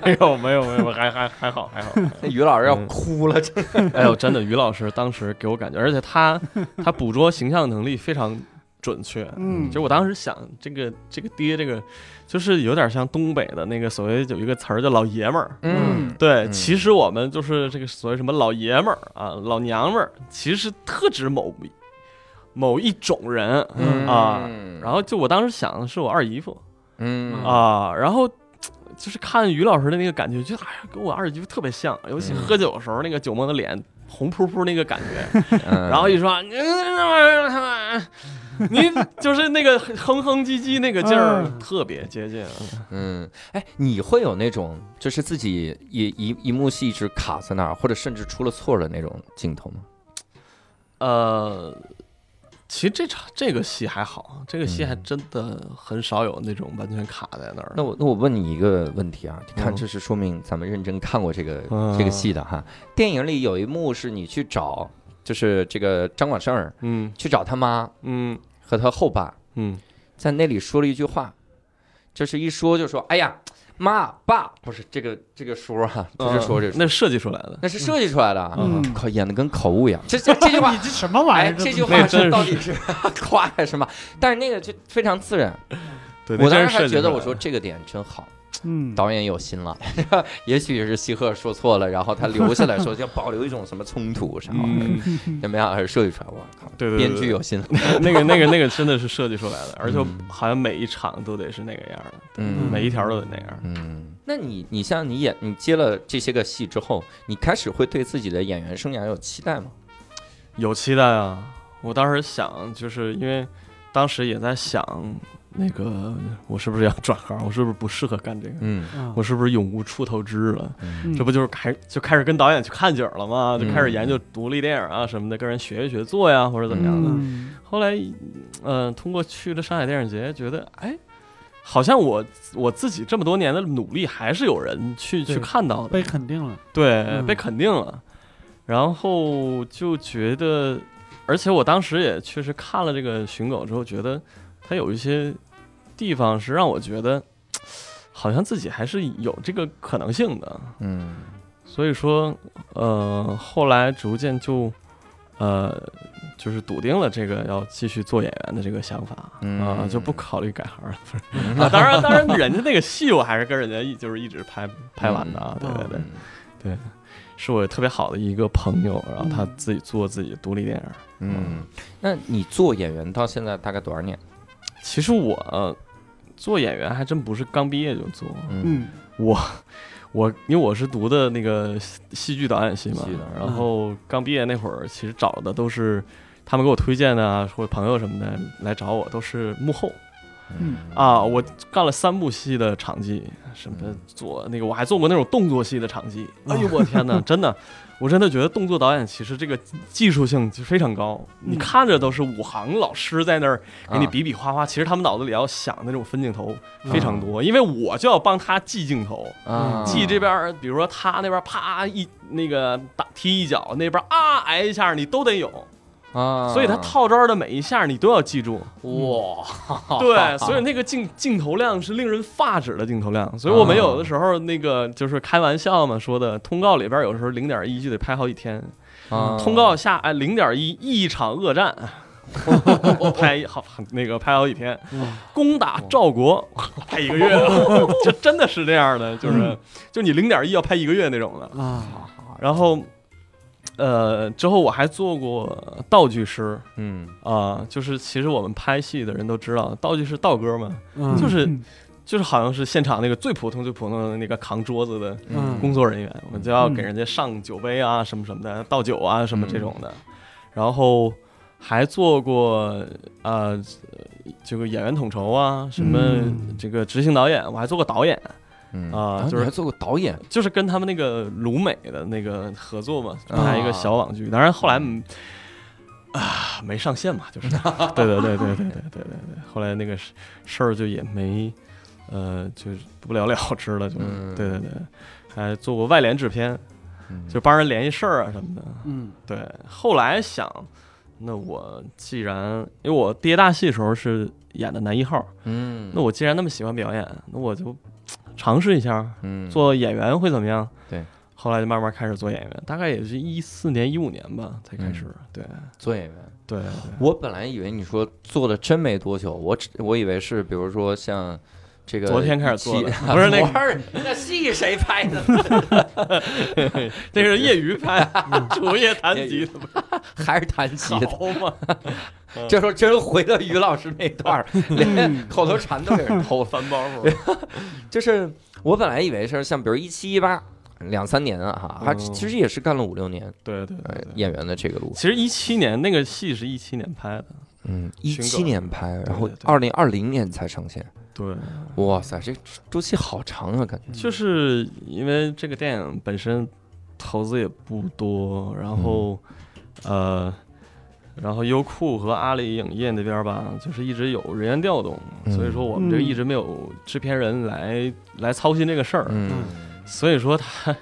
[SPEAKER 6] 没有没有没有，还还还好还好。
[SPEAKER 2] 那于老师要哭了，这
[SPEAKER 6] 哎呦，真的，于老师当时给我感觉，而且 他他捕捉形象能力非常准确。
[SPEAKER 1] 嗯
[SPEAKER 6] 就，我当时想，这个这个爹，这个就是有点像东北的那个所谓有一个词儿叫老爷们儿。
[SPEAKER 2] 嗯，
[SPEAKER 6] 对，
[SPEAKER 2] 嗯
[SPEAKER 6] 其实我们就是这个所谓什么老爷们儿啊、老娘们儿，其实特指某某一种人。
[SPEAKER 2] 嗯
[SPEAKER 6] 啊然后就我当时想的是我二姨夫
[SPEAKER 2] 嗯
[SPEAKER 6] 啊，然后就是看于老师的那个感觉，就哎呀，跟我二姨夫特别像，尤其
[SPEAKER 2] 嗯
[SPEAKER 6] 喝酒的时候那个酒蒙的脸红扑扑那个感觉。
[SPEAKER 2] 嗯
[SPEAKER 6] 然后一说，你那玩意儿他妈你就是那个哼哼唧唧那个劲儿
[SPEAKER 3] 嗯
[SPEAKER 6] 特别接近。啊
[SPEAKER 2] 嗯，哎，你会有那种就是自己一一一幕戏一直卡在那儿，或者甚至出了错的那种镜头吗？
[SPEAKER 6] 呃，其实这场这个戏还好，这个戏还
[SPEAKER 2] 嗯
[SPEAKER 6] 真的很少有那种完全卡在那儿。
[SPEAKER 2] 那我那我问你一个问题啊，你看
[SPEAKER 6] 嗯
[SPEAKER 2] 这是说明咱们认真看过这个、
[SPEAKER 6] 嗯
[SPEAKER 2] 这个戏的哈。电影里有一幕是你去找，就是这个张管胜儿
[SPEAKER 6] 嗯
[SPEAKER 2] 去找他妈
[SPEAKER 6] 嗯
[SPEAKER 2] 和他后爸，
[SPEAKER 6] 嗯，
[SPEAKER 2] 在那里说了一句话，就是一说就说，哎呀，妈爸不是这个这个叔啊，不是说这
[SPEAKER 6] 嗯
[SPEAKER 2] 个叔、
[SPEAKER 6] 那是设计出来的。
[SPEAKER 2] 那是设计出来的啊，
[SPEAKER 1] 嗯
[SPEAKER 2] 靠，演的跟口误一样。这 这这句话
[SPEAKER 3] 你这什么玩意
[SPEAKER 2] 哎，
[SPEAKER 3] 儿？
[SPEAKER 2] 这句
[SPEAKER 3] 都
[SPEAKER 2] 话
[SPEAKER 6] 那真
[SPEAKER 2] 是
[SPEAKER 6] 是
[SPEAKER 2] 到底是夸还是骂？但是那个就非常自然，
[SPEAKER 6] 对，那
[SPEAKER 2] 我当
[SPEAKER 6] 真
[SPEAKER 2] 时
[SPEAKER 6] 是
[SPEAKER 2] 还
[SPEAKER 6] 设计
[SPEAKER 2] 觉得
[SPEAKER 6] 出
[SPEAKER 2] 我
[SPEAKER 6] 来
[SPEAKER 2] 说
[SPEAKER 6] 的
[SPEAKER 2] 这个点真好，
[SPEAKER 1] 嗯，
[SPEAKER 2] 导演有心了。 也许是希克说错了，然后他留下来说要保留一种什么冲突啥玩意儿，
[SPEAKER 1] 嗯
[SPEAKER 2] 怎么样？还是设计出来，我靠，
[SPEAKER 6] 对对对
[SPEAKER 2] 编剧有心了。
[SPEAKER 6] 那个那个那个真的是设计出来的，而且
[SPEAKER 2] 嗯
[SPEAKER 6] 好像每一场都得是那个样儿的，
[SPEAKER 2] 嗯
[SPEAKER 6] 每一条都得那样儿。
[SPEAKER 2] 嗯，那你你像你演你接了这些个戏之后，你开始会对自己的演员生涯有期待吗？
[SPEAKER 6] 有期待啊！我当时想，就是因为当时也在想，那个我是不是要转行？我是不是不适合干这个？
[SPEAKER 2] 嗯
[SPEAKER 3] 啊
[SPEAKER 6] 我是不是永无出头之日了？
[SPEAKER 2] 嗯
[SPEAKER 6] 这不就是开就开始跟导演去看景儿了吗？就开始
[SPEAKER 2] 嗯
[SPEAKER 6] 研究独立电影啊什么的，跟人学一学做呀，或者怎么样的。
[SPEAKER 3] 嗯
[SPEAKER 6] 后来，呃，通过去了上海电影节，觉得哎，好像我我自己这么多年的努力，还是有人去
[SPEAKER 3] 对
[SPEAKER 6] 去看到的
[SPEAKER 3] 被，肯定了，
[SPEAKER 6] 对，
[SPEAKER 3] 嗯
[SPEAKER 6] 被肯定了。然后就觉得，而且我当时也确实看了这个《寻狗》之后，觉得它有一些地方是让我觉得，好像自己还是有这个可能性的。
[SPEAKER 2] 嗯
[SPEAKER 6] 所以说，呃，后来逐渐就，呃，就是笃定了这个要继续做演员的这个想法啊、
[SPEAKER 2] 嗯
[SPEAKER 6] 就不考虑改行了。不是，啊、当然，当然，人家那个戏我还是跟人家一就是一直拍拍完的啊，
[SPEAKER 3] 嗯
[SPEAKER 6] 对对对
[SPEAKER 2] 嗯，
[SPEAKER 6] 是我特别好的一个朋友，然后他自己做自己独立电影。
[SPEAKER 2] 嗯，那你做演员到现在大概多少年？
[SPEAKER 6] 其实我、呃做演员还真不是刚毕业就做，
[SPEAKER 1] 嗯
[SPEAKER 6] 我因为我是读的那个戏戏剧导演系嘛
[SPEAKER 2] 戏剧嗯导演，
[SPEAKER 6] 然后刚毕业那会儿，其实找的都是他们给我推荐的啊，或者朋友什么的来找我，都是幕后
[SPEAKER 2] 嗯
[SPEAKER 6] 啊。我干了三部戏的场记，什么
[SPEAKER 2] 嗯
[SPEAKER 6] 做那个，我还做过那种动作戏的场记。哎呦我 天哪，真的，我真的觉得动作导演其实这个技术性就非常高。你看着都是武行老师在那儿给你
[SPEAKER 2] 嗯啊
[SPEAKER 6] 比比划划，其实他们脑子里要想那种分镜头非常多，因为我就要帮他记镜头。
[SPEAKER 2] 啊，
[SPEAKER 6] 记这边儿，比如说他那边儿啪一那个打踢一脚，那边儿啊挨一下，你都得有。
[SPEAKER 2] 啊，
[SPEAKER 6] 所以他套招的每一下你都要记住。
[SPEAKER 2] 哇，
[SPEAKER 6] 对，所以那个镜镜头量是令人发指的镜头量。所以我们
[SPEAKER 2] 啊
[SPEAKER 6] 有的时候那个就是开玩笑嘛说的，通告里边有时候零点一就得拍好几天，
[SPEAKER 2] 啊
[SPEAKER 6] 通告下哎零点一一场恶 战。拍一好那个拍好几天，攻打赵国嗯 拍一个月，嗯这真的是这样的，就是就你零点一要拍一个月那种的，
[SPEAKER 3] 啊，
[SPEAKER 6] 然后，呃，之后我还做过道具师
[SPEAKER 2] 嗯
[SPEAKER 6] 啊、就是其实我们拍戏的人都知道，道具师道哥嘛，
[SPEAKER 3] 嗯
[SPEAKER 6] 就是
[SPEAKER 1] 嗯
[SPEAKER 6] 就是好像是现场那个最普通最普通的那个扛桌子的
[SPEAKER 3] 嗯
[SPEAKER 6] 工作人员，我们就要给人家上酒杯啊什么什么的，倒酒啊什么这种的，然后还做过呃这个演员统筹啊，什么
[SPEAKER 1] 嗯
[SPEAKER 6] 这个执行导演，我还做过导演，
[SPEAKER 2] 嗯
[SPEAKER 6] 啊
[SPEAKER 2] 你
[SPEAKER 6] 就是
[SPEAKER 2] 还做过导演，
[SPEAKER 6] 就是跟他们那个鲁美的那个合作嘛，
[SPEAKER 2] 啊
[SPEAKER 6] 拍一个小网剧。当然后来嗯啊没上线嘛， 就是对对对对对对对对对。后来那个事事儿就也没呃，就是不了了之了，就是、
[SPEAKER 2] 嗯
[SPEAKER 6] 对对对，还做过外联制片，就帮人联系事儿啊什么的。
[SPEAKER 3] 嗯
[SPEAKER 6] 对，后来想，那我既然因为我毕业大戏的时候是演的男一号，
[SPEAKER 2] 嗯，
[SPEAKER 6] 那我既然那么喜欢表演，那我就尝试一下。
[SPEAKER 2] 嗯
[SPEAKER 6] 做演员会怎么样？
[SPEAKER 2] 对，
[SPEAKER 6] 后来就慢慢开始做演员，大概也是一四年、一五年吧才开始。对
[SPEAKER 2] 做演员。
[SPEAKER 6] 对
[SPEAKER 2] 我本来以为你说做了真没多久，我只我以为是比如说像这个
[SPEAKER 6] 昨天开始做的
[SPEAKER 2] 一期
[SPEAKER 6] 不 是那个
[SPEAKER 2] 不是那戏谁拍的？
[SPEAKER 6] 对，这是业余拍， 主业弹
[SPEAKER 2] 业余
[SPEAKER 6] 吉他
[SPEAKER 2] 还是弹吉
[SPEAKER 6] 不
[SPEAKER 2] 他？
[SPEAKER 6] 好嘛。
[SPEAKER 2] 这时候真回到于老师那段 儿，连口头禅都给人偷了。
[SPEAKER 6] 翻包袱，
[SPEAKER 2] 就是我本来以为是像比如一七一八两三年啊，哈，还
[SPEAKER 6] 嗯
[SPEAKER 2] 其实也是干了五六年
[SPEAKER 6] 对对对
[SPEAKER 2] 呃
[SPEAKER 6] 对。
[SPEAKER 2] 演员的这个路
[SPEAKER 6] 其实一七年那个戏是一七年拍的，
[SPEAKER 2] 嗯，一
[SPEAKER 6] 寻
[SPEAKER 2] 七
[SPEAKER 6] 狗
[SPEAKER 2] 年拍，然后
[SPEAKER 6] 对对
[SPEAKER 2] 二零二零年才上线，
[SPEAKER 6] 对，
[SPEAKER 2] 哇塞，这周期好长啊，感觉。
[SPEAKER 6] 就是因为这个电影本身投资也不多，然后、
[SPEAKER 2] 嗯
[SPEAKER 6] 呃，然后优酷和阿里影业那边吧，就是一直有人员调动，
[SPEAKER 2] 嗯
[SPEAKER 6] 所以说我们这个
[SPEAKER 3] 嗯
[SPEAKER 6] 一直没有制片人来来操心这个事儿，
[SPEAKER 2] 嗯
[SPEAKER 6] 所以说他。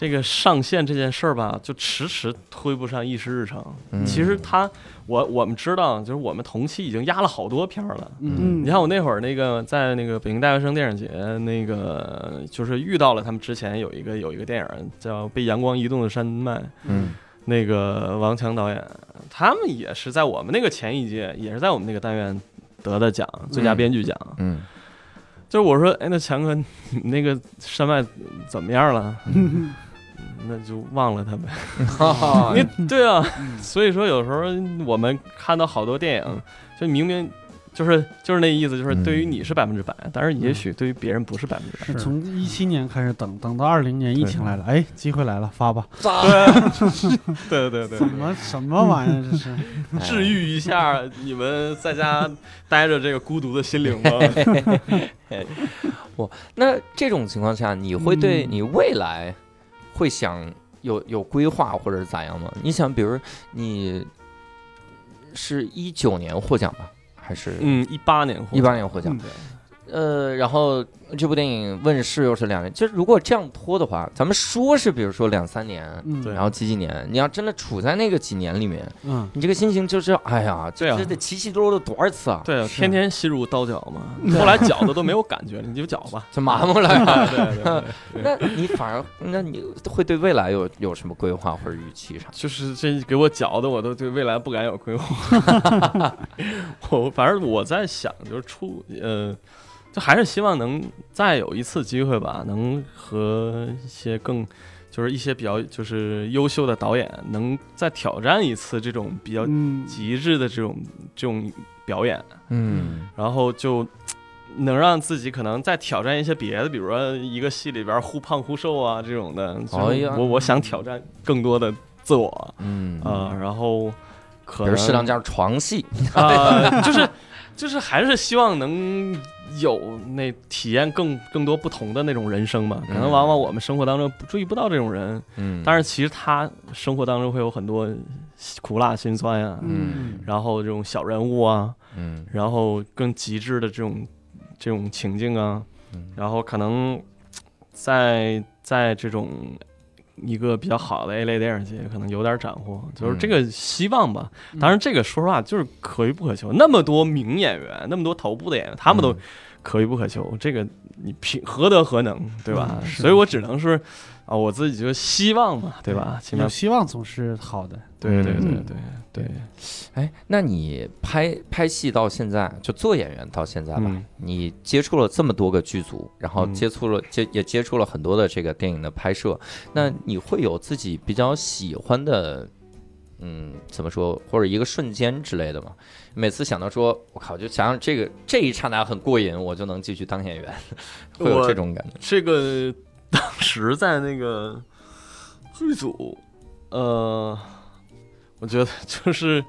[SPEAKER 6] 这个上线这件事儿吧，就迟迟推不上议事日程。
[SPEAKER 2] 嗯
[SPEAKER 6] 其实他，我我们知道，就是我们同期已经压了好多片儿了，
[SPEAKER 3] 嗯
[SPEAKER 1] 嗯，
[SPEAKER 6] 你看我那会儿那个在那个北京大学生电影节，那个就是遇到了他们之前有一个有一个电影叫《被阳光移动的山脉》，
[SPEAKER 2] 嗯
[SPEAKER 6] 那个王强导演，他们也是在我们那个前一届，也是在我们那个单元得的奖，最佳编剧奖。
[SPEAKER 2] 嗯
[SPEAKER 6] 就是我说，哎，那强哥，你那个山脉怎么样 了？
[SPEAKER 1] 嗯
[SPEAKER 6] 那就忘了他呗。
[SPEAKER 2] 嗯，你
[SPEAKER 6] 你对啊，所以说有时候我们看到好多电影，就明明。就是就是那意思，就是对于你是百分之百，但是也许对于别人不是百分之百。
[SPEAKER 3] 是
[SPEAKER 1] 是
[SPEAKER 3] 从一七年开始等，等到二零年疫情来了，哎，机会来了，发吧！
[SPEAKER 6] 啊对啊对对
[SPEAKER 3] 怎么什么玩意儿这是？
[SPEAKER 2] 哎
[SPEAKER 6] 治愈一下你们在家待着这个孤独的心灵 吧。
[SPEAKER 2] 那这种情况下，你会对你未来会想有有规划或者是咋样吗？你想，比如你是一九年获奖吧，还是
[SPEAKER 6] 嗯，一八年获
[SPEAKER 2] 一八年获奖？
[SPEAKER 3] 嗯
[SPEAKER 2] 呃，然后这部电影问世又是两年，就是如果这样拖的话，咱们说是比如说两三年，
[SPEAKER 3] 嗯，
[SPEAKER 6] 对啊
[SPEAKER 2] 然后几几年，你要真的处在那个几年里面，
[SPEAKER 3] 嗯，
[SPEAKER 2] 你这个心情就是哎呀，
[SPEAKER 6] 对
[SPEAKER 2] 这
[SPEAKER 6] 啊
[SPEAKER 2] 这得起起落落多少次啊？。
[SPEAKER 6] 对，
[SPEAKER 3] 是
[SPEAKER 6] 天天吸入刀绞嘛，后来绞的都没有感觉了，你就绞吧
[SPEAKER 2] 就麻木了 呀。
[SPEAKER 6] 对对对，
[SPEAKER 2] 那你反而，那你会对未来有有什么规划或者预期啥？
[SPEAKER 6] 就是这给我绞的，我都对未来不敢有规划。我反正我在想，就是出呃，就还是希望能再有一次机会吧，能和一些更就是一些比较就是优秀的导演，能再挑战一次这种比较
[SPEAKER 3] 嗯
[SPEAKER 6] 极致的这种这种表演，
[SPEAKER 2] 嗯
[SPEAKER 6] 然后就能让自己可能再挑战一些别的，比如说一个戏里边忽胖忽瘦啊这种的。
[SPEAKER 2] 哎呀
[SPEAKER 6] 我我想挑战更多的自我
[SPEAKER 2] 嗯
[SPEAKER 6] 啊、呃然后可
[SPEAKER 2] 比
[SPEAKER 6] 能
[SPEAKER 2] 如适当加入床戏，
[SPEAKER 6] 啊，就是就是还是希望能有那体验更更多不同的那种人生吧。可能
[SPEAKER 2] 嗯
[SPEAKER 6] 往往我们生活当中不注意不到这种人，
[SPEAKER 2] 嗯
[SPEAKER 6] 但是其实他生活当中会有很多苦辣辛酸呀、
[SPEAKER 2] 嗯
[SPEAKER 6] 然后这种小人物啊，
[SPEAKER 2] 嗯
[SPEAKER 6] 然后更极致的这种这种情境啊，
[SPEAKER 2] 嗯
[SPEAKER 6] 然后可能在在这种一个比较好的 A 类电影节，可能有点斩获，就是这个希望吧。
[SPEAKER 3] 嗯
[SPEAKER 6] 当然，这个说实话就是可遇不可求。那么多名演员，那么多头部的演员，他们都可遇不可求，这个你凭何德何能，对吧？
[SPEAKER 3] 嗯是
[SPEAKER 6] 所以我只能是啊，我自己就希望嘛，对吧？起码
[SPEAKER 3] 有希望总是好的。
[SPEAKER 6] 对对对
[SPEAKER 1] 嗯
[SPEAKER 6] 对对，
[SPEAKER 2] 哎，那你拍拍戏到现在，就做演员到现在吧，
[SPEAKER 6] 嗯
[SPEAKER 2] 你接触了这么多个剧组，然后
[SPEAKER 6] 嗯
[SPEAKER 2] 接触了、接也接触了很多的这个电影的拍摄，那你会有自己比较喜欢的，嗯，怎么说，或者一个瞬间之类的吗？每次想到说，我靠，就想想这个这一刹那很过瘾，我就能继续当演员， 会有
[SPEAKER 6] 我
[SPEAKER 2] 这种感觉。
[SPEAKER 6] 这个 当时在那个剧组，呃，我觉得 就是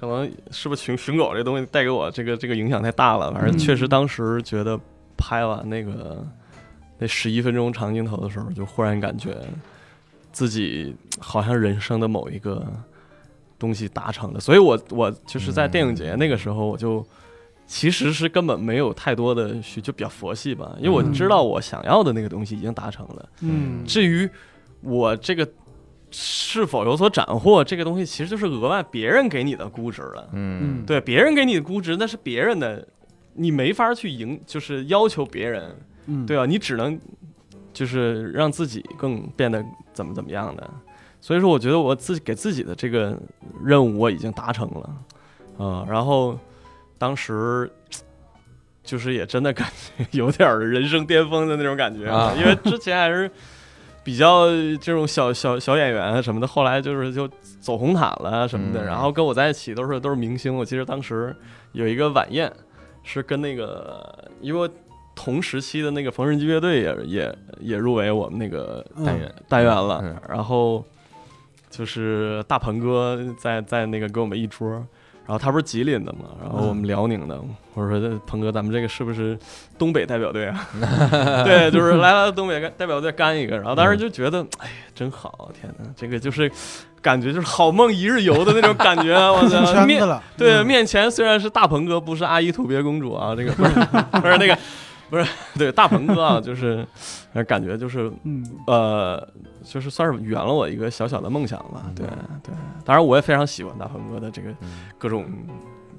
[SPEAKER 6] 可能是不是寻寻狗这东西带给我这个这个影响太大了，反正确实当时觉得拍完那个那十一分钟长镜头的时候，就忽然感觉自己好像人生的某一个东西达成了，所以我我就是在电影节那个时候我就。其实是根本没有太多的需，就比较佛系吧，因为我
[SPEAKER 3] 嗯
[SPEAKER 6] 知道我想要的那个东西已经达成了。
[SPEAKER 2] 嗯
[SPEAKER 6] 至于我这个是否有所斩获，这个东西其实就是额外别人给你的估值了。
[SPEAKER 2] 嗯
[SPEAKER 6] 对，别人给你的估值那是别人的，你没法去赢，就是要求别人，
[SPEAKER 3] 嗯，
[SPEAKER 6] 对，啊，你只能就是让自己更变得怎么怎么样的。所以说，我觉得我自己给自己的这个任务我已经达成了，嗯，然后当时就是也真的感觉 有点儿人生巅峰的那种感觉，
[SPEAKER 2] 啊
[SPEAKER 6] 因为之前还是比较呃这种小小小演员啊什么的，后来就是就走红毯了啊什么的，
[SPEAKER 2] 嗯
[SPEAKER 6] 然后跟我在一起都是都是明星。我记得当时有一个晚宴是跟那个，因为我同时期的那个缝纫机乐队也也也入围我们那个
[SPEAKER 3] 嗯
[SPEAKER 2] 但愿
[SPEAKER 6] 单元了，
[SPEAKER 2] 嗯
[SPEAKER 6] 然后就是大鹏哥在在那个跟我们一桌，然后他不是吉林的嘛，然后我们辽宁的，我说这鹏哥，咱们这个是不是东北代表队啊？对，就是来来东北代表队啊干一个。然后当时就觉得，哎呀，真好，天哪，这个就是感觉就是好梦一日游的那种感觉啊，我
[SPEAKER 3] 进
[SPEAKER 6] 操，
[SPEAKER 3] 圈
[SPEAKER 6] 面
[SPEAKER 3] 子 了，
[SPEAKER 6] 对，
[SPEAKER 3] 嗯
[SPEAKER 6] 面前虽然是大鹏哥，不是阿依土鳖公主啊，这个不是不是那个不是对大鹏哥啊，就是呃感觉就是
[SPEAKER 3] 嗯，
[SPEAKER 6] 呃就是算是圆了我一个小小的梦想
[SPEAKER 3] 嗯
[SPEAKER 6] 吧。对对，当然我也非常喜欢大鹏哥的这个
[SPEAKER 2] 嗯
[SPEAKER 6] 各种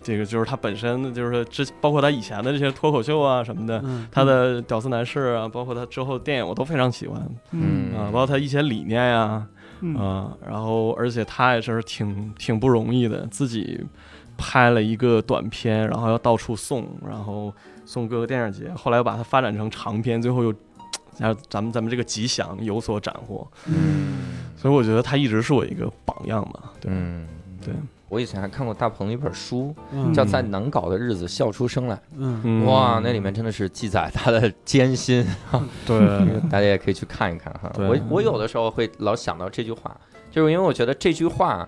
[SPEAKER 6] 这个就是他本身就是之包括他以前的这些脱口秀啊什么的。
[SPEAKER 3] 嗯
[SPEAKER 6] 他的屌丝男士啊，包括他之后电影，我都非常喜欢啊、
[SPEAKER 3] 嗯
[SPEAKER 6] 包括他一些理念呀、
[SPEAKER 1] 嗯
[SPEAKER 6] 啊、然后而且他也是挺挺不容易的，自己拍了一个短片，然后要到处送，然后送各个电影节，后来又把它发展成长片，最后又，然后咱们咱们这个吉祥有所斩获，
[SPEAKER 2] 嗯
[SPEAKER 6] 所以我觉得他一直是我一个榜样嘛，对，
[SPEAKER 2] 嗯，
[SPEAKER 6] 对。
[SPEAKER 2] 我以前还看过大鹏的一本书，
[SPEAKER 3] 嗯
[SPEAKER 2] 叫《在难搞的日子笑出声来》。
[SPEAKER 3] 嗯
[SPEAKER 6] 嗯
[SPEAKER 2] 哇，那里面真的是记载他的艰辛，
[SPEAKER 6] 嗯 对
[SPEAKER 2] 大家也可以去看一看哈。
[SPEAKER 6] 对嗯
[SPEAKER 2] 我我有的时候会老想到这句话，就是因为我觉得这句话，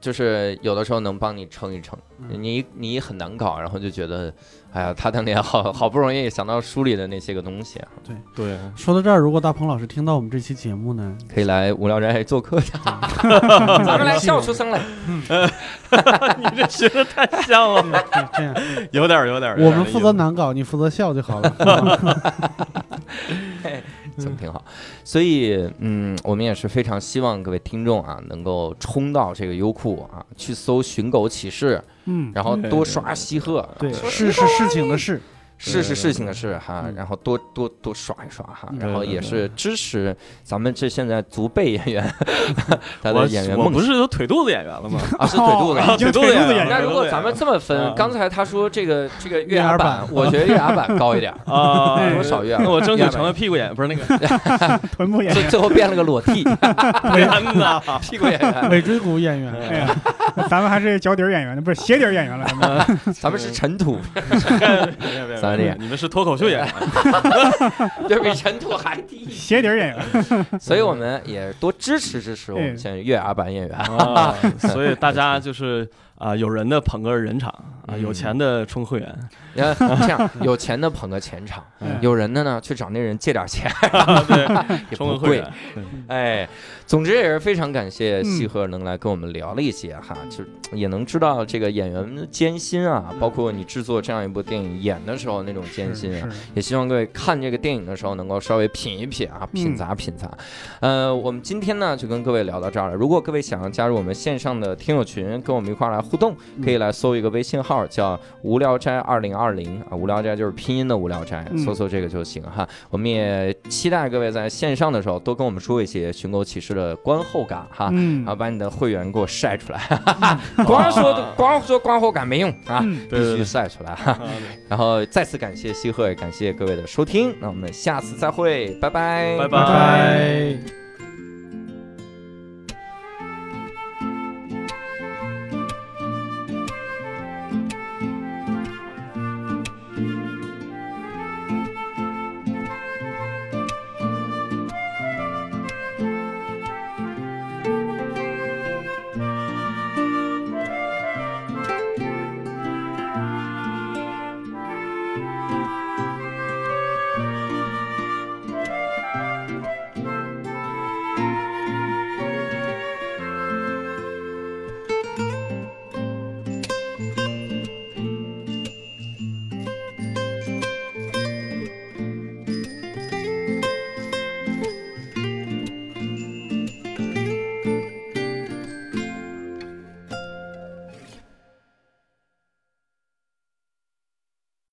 [SPEAKER 2] 就是有的时候能帮你撑一撑。
[SPEAKER 3] 嗯
[SPEAKER 2] 你你很难搞，然后就觉得，哎呀，他当年好好不容易想到书里的那些个东西啊，
[SPEAKER 6] 对，
[SPEAKER 3] 说到这儿，如果大鹏老师听到我们这期节目 呢，
[SPEAKER 2] 可以来无聊斋做客， 咱
[SPEAKER 3] 咱
[SPEAKER 6] 嗯
[SPEAKER 2] 们来笑出声来。
[SPEAKER 6] 你这学的太像了，
[SPEAKER 3] 这样，
[SPEAKER 6] 有点儿有点儿，有
[SPEAKER 3] 我
[SPEAKER 6] 点儿那
[SPEAKER 3] 们负
[SPEAKER 6] 意
[SPEAKER 3] 责
[SPEAKER 6] 思
[SPEAKER 3] 难搞，你负责笑就好了。
[SPEAKER 6] 嗯
[SPEAKER 2] 怎么挺好。所以，嗯，我们也是非常希望各位听众啊，能够冲到这个优酷啊，去搜“寻狗启事”，
[SPEAKER 1] 嗯，
[SPEAKER 2] 然后
[SPEAKER 6] 对
[SPEAKER 2] 多
[SPEAKER 6] 对
[SPEAKER 2] 刷啊
[SPEAKER 6] 对
[SPEAKER 2] 西鹤，
[SPEAKER 3] 对，
[SPEAKER 2] 说
[SPEAKER 3] 是是 事情的事，
[SPEAKER 2] 是
[SPEAKER 6] 对
[SPEAKER 2] 是
[SPEAKER 6] 对
[SPEAKER 2] 事情
[SPEAKER 6] 对
[SPEAKER 2] 的事哈
[SPEAKER 3] 嗯，
[SPEAKER 2] 然后多多多刷一刷哈，
[SPEAKER 3] 嗯
[SPEAKER 2] 然后
[SPEAKER 6] 对对
[SPEAKER 2] 也
[SPEAKER 6] 对
[SPEAKER 2] 是支持咱们这现在足备演员 他的演员
[SPEAKER 6] 我我
[SPEAKER 2] 梦
[SPEAKER 6] 不
[SPEAKER 2] 想
[SPEAKER 6] 是都腿肚子演员了 吗？
[SPEAKER 2] 啊，是腿肚子
[SPEAKER 1] 哦。已经腿肚子演
[SPEAKER 2] 那
[SPEAKER 1] 员
[SPEAKER 2] 如果咱们这么分
[SPEAKER 6] 嗯，，
[SPEAKER 2] 刚才他说这个这个月
[SPEAKER 3] 月
[SPEAKER 2] 牙
[SPEAKER 3] 牙
[SPEAKER 2] 板
[SPEAKER 3] 板，
[SPEAKER 2] 我觉得月牙板高一点儿
[SPEAKER 6] 啊，
[SPEAKER 2] 多少月啊
[SPEAKER 6] 那我争取
[SPEAKER 2] 月
[SPEAKER 6] 成为屁股演，不是那个
[SPEAKER 1] 臀部演
[SPEAKER 2] 最
[SPEAKER 1] 员。
[SPEAKER 2] 最后变了个裸 替
[SPEAKER 6] 天 哪，
[SPEAKER 2] 屁股演员，
[SPEAKER 3] 尾椎骨演员，
[SPEAKER 1] 哎呀，咱们还是脚底儿演员呢，不是鞋底儿演员了。咱
[SPEAKER 2] 嗯
[SPEAKER 1] 们
[SPEAKER 2] 咱们是尘 土，
[SPEAKER 6] 三
[SPEAKER 2] 三弟
[SPEAKER 6] 你们是脱口秀 演员，
[SPEAKER 2] 就比尘土还低，
[SPEAKER 1] 鞋底儿演员，
[SPEAKER 2] 所以我们也多支持支持我
[SPEAKER 6] 嗯
[SPEAKER 2] 们现在月牙板演 员。
[SPEAKER 6] 啊，所以大家就是啊，有人的捧个人场啊，
[SPEAKER 2] 嗯
[SPEAKER 6] 有钱的充会员，
[SPEAKER 2] 你看这样，有钱的捧个钱场，
[SPEAKER 1] 嗯
[SPEAKER 2] 有人的呢去找那人借点 钱，也
[SPEAKER 6] 充
[SPEAKER 2] 不
[SPEAKER 6] 个会
[SPEAKER 2] 贵。
[SPEAKER 6] 员，
[SPEAKER 2] 哎，总之也是非常感谢西鹤能来跟我们聊了一些哈，就是也能知道这个演员的艰辛啊，包括你制作这样一部电影演的时候那种艰辛啊
[SPEAKER 1] 是，是
[SPEAKER 2] 也希望各位看这个电影的时候能够稍微品一品啊，品
[SPEAKER 1] 嗯
[SPEAKER 2] 砸品砸。呃，我们今天呢就跟各位聊到这儿了。如果各位想要加入我们线上的听友群，跟我们一块儿来互动，可以来搜一个微信号叫“无聊斋二零二零”啊，无聊斋就是拼音的无聊斋，
[SPEAKER 1] 嗯
[SPEAKER 2] 搜搜这个就行哈。我们也期待各位在线上的时候多跟我们说一些寻狗启事的观后感哈。
[SPEAKER 1] 嗯
[SPEAKER 2] 啊，把你的会员给我晒出来，哈哈， 光 说光说观后感没用啊，
[SPEAKER 1] 嗯
[SPEAKER 6] 对对
[SPEAKER 2] 必须
[SPEAKER 6] 对
[SPEAKER 2] 晒出来哈。
[SPEAKER 6] 啊对
[SPEAKER 2] 然后再次感谢西鹤，也感谢各位的收听，那我们下次再会，拜拜，
[SPEAKER 1] 拜
[SPEAKER 6] 拜拜。
[SPEAKER 3] 哎。